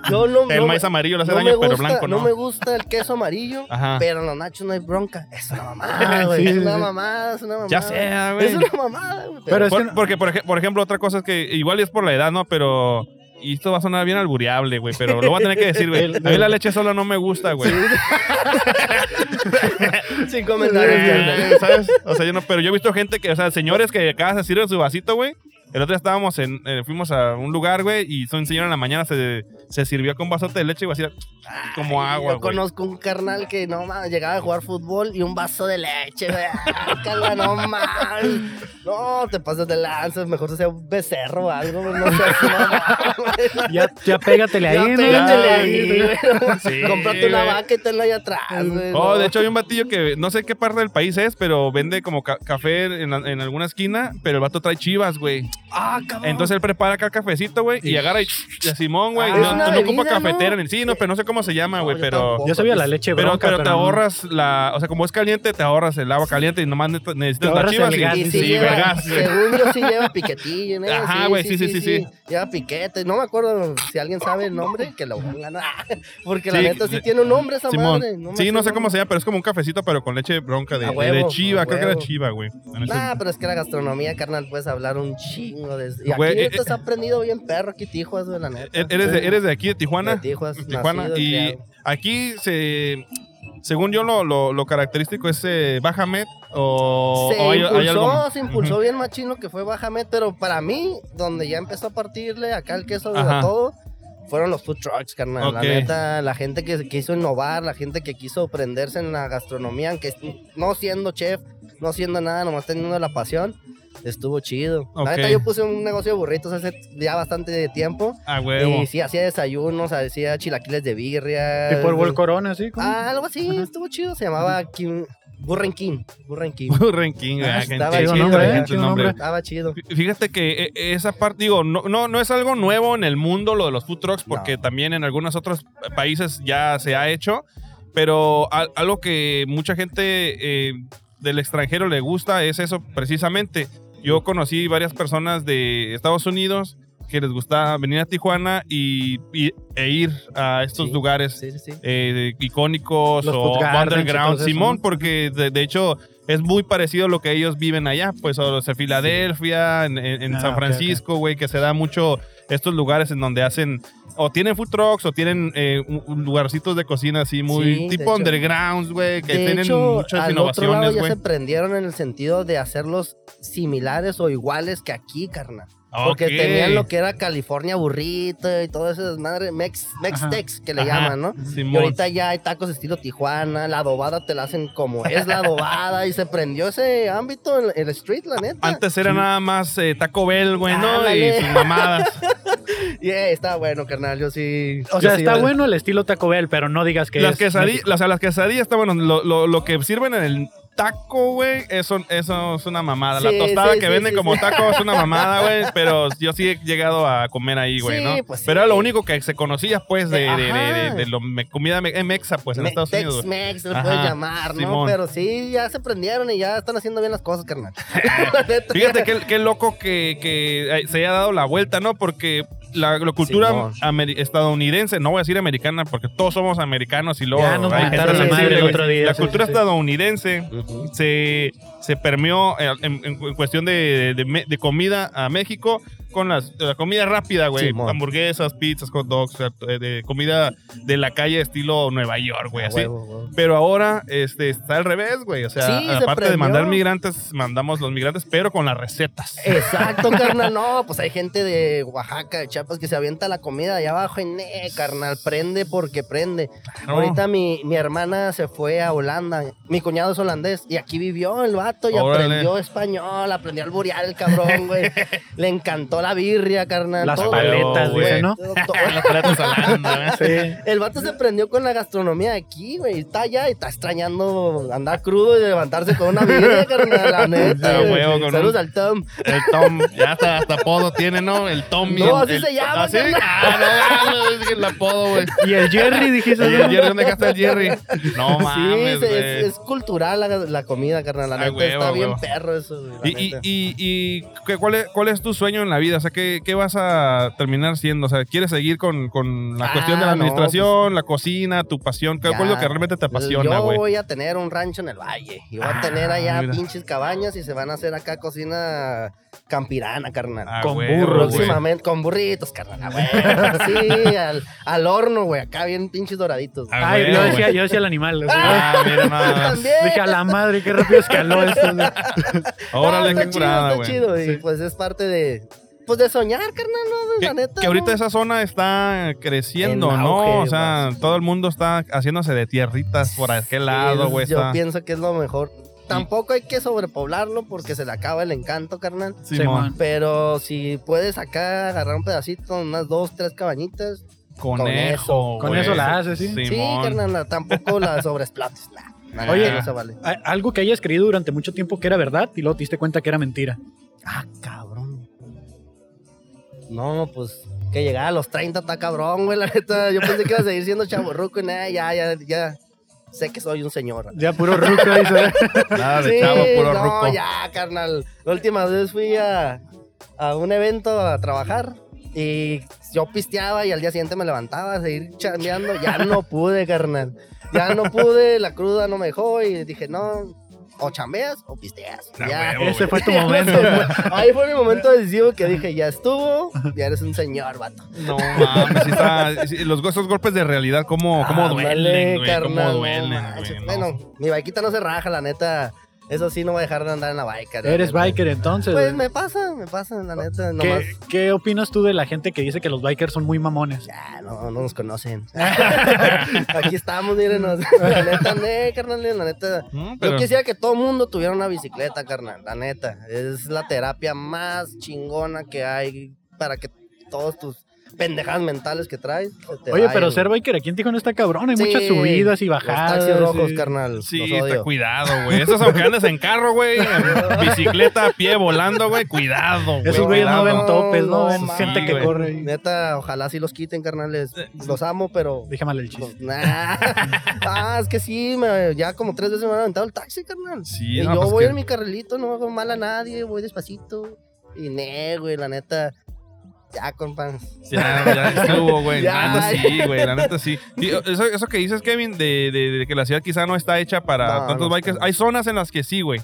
Speaker 5: yo no,
Speaker 1: El
Speaker 5: no-
Speaker 1: maíz amarillo le hace
Speaker 5: no
Speaker 1: daño,
Speaker 5: me
Speaker 1: pero
Speaker 5: gusta-
Speaker 1: blanco no.
Speaker 5: me gusta el queso amarillo.
Speaker 1: Ajá.
Speaker 5: Pero en los nachos no hay bronca. Es una mamada, güey.
Speaker 3: Sí,
Speaker 5: es
Speaker 3: sí,
Speaker 5: una
Speaker 3: sí.
Speaker 5: mamada, es una mamada.
Speaker 1: Ya sea, güey.
Speaker 5: Es una mamada, güey.
Speaker 3: Pero
Speaker 5: Pero,
Speaker 3: es que
Speaker 1: Por-
Speaker 3: no-
Speaker 1: porque, por, ej- por ejemplo, otra cosa es que igual es por la edad, ¿no? Pero. Y esto va a sonar bien albureable, güey, pero lo voy a tener que decir, güey. A mí la leche sola no me gusta, güey.
Speaker 5: sin comentarios, carnal.
Speaker 1: Eh, ¿Sabes? O sea, yo no, pero yo he visto gente que, o sea, señores que acá se sirven su vasito, güey. El otro día estábamos en, eh, fuimos a un lugar, güey, y un señor en la mañana se, se sirvió con vasote de leche y vacía "Ah, como agua,
Speaker 5: Yo
Speaker 1: güey.
Speaker 5: conozco un carnal que no mames, llegaba a jugar fútbol y un vaso de leche, güey. Ah, carnal, no mames. No, te pasas de lanzas, mejor sea un becerro o algo, güey, no seas mamada, güey.
Speaker 3: Ya, ya pégatele ahí,
Speaker 5: Ya
Speaker 3: ¿no?
Speaker 5: pégatele
Speaker 1: Ya,
Speaker 5: ahí, güey.
Speaker 1: Sí,
Speaker 5: Cómprate una
Speaker 1: güey.
Speaker 5: vaca y tenla ahí atrás, güey.
Speaker 1: Oh,
Speaker 5: no.
Speaker 1: de hecho hay un batillo que no sé qué parte del país es, pero vende como ca- café en, la- en alguna esquina, pero el vato trae chivas, güey.
Speaker 5: Ah, cabrón.
Speaker 1: Entonces él prepara acá el cafecito, güey, y agarra y, y a Simón, güey.
Speaker 5: Ah,
Speaker 1: no
Speaker 5: es una
Speaker 1: no ocupa
Speaker 5: bebida, ¿no?
Speaker 1: cafetera, ni sí, no, pero no sé cómo se llama,
Speaker 5: No,
Speaker 1: güey,
Speaker 5: yo
Speaker 1: pero...
Speaker 5: tampoco.
Speaker 3: Yo sabía la leche
Speaker 1: Pero,
Speaker 3: bronca,
Speaker 1: pero te
Speaker 3: no.
Speaker 1: ahorras la. O sea, como es caliente, te ahorras el agua caliente y nomás net-
Speaker 3: Te
Speaker 1: necesitas la
Speaker 3: ahorras
Speaker 1: chiva.
Speaker 3: el gas.
Speaker 1: Sí,
Speaker 5: Y sí,
Speaker 1: sí,
Speaker 5: lleva,
Speaker 1: el gas, güey.
Speaker 5: según yo sí lleva piquetillo, ¿no?
Speaker 1: Ajá, güey, sí, sí, sí, sí.
Speaker 5: Lleva piquete. No me acuerdo si alguien sabe el nombre, que lo pongan. Ah, Porque la
Speaker 1: Sí,
Speaker 5: neta sí
Speaker 1: de-
Speaker 5: tiene un nombre esa
Speaker 1: Simón.
Speaker 5: madre. me
Speaker 1: sí, no sé
Speaker 5: acuerdo.
Speaker 1: cómo se llama, pero es como un cafecito, pero con leche bronca de,
Speaker 5: A
Speaker 1: de-
Speaker 5: huevo,
Speaker 1: de
Speaker 5: a
Speaker 1: chiva. Creo que era
Speaker 5: huevo.
Speaker 1: chiva, güey. En ese-
Speaker 5: Nah, pero es que la gastronomía, carnal, puedes hablar un chingo de... Y aquí
Speaker 1: Güey, eh,
Speaker 5: te has aprendido bien perro, aquí tijuas, güey, la neta.
Speaker 1: E- Eres de, eres de aquí, de Tijuana.
Speaker 5: De Tijuas,
Speaker 1: Tijuana.
Speaker 5: nacido,
Speaker 1: Y
Speaker 5: criado.
Speaker 1: aquí se. Según yo, lo, lo, lo característico es eh, Bajamet o,
Speaker 5: se
Speaker 1: o hay, hay
Speaker 5: impulsó,
Speaker 1: algo.
Speaker 5: se impulsó bien machín lo que fue Bajamet, pero para mí, donde ya empezó a partirle acá el queso
Speaker 1: Ajá.
Speaker 5: a todo, fueron los food trucks, carnal.
Speaker 1: Ok.
Speaker 5: La neta, la gente que quiso innovar, la gente que quiso prenderse en la gastronomía, aunque no siendo chef, no siendo nada, nomás teniendo la pasión, estuvo chido.
Speaker 1: Ok.
Speaker 5: La neta, yo puse un negocio de burritos hace ya bastante tiempo.
Speaker 1: A Ah, huevo.
Speaker 5: Y sí, hacía desayunos, hacía chilaquiles de birria.
Speaker 3: Tipo el
Speaker 5: de-
Speaker 3: World Corona, así. como-
Speaker 5: Ah, algo así, estuvo chido. Se llamaba Kim- Burren King. Burren King.
Speaker 1: Ranking,
Speaker 5: Ah,
Speaker 1: gente,
Speaker 5: estaba
Speaker 1: gente,
Speaker 5: chido nombre,
Speaker 1: gente,
Speaker 3: chido
Speaker 1: nombre.
Speaker 3: nombre.
Speaker 5: Estaba chido.
Speaker 1: Fí- Fíjate que eh, esa parte, digo, no, no, no es algo nuevo en el mundo lo de los food trucks, porque también en algunos otros países ya se ha hecho, pero al- algo que mucha gente eh, del extranjero le gusta es eso precisamente. Yo conocí varias personas de Estados Unidos que les gusta venir a Tijuana y, y- e ir a estos
Speaker 5: Sí,
Speaker 1: lugares
Speaker 5: Sí, sí, sí.
Speaker 1: eh, icónicos
Speaker 3: Los
Speaker 1: o
Speaker 3: food gardens y
Speaker 1: underground,
Speaker 3: todo eso,
Speaker 1: Simón,
Speaker 3: ¿no?
Speaker 1: porque de, de hecho es muy parecido a lo que ellos viven allá, pues o sea, Filadelfia, en, en- en
Speaker 3: Ah,
Speaker 1: San
Speaker 3: ok, ok.
Speaker 1: Francisco, güey, que se da mucho estos lugares en donde hacen o tienen food trucks o tienen eh, un- un lugarcitos de cocina así muy
Speaker 5: Sí, de
Speaker 1: tipo
Speaker 5: hecho.
Speaker 1: underground, güey, que
Speaker 5: de
Speaker 1: tienen
Speaker 5: hecho,
Speaker 1: muchas
Speaker 5: al otro lado
Speaker 1: innovaciones,
Speaker 5: ya
Speaker 1: güey.
Speaker 5: se prendieron en el sentido de hacerlos similares o iguales que aquí, carnal. Porque
Speaker 1: Ok.
Speaker 5: tenían lo que era California burrito y todo ese desmadre, Mex, Mextex que le
Speaker 1: Ajá.
Speaker 5: llaman, ¿no? Y
Speaker 1: Simón.
Speaker 5: ahorita ya hay tacos estilo Tijuana, la adobada te la hacen como es la adobada y se prendió ese ámbito en el street, la neta.
Speaker 1: Antes era nada más eh, Taco Bell, güey, ¿no?
Speaker 5: Ándale.
Speaker 1: Y sus mamadas.
Speaker 5: Y eh, está bueno, carnal, yo sí.
Speaker 3: O
Speaker 5: yo
Speaker 3: sea,
Speaker 5: sí,
Speaker 3: está
Speaker 5: yo-
Speaker 3: bueno el estilo Taco Bell, pero no digas que
Speaker 1: las
Speaker 3: es
Speaker 1: quesadillas,
Speaker 3: México.
Speaker 1: las, las quesadillas está bueno. Lo, lo- lo que sirven en el taco, güey, eso, eso es una mamada.
Speaker 5: Sí,
Speaker 1: la tostada
Speaker 5: sí,
Speaker 1: que
Speaker 5: sí,
Speaker 1: venden
Speaker 5: sí,
Speaker 1: como
Speaker 5: sí.
Speaker 1: taco es una mamada, güey. Pero yo sí he llegado a comer ahí, güey,
Speaker 5: Sí,
Speaker 1: ¿no?
Speaker 5: pues sí.
Speaker 1: Pero era lo único que se conocía, pues, de,
Speaker 5: Ajá.
Speaker 1: de, de, de- de lo me- comida me- eh, mexa, pues, en
Speaker 5: Me-
Speaker 1: Estados Unidos. güey.
Speaker 5: Tex-Mex, lo
Speaker 1: Ajá,
Speaker 5: puedes llamar, ¿no?
Speaker 1: Simón.
Speaker 5: Pero sí, ya se prendieron y ya están haciendo bien las cosas, carnal. La neta.
Speaker 1: Fíjate qué, qué loco que, que, eh, se haya dado la vuelta, ¿no? Porque la, la cultura
Speaker 5: Simón.
Speaker 1: ameri- estadounidense, no voy a decir americana porque todos somos americanos y luego
Speaker 3: Ya nos
Speaker 1: hay
Speaker 3: mentaron
Speaker 1: gente
Speaker 5: la madre
Speaker 1: sensible,
Speaker 5: el
Speaker 1: güey.
Speaker 3: otro día,
Speaker 1: La
Speaker 3: sí,
Speaker 1: cultura
Speaker 3: sí, sí.
Speaker 1: estadounidense
Speaker 5: Ujú.
Speaker 1: se, se permeó eh, en, en cu- en cuestión de, de- me- de comida a México con las, de la comida rápida, güey.
Speaker 5: Simón.
Speaker 1: Hamburguesas, pizzas, hot dogs, o sea, eh, de comida de la calle estilo Nueva York, güey,
Speaker 5: A
Speaker 1: así.
Speaker 5: huevo, huevo.
Speaker 1: Pero ahora este, está al revés, güey. O sea,
Speaker 5: Sí, se
Speaker 1: aparte de
Speaker 5: premió.
Speaker 1: mandar migrantes, mandamos los migrantes, pero con las recetas.
Speaker 5: Exacto, carnal. No, pues hay gente de Oaxaca, de Chiapas, que se avienta la comida allá abajo y ne, carnal, prende porque prende.
Speaker 1: Claro.
Speaker 5: Ahorita mi, mi hermana se fue a Holanda. Mi cuñado es holandés y aquí vivió el vato y
Speaker 1: Órale.
Speaker 5: aprendió español, aprendió el burial, el cabrón, güey. Le encantó la birria, carnal.
Speaker 3: Las
Speaker 5: todo,
Speaker 3: paletas,
Speaker 1: güey.
Speaker 3: dice, ¿no?
Speaker 5: todo, todo.
Speaker 1: Las paletas Ah, hablando, ¿eh?
Speaker 3: Sí.
Speaker 5: El vato se prendió con la gastronomía de aquí, güey. Está allá y está extrañando andar crudo y levantarse con una birria, carnal, la neta.
Speaker 1: Ah,
Speaker 5: güey.
Speaker 1: huevo, con
Speaker 5: Saludos
Speaker 1: un-
Speaker 5: al Tom.
Speaker 1: El Tom, ya hasta, hasta apodo tiene, ¿no? El Tom.
Speaker 5: No,
Speaker 1: el-
Speaker 5: así se llama,
Speaker 1: ¿Así?
Speaker 5: carnal.
Speaker 1: Ah, no, no, es que el apodo, güey.
Speaker 3: Y el Jerry, dijiste.
Speaker 1: Oye, el
Speaker 3: ¿no?
Speaker 1: Jerry, ¿dónde dejaste el Jerry? No
Speaker 5: Sí,
Speaker 1: mames,
Speaker 5: es,
Speaker 1: güey.
Speaker 5: es- es cultural la, la comida, carnal. La
Speaker 1: Ah,
Speaker 5: neta
Speaker 1: huevo,
Speaker 5: está bien
Speaker 1: huevo.
Speaker 5: perro eso. güey, la
Speaker 1: ¿Y, y,
Speaker 5: neta.
Speaker 1: y, y ¿qué- cuál, es, cuál es tu sueño en la vida? O sea, ¿qué, qué vas a terminar siendo? O sea, ¿quieres seguir con, con la
Speaker 5: Ah,
Speaker 1: cuestión de la
Speaker 5: no, pues
Speaker 1: administración, la cocina, tu pasión? ¿Qué, ¿Cuál es lo
Speaker 5: Ya.
Speaker 1: que realmente te apasiona,
Speaker 5: Yo
Speaker 1: güey?
Speaker 5: voy a tener un rancho en el valle. Y voy
Speaker 1: Ah,
Speaker 5: a tener allá
Speaker 1: mira.
Speaker 5: pinches cabañas y se van a hacer acá cocina campirana, carnal.
Speaker 1: Ah,
Speaker 3: con
Speaker 1: huevo,
Speaker 3: burros,
Speaker 1: güey.
Speaker 5: Próximamente con burritos, carnal. ah, güey. Sí, al, al horno, güey. Acá bien pinches doraditos.
Speaker 1: Ah,
Speaker 3: Ay,
Speaker 1: güey,
Speaker 3: yo
Speaker 1: güey.
Speaker 3: decía, yo decía el animal. así,
Speaker 1: Ah, mira nada más.
Speaker 5: También.
Speaker 3: Dije a la madre, qué rápido escaló esto. ¿no?
Speaker 5: No,
Speaker 1: Órale,
Speaker 5: está
Speaker 1: qué
Speaker 5: chido,
Speaker 1: curada,
Speaker 5: está
Speaker 1: güey.
Speaker 5: chido. Y pues es parte de. Pues de soñar, carnal, no,
Speaker 1: Que,
Speaker 5: la neta.
Speaker 1: que ahorita
Speaker 5: ¿no?
Speaker 1: esa zona está creciendo,
Speaker 5: En
Speaker 1: ¿no?
Speaker 5: auge,
Speaker 1: o sea,
Speaker 5: más.
Speaker 1: todo el mundo está haciéndose de tierritas por aquel lado,
Speaker 5: Sí,
Speaker 1: güey.
Speaker 5: Pues, Yo
Speaker 1: está-
Speaker 5: pienso que es lo mejor. Tampoco hay que sobrepoblarlo porque se le acaba el encanto, carnal.
Speaker 1: Simón,
Speaker 3: Simón.
Speaker 5: Pero si puedes acá agarrar un pedacito, unas dos, tres cabañitas.
Speaker 1: conejo,
Speaker 3: Con
Speaker 1: güey.
Speaker 3: eso la haces, ¿sí?
Speaker 5: Sí,
Speaker 1: Simón.
Speaker 5: carnal, la- tampoco la sobreexplotes. Nah, nah,
Speaker 3: Oye.
Speaker 5: nah, no se vale.
Speaker 3: A- Algo que hayas creído durante mucho tiempo que era verdad y luego te diste cuenta que era mentira.
Speaker 5: Ah, cabrón. No, pues que llegar a los 30 está cabrón, güey. La neta, yo pensé que iba a seguir siendo chaborruco y nada, ya, ya, ya. Sé que soy un señor.
Speaker 3: Ya puro ruco ahí, ¿sabes?
Speaker 1: Nada Ah, de chavo, puro
Speaker 5: no,
Speaker 1: ruco.
Speaker 5: ya, carnal. La última vez fui a, a un evento a trabajar y yo pisteaba y al día siguiente me levantaba a seguir chambeando. Ya no pude, carnal. Ya no pude, la cruda no me dejó y dije, no, o chambeas o pisteas.
Speaker 1: Ah,
Speaker 5: Ya.
Speaker 1: huevo,
Speaker 3: Ese
Speaker 1: güey.
Speaker 3: fue tu
Speaker 5: Ya no
Speaker 3: momento.
Speaker 5: se fue. Ahí fue mi momento decisivo que dije, ya estuvo, ya eres un señor, vato.
Speaker 1: No mames, sí está- sí, los go- esos golpes de realidad, ¿cómo, cómo
Speaker 5: Ah, Ándale,
Speaker 1: duelen, güey? ¿Cómo
Speaker 5: carnal, no
Speaker 1: duelen,
Speaker 5: manches.
Speaker 1: güey? No.
Speaker 5: Bueno, mi vaquita no se raja, la neta. Eso sí, no voy a dejar de andar en la baica. la
Speaker 3: Eres
Speaker 5: neta.
Speaker 3: biker entonces.
Speaker 5: Pues me pasa, me pasa, la neta. Nomás,
Speaker 3: ¿Qué, qué opinas tú de la gente que dice que los bikers son muy mamones?
Speaker 5: ya, no, no nos conocen. Aquí estamos, mírenos. La neta, ne, carnal, la neta.
Speaker 1: Mm,
Speaker 5: Yo
Speaker 1: pero-
Speaker 5: quisiera que todo mundo tuviera una bicicleta, carnal, la neta. Es la terapia más chingona que hay para que todos tus pendejadas mentales que traes. se te
Speaker 3: Oye,
Speaker 5: vayan.
Speaker 3: pero ser biker aquí en Tijuana está cabrón. Hay
Speaker 5: Sí,
Speaker 3: muchas subidas y
Speaker 5: los
Speaker 3: bajadas.
Speaker 5: taxis rojos,
Speaker 3: y-
Speaker 5: carnal. los
Speaker 1: Sí,
Speaker 5: odio.
Speaker 1: está cuidado, güey. Esas aunque andes en carro, güey, en bicicleta, a pie, volando, güey, cuidado, güey.
Speaker 3: Esos güeyes no
Speaker 1: cuidado.
Speaker 3: ven topes, no
Speaker 5: No,
Speaker 3: ven
Speaker 5: sí,
Speaker 3: gente que
Speaker 1: güey.
Speaker 3: corre. y-
Speaker 5: Neta, ojalá sí los quiten, carnales. Los amo, pero.
Speaker 3: Dije mal el
Speaker 5: pues,
Speaker 3: chiste.
Speaker 5: nah. ah, es que sí, me- ya como tres veces me han aventado el taxi, carnal.
Speaker 1: Sí,
Speaker 5: y
Speaker 1: no,
Speaker 5: yo
Speaker 1: pues
Speaker 5: voy
Speaker 1: que-
Speaker 5: en mi carrilito, no hago mal a nadie, voy despacito. Y ne, güey, la neta. Ya, compas.
Speaker 1: Ya, ya estuvo, güey. La
Speaker 5: Ya.
Speaker 1: neta sí, güey. La neta sí. Y eh, eso, eso que dices, Kevin, de, de- de que la ciudad quizá no está hecha para
Speaker 5: No,
Speaker 1: tantos
Speaker 5: no
Speaker 1: bikers.
Speaker 5: está.
Speaker 1: Hay zonas en las que sí, güey.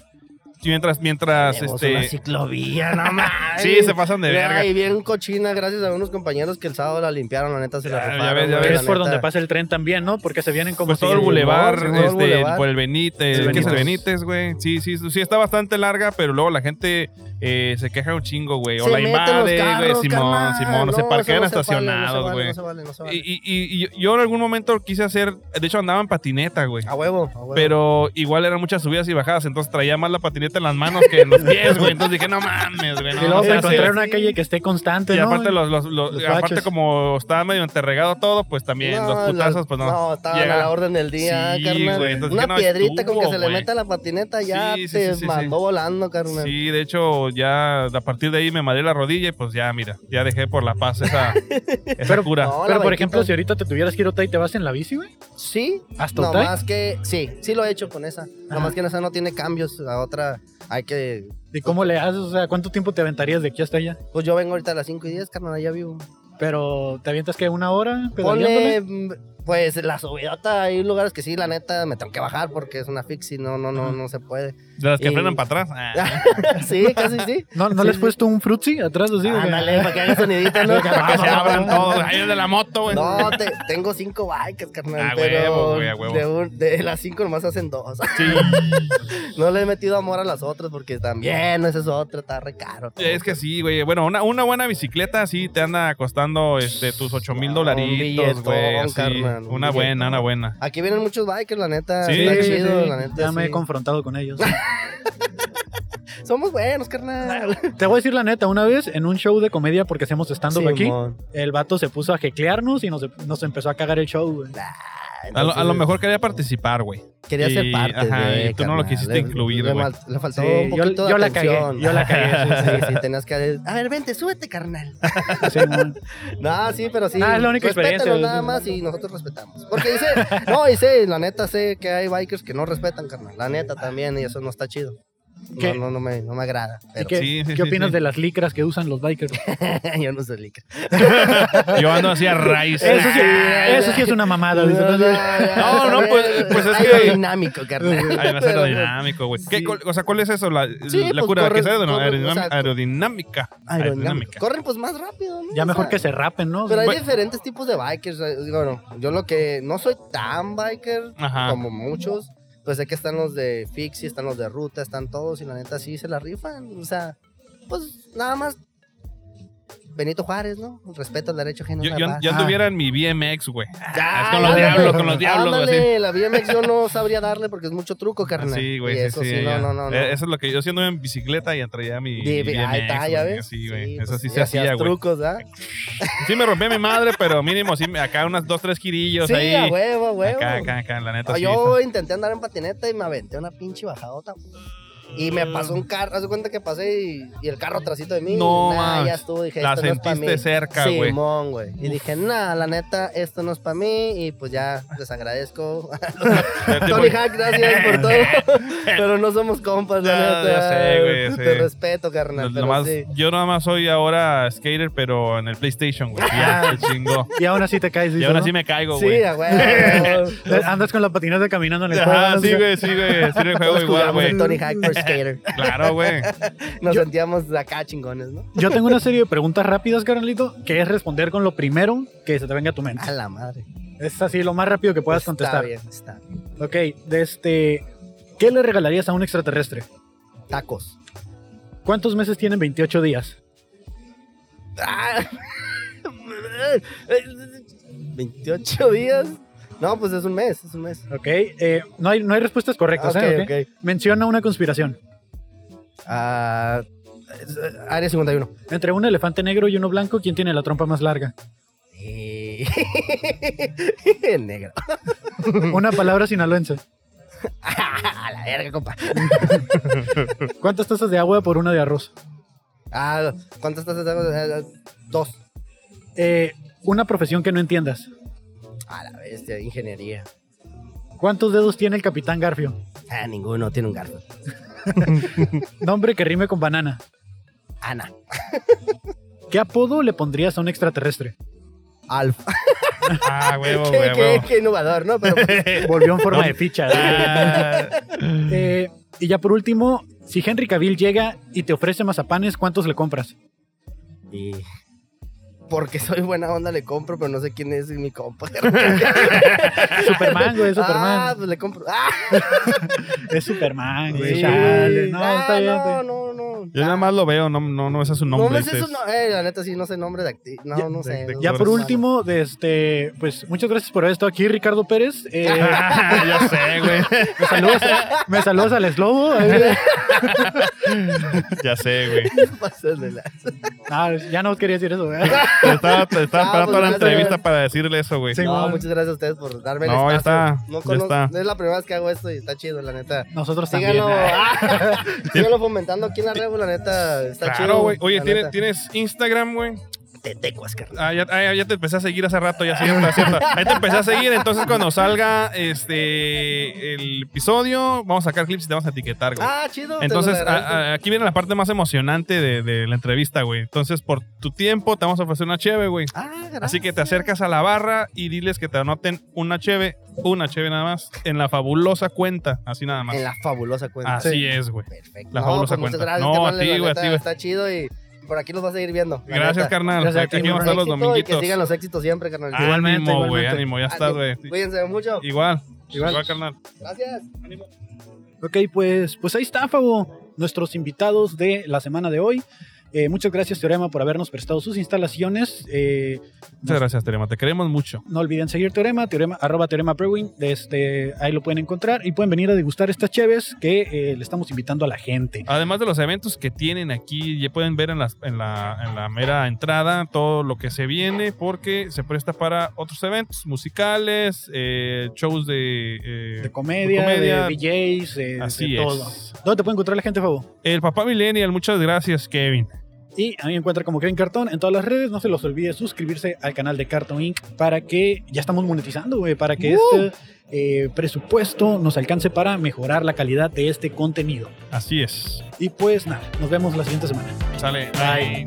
Speaker 1: Y Mientras, mientras,
Speaker 5: Tenemos
Speaker 1: este.
Speaker 5: una ciclovía, no mames.
Speaker 1: Sí, se pasan de verga.
Speaker 5: Y bien cochina, gracias a unos compañeros que el sábado la limpiaron, la neta se la
Speaker 1: Ya, ya
Speaker 5: rifaron.
Speaker 1: ves, ya
Speaker 5: güey,
Speaker 1: ves.
Speaker 5: la
Speaker 3: es por donde
Speaker 5: neta.
Speaker 3: pasa el tren también, ¿no? Porque se vienen como
Speaker 1: Pues
Speaker 3: si-
Speaker 1: todo el bulevar,
Speaker 5: sí, todo el
Speaker 1: este,
Speaker 5: bulevar.
Speaker 1: por el Benítez,
Speaker 3: Sí,
Speaker 1: ¿qué es el
Speaker 3: Benítez.
Speaker 1: Benítez, güey. Sí, sí, sí, está bastante larga, pero luego la gente eh, se queja un chingo, güey. O
Speaker 5: Se
Speaker 1: la
Speaker 5: meten los
Speaker 1: invade, güey.
Speaker 5: carros,
Speaker 1: Simón,
Speaker 5: carnal.
Speaker 1: Simón, no se parquean
Speaker 5: eso no se vale, no se
Speaker 1: estacionados,
Speaker 5: vale,
Speaker 1: güey.
Speaker 5: no se vale, no se vale.
Speaker 1: Y, y- y- y yo en algún momento quise hacer, de hecho andaba en patineta, güey.
Speaker 2: Ah,
Speaker 5: A huevo, a huevo.
Speaker 1: Pero igual eran muchas subidas y bajadas, entonces traía más la patineta en las manos que en los pies, güey. Entonces dije, no mames, güey. No,
Speaker 3: Y luego
Speaker 1: no
Speaker 3: para
Speaker 1: sé".
Speaker 3: encontrar una calle que esté constante,
Speaker 1: Y
Speaker 3: este, ¿no?
Speaker 1: aparte, los, los- los-
Speaker 3: Los
Speaker 1: aparte
Speaker 3: baches.
Speaker 1: como estaba medio enterregado todo, pues también los
Speaker 5: las-
Speaker 1: putazos, pues no.
Speaker 5: No, estaban
Speaker 1: Llega-
Speaker 5: a la orden del día,
Speaker 1: Sí,
Speaker 5: carnal.
Speaker 1: güey, entonces
Speaker 5: Una
Speaker 1: ya no
Speaker 5: piedrita
Speaker 1: estuvo,
Speaker 5: con que se le
Speaker 1: güey.
Speaker 5: meta a la patineta ya
Speaker 1: Sí, sí,
Speaker 5: te
Speaker 1: sí, sí,
Speaker 5: mandó
Speaker 1: sí.
Speaker 5: volando, carnal.
Speaker 1: Sí, de hecho, ya a partir de ahí me madé la rodilla y pues ya, mira, ya dejé por la paz esa, esa
Speaker 3: Pero-
Speaker 1: cura.
Speaker 5: No,
Speaker 3: Pero
Speaker 5: la
Speaker 3: por
Speaker 5: banquita-
Speaker 3: ejemplo, si ahorita te tuvieras que ir a Otay, ¿te vas en la bici, güey?
Speaker 5: Sí,
Speaker 3: ¿Hasta
Speaker 5: no
Speaker 3: Otay?
Speaker 5: más que. Sí, sí lo he hecho con esa. No más que en esa no tiene cambios. La otra hay que.
Speaker 3: ¿Y cómo le haces? O sea, ¿cuánto tiempo te aventarías de aquí hasta allá?
Speaker 5: Pues yo vengo ahorita a las 5 y 10, carnal, allá vivo.
Speaker 3: Pero te avientas que una hora
Speaker 5: Ponle.
Speaker 3: pedaleándole.
Speaker 5: mm, Pues la subidota, hay lugares que sí, la neta, me tengo que bajar porque es una fixie, no, no, no, no se puede.
Speaker 1: De las que
Speaker 5: Y-
Speaker 1: frenan para atrás. ah.
Speaker 5: sí, casi sí.
Speaker 3: ¿No, ¿no le has puesto un frutzi atrás así? güey?
Speaker 5: Ándale, para que haga sonidita, ¿no?
Speaker 3: Para
Speaker 1: Que se abran
Speaker 3: Vamos,
Speaker 1: todos. Ahí es de la moto, güey.
Speaker 5: No, te- tengo cinco bikes, carnal.
Speaker 1: A
Speaker 5: pero
Speaker 1: huevo, güey, a huevo.
Speaker 5: De, un- de las cinco nomás hacen dos.
Speaker 1: Sí.
Speaker 5: No le he metido amor a las otras porque también esa es otra, está re caro.
Speaker 1: Es que sí, güey. Bueno, una, una buena bicicleta sí te anda costando este, tus 8 mil
Speaker 5: No,
Speaker 1: dolaritos,
Speaker 5: un
Speaker 1: güey.
Speaker 5: billetón,
Speaker 1: así.
Speaker 5: carnal, un
Speaker 1: Una buena,
Speaker 5: billetón.
Speaker 1: una buena.
Speaker 5: Aquí vienen muchos bikers, la neta.
Speaker 1: Sí,
Speaker 5: está
Speaker 1: sí,
Speaker 5: chido, la neta.
Speaker 3: ya me he
Speaker 5: sí.
Speaker 3: confrontado con ellos.
Speaker 5: Somos buenos, carnal.
Speaker 3: Te voy a decir la neta, una vez en un show de comedia, porque hacemos stand-up aquí,
Speaker 5: Simón.
Speaker 3: el vato se puso a jeclearnos y nos, nos empezó a cagar el show, güey.
Speaker 1: A lo, a lo
Speaker 5: Entonces,
Speaker 1: mejor quería participar, güey.
Speaker 5: Quería
Speaker 1: y-
Speaker 5: ser parte.
Speaker 1: ajá,
Speaker 5: de,
Speaker 1: y tú no lo
Speaker 5: carnal.
Speaker 1: quisiste
Speaker 5: Le-
Speaker 1: incluir,
Speaker 5: Le,
Speaker 1: güey.
Speaker 5: mal- le faltó
Speaker 3: Sí,
Speaker 5: un
Speaker 3: yo-
Speaker 5: poquito
Speaker 3: yo
Speaker 5: de
Speaker 3: la cagué,
Speaker 5: atención.
Speaker 3: yo la cagué,
Speaker 5: Sí, sí, tenías que. A ver, vente, súbete, carnal.
Speaker 3: Sí, man.
Speaker 5: No, sí, pero sí.
Speaker 3: Ah, es la única
Speaker 5: Respétanos
Speaker 3: experiencia, güey.
Speaker 5: nada más y nosotros respetamos. Porque dice, no, dice, la neta sé que hay bikers que no respetan, carnal. La neta también, y eso no está chido.
Speaker 3: ¿Qué?
Speaker 5: No, no, no me, no me agrada.
Speaker 3: ¿Y
Speaker 5: Pero
Speaker 3: qué,
Speaker 1: Sí, sí, sí,
Speaker 3: qué opinas
Speaker 1: sí.
Speaker 3: de las licras que usan los bikers?
Speaker 5: yo no soy lica.
Speaker 1: Yo ando así a raíz.
Speaker 3: Eso sí,
Speaker 5: Ay,
Speaker 3: eso sí es una mamada. dice,
Speaker 5: No,
Speaker 3: entonces-
Speaker 1: No, no, pues- pues es que-
Speaker 5: dinámico, carnal.
Speaker 1: Ay, más
Speaker 5: Pero,
Speaker 1: aerodinámico, güey. ¿Qué
Speaker 5: sí.
Speaker 1: col- O sea, ¿cuál es eso? La,
Speaker 5: Sí,
Speaker 1: la
Speaker 5: pues,
Speaker 1: cura
Speaker 5: corre-
Speaker 1: que sea aerodinam-
Speaker 5: corre-
Speaker 1: aerodinam-
Speaker 5: o sea,
Speaker 1: aerodinámica.
Speaker 5: Aerodinámica.
Speaker 1: Aerodinámica.
Speaker 5: Corren pues más rápido, ¿no?
Speaker 3: Ya
Speaker 5: O
Speaker 3: mejor
Speaker 5: sea,
Speaker 3: que se rapen, ¿no?
Speaker 5: Pero hay
Speaker 1: Bueno.
Speaker 5: diferentes tipos de bikers. eh, Bueno, yo lo que no soy tan biker
Speaker 1: Ajá.
Speaker 5: como muchos, pues sé que están los de Fixie, están los de Ruta, están todos y la neta sí se la rifan. O sea, pues nada más Benito Juárez, ¿no? Respeto al derecho ajeno.
Speaker 1: Yo,
Speaker 5: a la
Speaker 1: yo,
Speaker 5: paz.
Speaker 1: yo
Speaker 3: Ah.
Speaker 1: anduviera en mi BMX, güey. Ah,
Speaker 5: Ya,
Speaker 1: es con los
Speaker 5: ándale.
Speaker 1: diablos, con los diablos, güey. así. Ah,
Speaker 5: Ándale, la BMX yo no sabría darle porque es mucho truco, carnal.
Speaker 1: Sí, güey,
Speaker 5: Y
Speaker 1: sí,
Speaker 5: eso
Speaker 1: sí,
Speaker 5: sí, no,
Speaker 1: ya.
Speaker 5: no, no, no.
Speaker 1: Eh, Eso es lo que yo haciendo en bicicleta y traía mi
Speaker 5: Di-
Speaker 1: mi
Speaker 5: di-
Speaker 1: BMX,
Speaker 5: ahí está, ya
Speaker 1: güey,
Speaker 5: ves.
Speaker 1: así, güey.
Speaker 5: pues,
Speaker 1: Eso sí
Speaker 5: y
Speaker 1: se hacía,
Speaker 5: hacías
Speaker 1: güey.
Speaker 5: trucos, ¿ah?
Speaker 1: Sí me rompí mi madre, pero mínimo sí me- acá unas dos, tres quirillos
Speaker 5: Sí,
Speaker 1: ahí.
Speaker 5: a huevo, a huevo.
Speaker 1: acá, acá, acá, la neta
Speaker 5: Ah,
Speaker 1: sí.
Speaker 5: yo intenté andar en patineta y me aventé una pinche bajadota. Y
Speaker 1: Mm.
Speaker 5: me pasó un carro, haz de cuenta que pasé y, y el carro trasito de mí.
Speaker 1: No,
Speaker 5: y, nah,
Speaker 1: mames.
Speaker 5: ya estuvo, dije,
Speaker 1: La
Speaker 5: esto no es pa'
Speaker 1: sentiste
Speaker 5: mí.
Speaker 1: cerca, güey.
Speaker 5: Simón, güey. Y dije, nah, la neta, esto no es para mí. Y pues ya, les agradezco.
Speaker 1: Ya te
Speaker 5: Tony
Speaker 1: voy-
Speaker 5: Hack, gracias por todo. pero no somos compas, la
Speaker 1: Ya,
Speaker 5: neta.
Speaker 1: ya sé, güey,
Speaker 5: Te
Speaker 1: sí.
Speaker 5: respeto, carnal.
Speaker 1: no-
Speaker 5: pero
Speaker 1: nomás-
Speaker 5: sí.
Speaker 1: Yo nada más soy ahora skater, pero en el PlayStation, güey. Ya, se chingó.
Speaker 3: Y aún así te caes.
Speaker 1: Y
Speaker 3: dices,
Speaker 1: ahora
Speaker 3: ¿no?
Speaker 1: sí me caigo, güey.
Speaker 5: Sí, a huevo.
Speaker 3: Andas con la patineta caminando en el juego.
Speaker 1: Ah,
Speaker 3: ¿no?
Speaker 1: sí, güey, sí, güey. Sí, el juego
Speaker 5: Todos
Speaker 1: igual,
Speaker 5: jugábamos
Speaker 1: güey.
Speaker 5: el Tony Hawk por skater.
Speaker 1: Claro, güey.
Speaker 5: Nos
Speaker 3: Yo-
Speaker 5: sentíamos acá chingones, ¿no?
Speaker 3: Yo tengo una serie de preguntas rápidas, carnalito, que es responder con lo primero que se te venga a tu mente.
Speaker 5: A la madre.
Speaker 3: Es así, lo más rápido que puedas contestar.
Speaker 5: Ah. Está bien, está bien.
Speaker 3: Ok, de este, ¿qué le regalarías a un extraterrestre?
Speaker 5: Tacos.
Speaker 3: ¿Cuántos meses tienen 28 días?
Speaker 5: Ah. 28 días. No, pues es un mes, es un mes.
Speaker 3: Ok, eh, no, ¿eh? hay, no hay respuestas correctas.
Speaker 5: Ok,
Speaker 3: ¿eh? Ok.
Speaker 5: ok.
Speaker 3: Menciona una conspiración.
Speaker 5: Ah, Es, eh, Área 51.
Speaker 3: Entre un elefante negro y uno blanco, ¿quién tiene la trompa más larga?
Speaker 5: Y- Negro.
Speaker 3: Una palabra sinaloense.
Speaker 5: A la verga, compa.
Speaker 3: ¿Cuántas tazas de agua por una de arroz?
Speaker 5: Ah, ¿cuántas tazas de agua? Eh, Dos.
Speaker 3: Eh, una profesión que no entiendas.
Speaker 5: A la bestia, ingeniería.
Speaker 3: ¿Cuántos dedos tiene el capitán Garfio?
Speaker 5: Ah, ninguno tiene un garfo.
Speaker 3: Nombre que rime con banana.
Speaker 5: Ana.
Speaker 3: ¿Qué apodo le pondrías a un extraterrestre?
Speaker 5: Alf.
Speaker 1: Ah, huevo,
Speaker 5: qué,
Speaker 1: huevo.
Speaker 5: qué- qué innovador, ¿no? Pero pues,
Speaker 3: Volvió en forma de ficha.
Speaker 1: Ah,
Speaker 3: Eh, y ya por último, si Henry Cavill llega y te ofrece mazapanes, ¿cuántos le compras?
Speaker 5: Y porque soy buena onda le compro, pero no sé quién es mi compa.
Speaker 3: Superman, güey,
Speaker 5: Ah,
Speaker 3: Superman.
Speaker 5: pues le compro. Ah,
Speaker 3: Es Superman, güey.
Speaker 5: sí.
Speaker 3: chale. No,
Speaker 5: Ah,
Speaker 3: está bien. güey.
Speaker 5: No, no, no.
Speaker 1: yo nada más lo veo, no, no, no ese es su nombre.
Speaker 5: No me sé
Speaker 1: dices.
Speaker 5: su no- eh, la neta sí, no sé nombre de acti- No,
Speaker 3: Ya-
Speaker 5: no sé.
Speaker 1: de- de-
Speaker 3: Ya por último, de este, pues muchas gracias por haber estado aquí, Ricardo Pérez. Eh,
Speaker 1: Ah, ya sé, güey.
Speaker 3: me, saludas, me saludas al eslobo. eh.
Speaker 1: Ya sé, güey.
Speaker 5: Pasas de la-
Speaker 3: Ah, ya no quería decir eso. güey.
Speaker 1: Te estaba, te estaba
Speaker 5: Ah,
Speaker 1: esperando
Speaker 5: pues
Speaker 1: toda la
Speaker 5: gracias.
Speaker 1: entrevista para decirle eso, güey.
Speaker 3: Sí.
Speaker 5: No,
Speaker 3: bueno.
Speaker 5: muchas gracias a ustedes por darme el
Speaker 1: No, ya
Speaker 5: espacio.
Speaker 1: está,
Speaker 5: No
Speaker 1: ya
Speaker 5: conozco-
Speaker 1: está.
Speaker 5: Es la primera vez que hago esto y está chido, la neta.
Speaker 3: Nosotros también.
Speaker 5: Síganlo,
Speaker 3: ah.
Speaker 5: ah, síganlo fomentando aquí en la red, la neta. Está
Speaker 1: Claro,
Speaker 5: chido.
Speaker 1: güey. Oye,
Speaker 5: la
Speaker 1: ¿tienes,
Speaker 5: neta.
Speaker 1: ¿tienes Instagram, güey?
Speaker 5: Te tecuas, carnal.
Speaker 1: Ah, ya, ah, ya te empecé a seguir hace rato, ya cierto, ya cierto. Ahí te empecé a seguir, entonces cuando salga este el episodio, vamos a sacar clips y te vamos a etiquetar, güey.
Speaker 5: Ah, chido. te lo
Speaker 1: Entonces, a-
Speaker 5: agradezco.
Speaker 1: a- aquí viene la parte más emocionante de, de la entrevista, güey. Entonces, por tu tiempo, te vamos a ofrecer una cheve, güey.
Speaker 5: Ah, gracias.
Speaker 1: Así que te acercas a la barra y diles que te anoten una cheve, una cheve nada más, en la fabulosa cuenta, así nada más.
Speaker 3: Eh,
Speaker 5: En la fabulosa cuenta.
Speaker 1: Así es, güey.
Speaker 5: Perfecto. pues,
Speaker 1: La fabulosa
Speaker 5: muchas
Speaker 1: cuenta.
Speaker 5: gracias,
Speaker 1: No,
Speaker 5: carnal,
Speaker 1: a ti,
Speaker 5: la
Speaker 1: güey, a
Speaker 5: neta,
Speaker 1: ti, güey.
Speaker 5: Está chido y por aquí los vas a seguir viendo. la
Speaker 1: Gracias,
Speaker 5: neta.
Speaker 1: carnal.
Speaker 3: Gracias a ti,
Speaker 1: aquí vamos a estar los
Speaker 5: Éxito y
Speaker 1: dominguitos.
Speaker 5: Que sigan los éxitos siempre, carnal.
Speaker 3: Igualmente,
Speaker 1: Ánimo, güey,
Speaker 3: igualmente.
Speaker 1: ánimo, ya está, güey.
Speaker 5: Cuídense mucho.
Speaker 1: Igual,
Speaker 3: Igual.
Speaker 1: igual, carnal.
Speaker 5: Gracias.
Speaker 3: Ok, pues, pues ahí está, Fabo, nuestros invitados de la semana de hoy. Eh, muchas gracias, Teorema, por habernos prestado sus instalaciones. Eh,
Speaker 1: Muchas gracias, Terema. Te queremos mucho.
Speaker 3: no olviden seguir Teorema, teorema arroba teorema brewing, este, ahí lo pueden encontrar y pueden venir a degustar estas cheves que eh, le estamos invitando a la gente.
Speaker 1: Además de los eventos que tienen aquí, ya pueden ver en, las- en la, en la mera entrada todo lo que se viene, porque se presta para otros eventos musicales, eh, shows de. eh,
Speaker 3: De comedia,
Speaker 1: De comedia.
Speaker 3: de DJs, de, de
Speaker 1: así
Speaker 3: todo.
Speaker 1: es.
Speaker 3: ¿Dónde te puede encontrar la gente, Fabo?
Speaker 1: El papá Millennial, muchas gracias, Kevin.
Speaker 3: Y a mí me encuentra como Kevin Cartón en todas las redes. No se los olvide suscribirse al canal de Cartón Inc. para que ya estamos monetizando, güey, para que este eh, presupuesto nos alcance para mejorar la calidad de este contenido.
Speaker 1: Así es.
Speaker 3: Y pues nada, nos vemos la siguiente semana.
Speaker 1: Sale.
Speaker 3: Bye.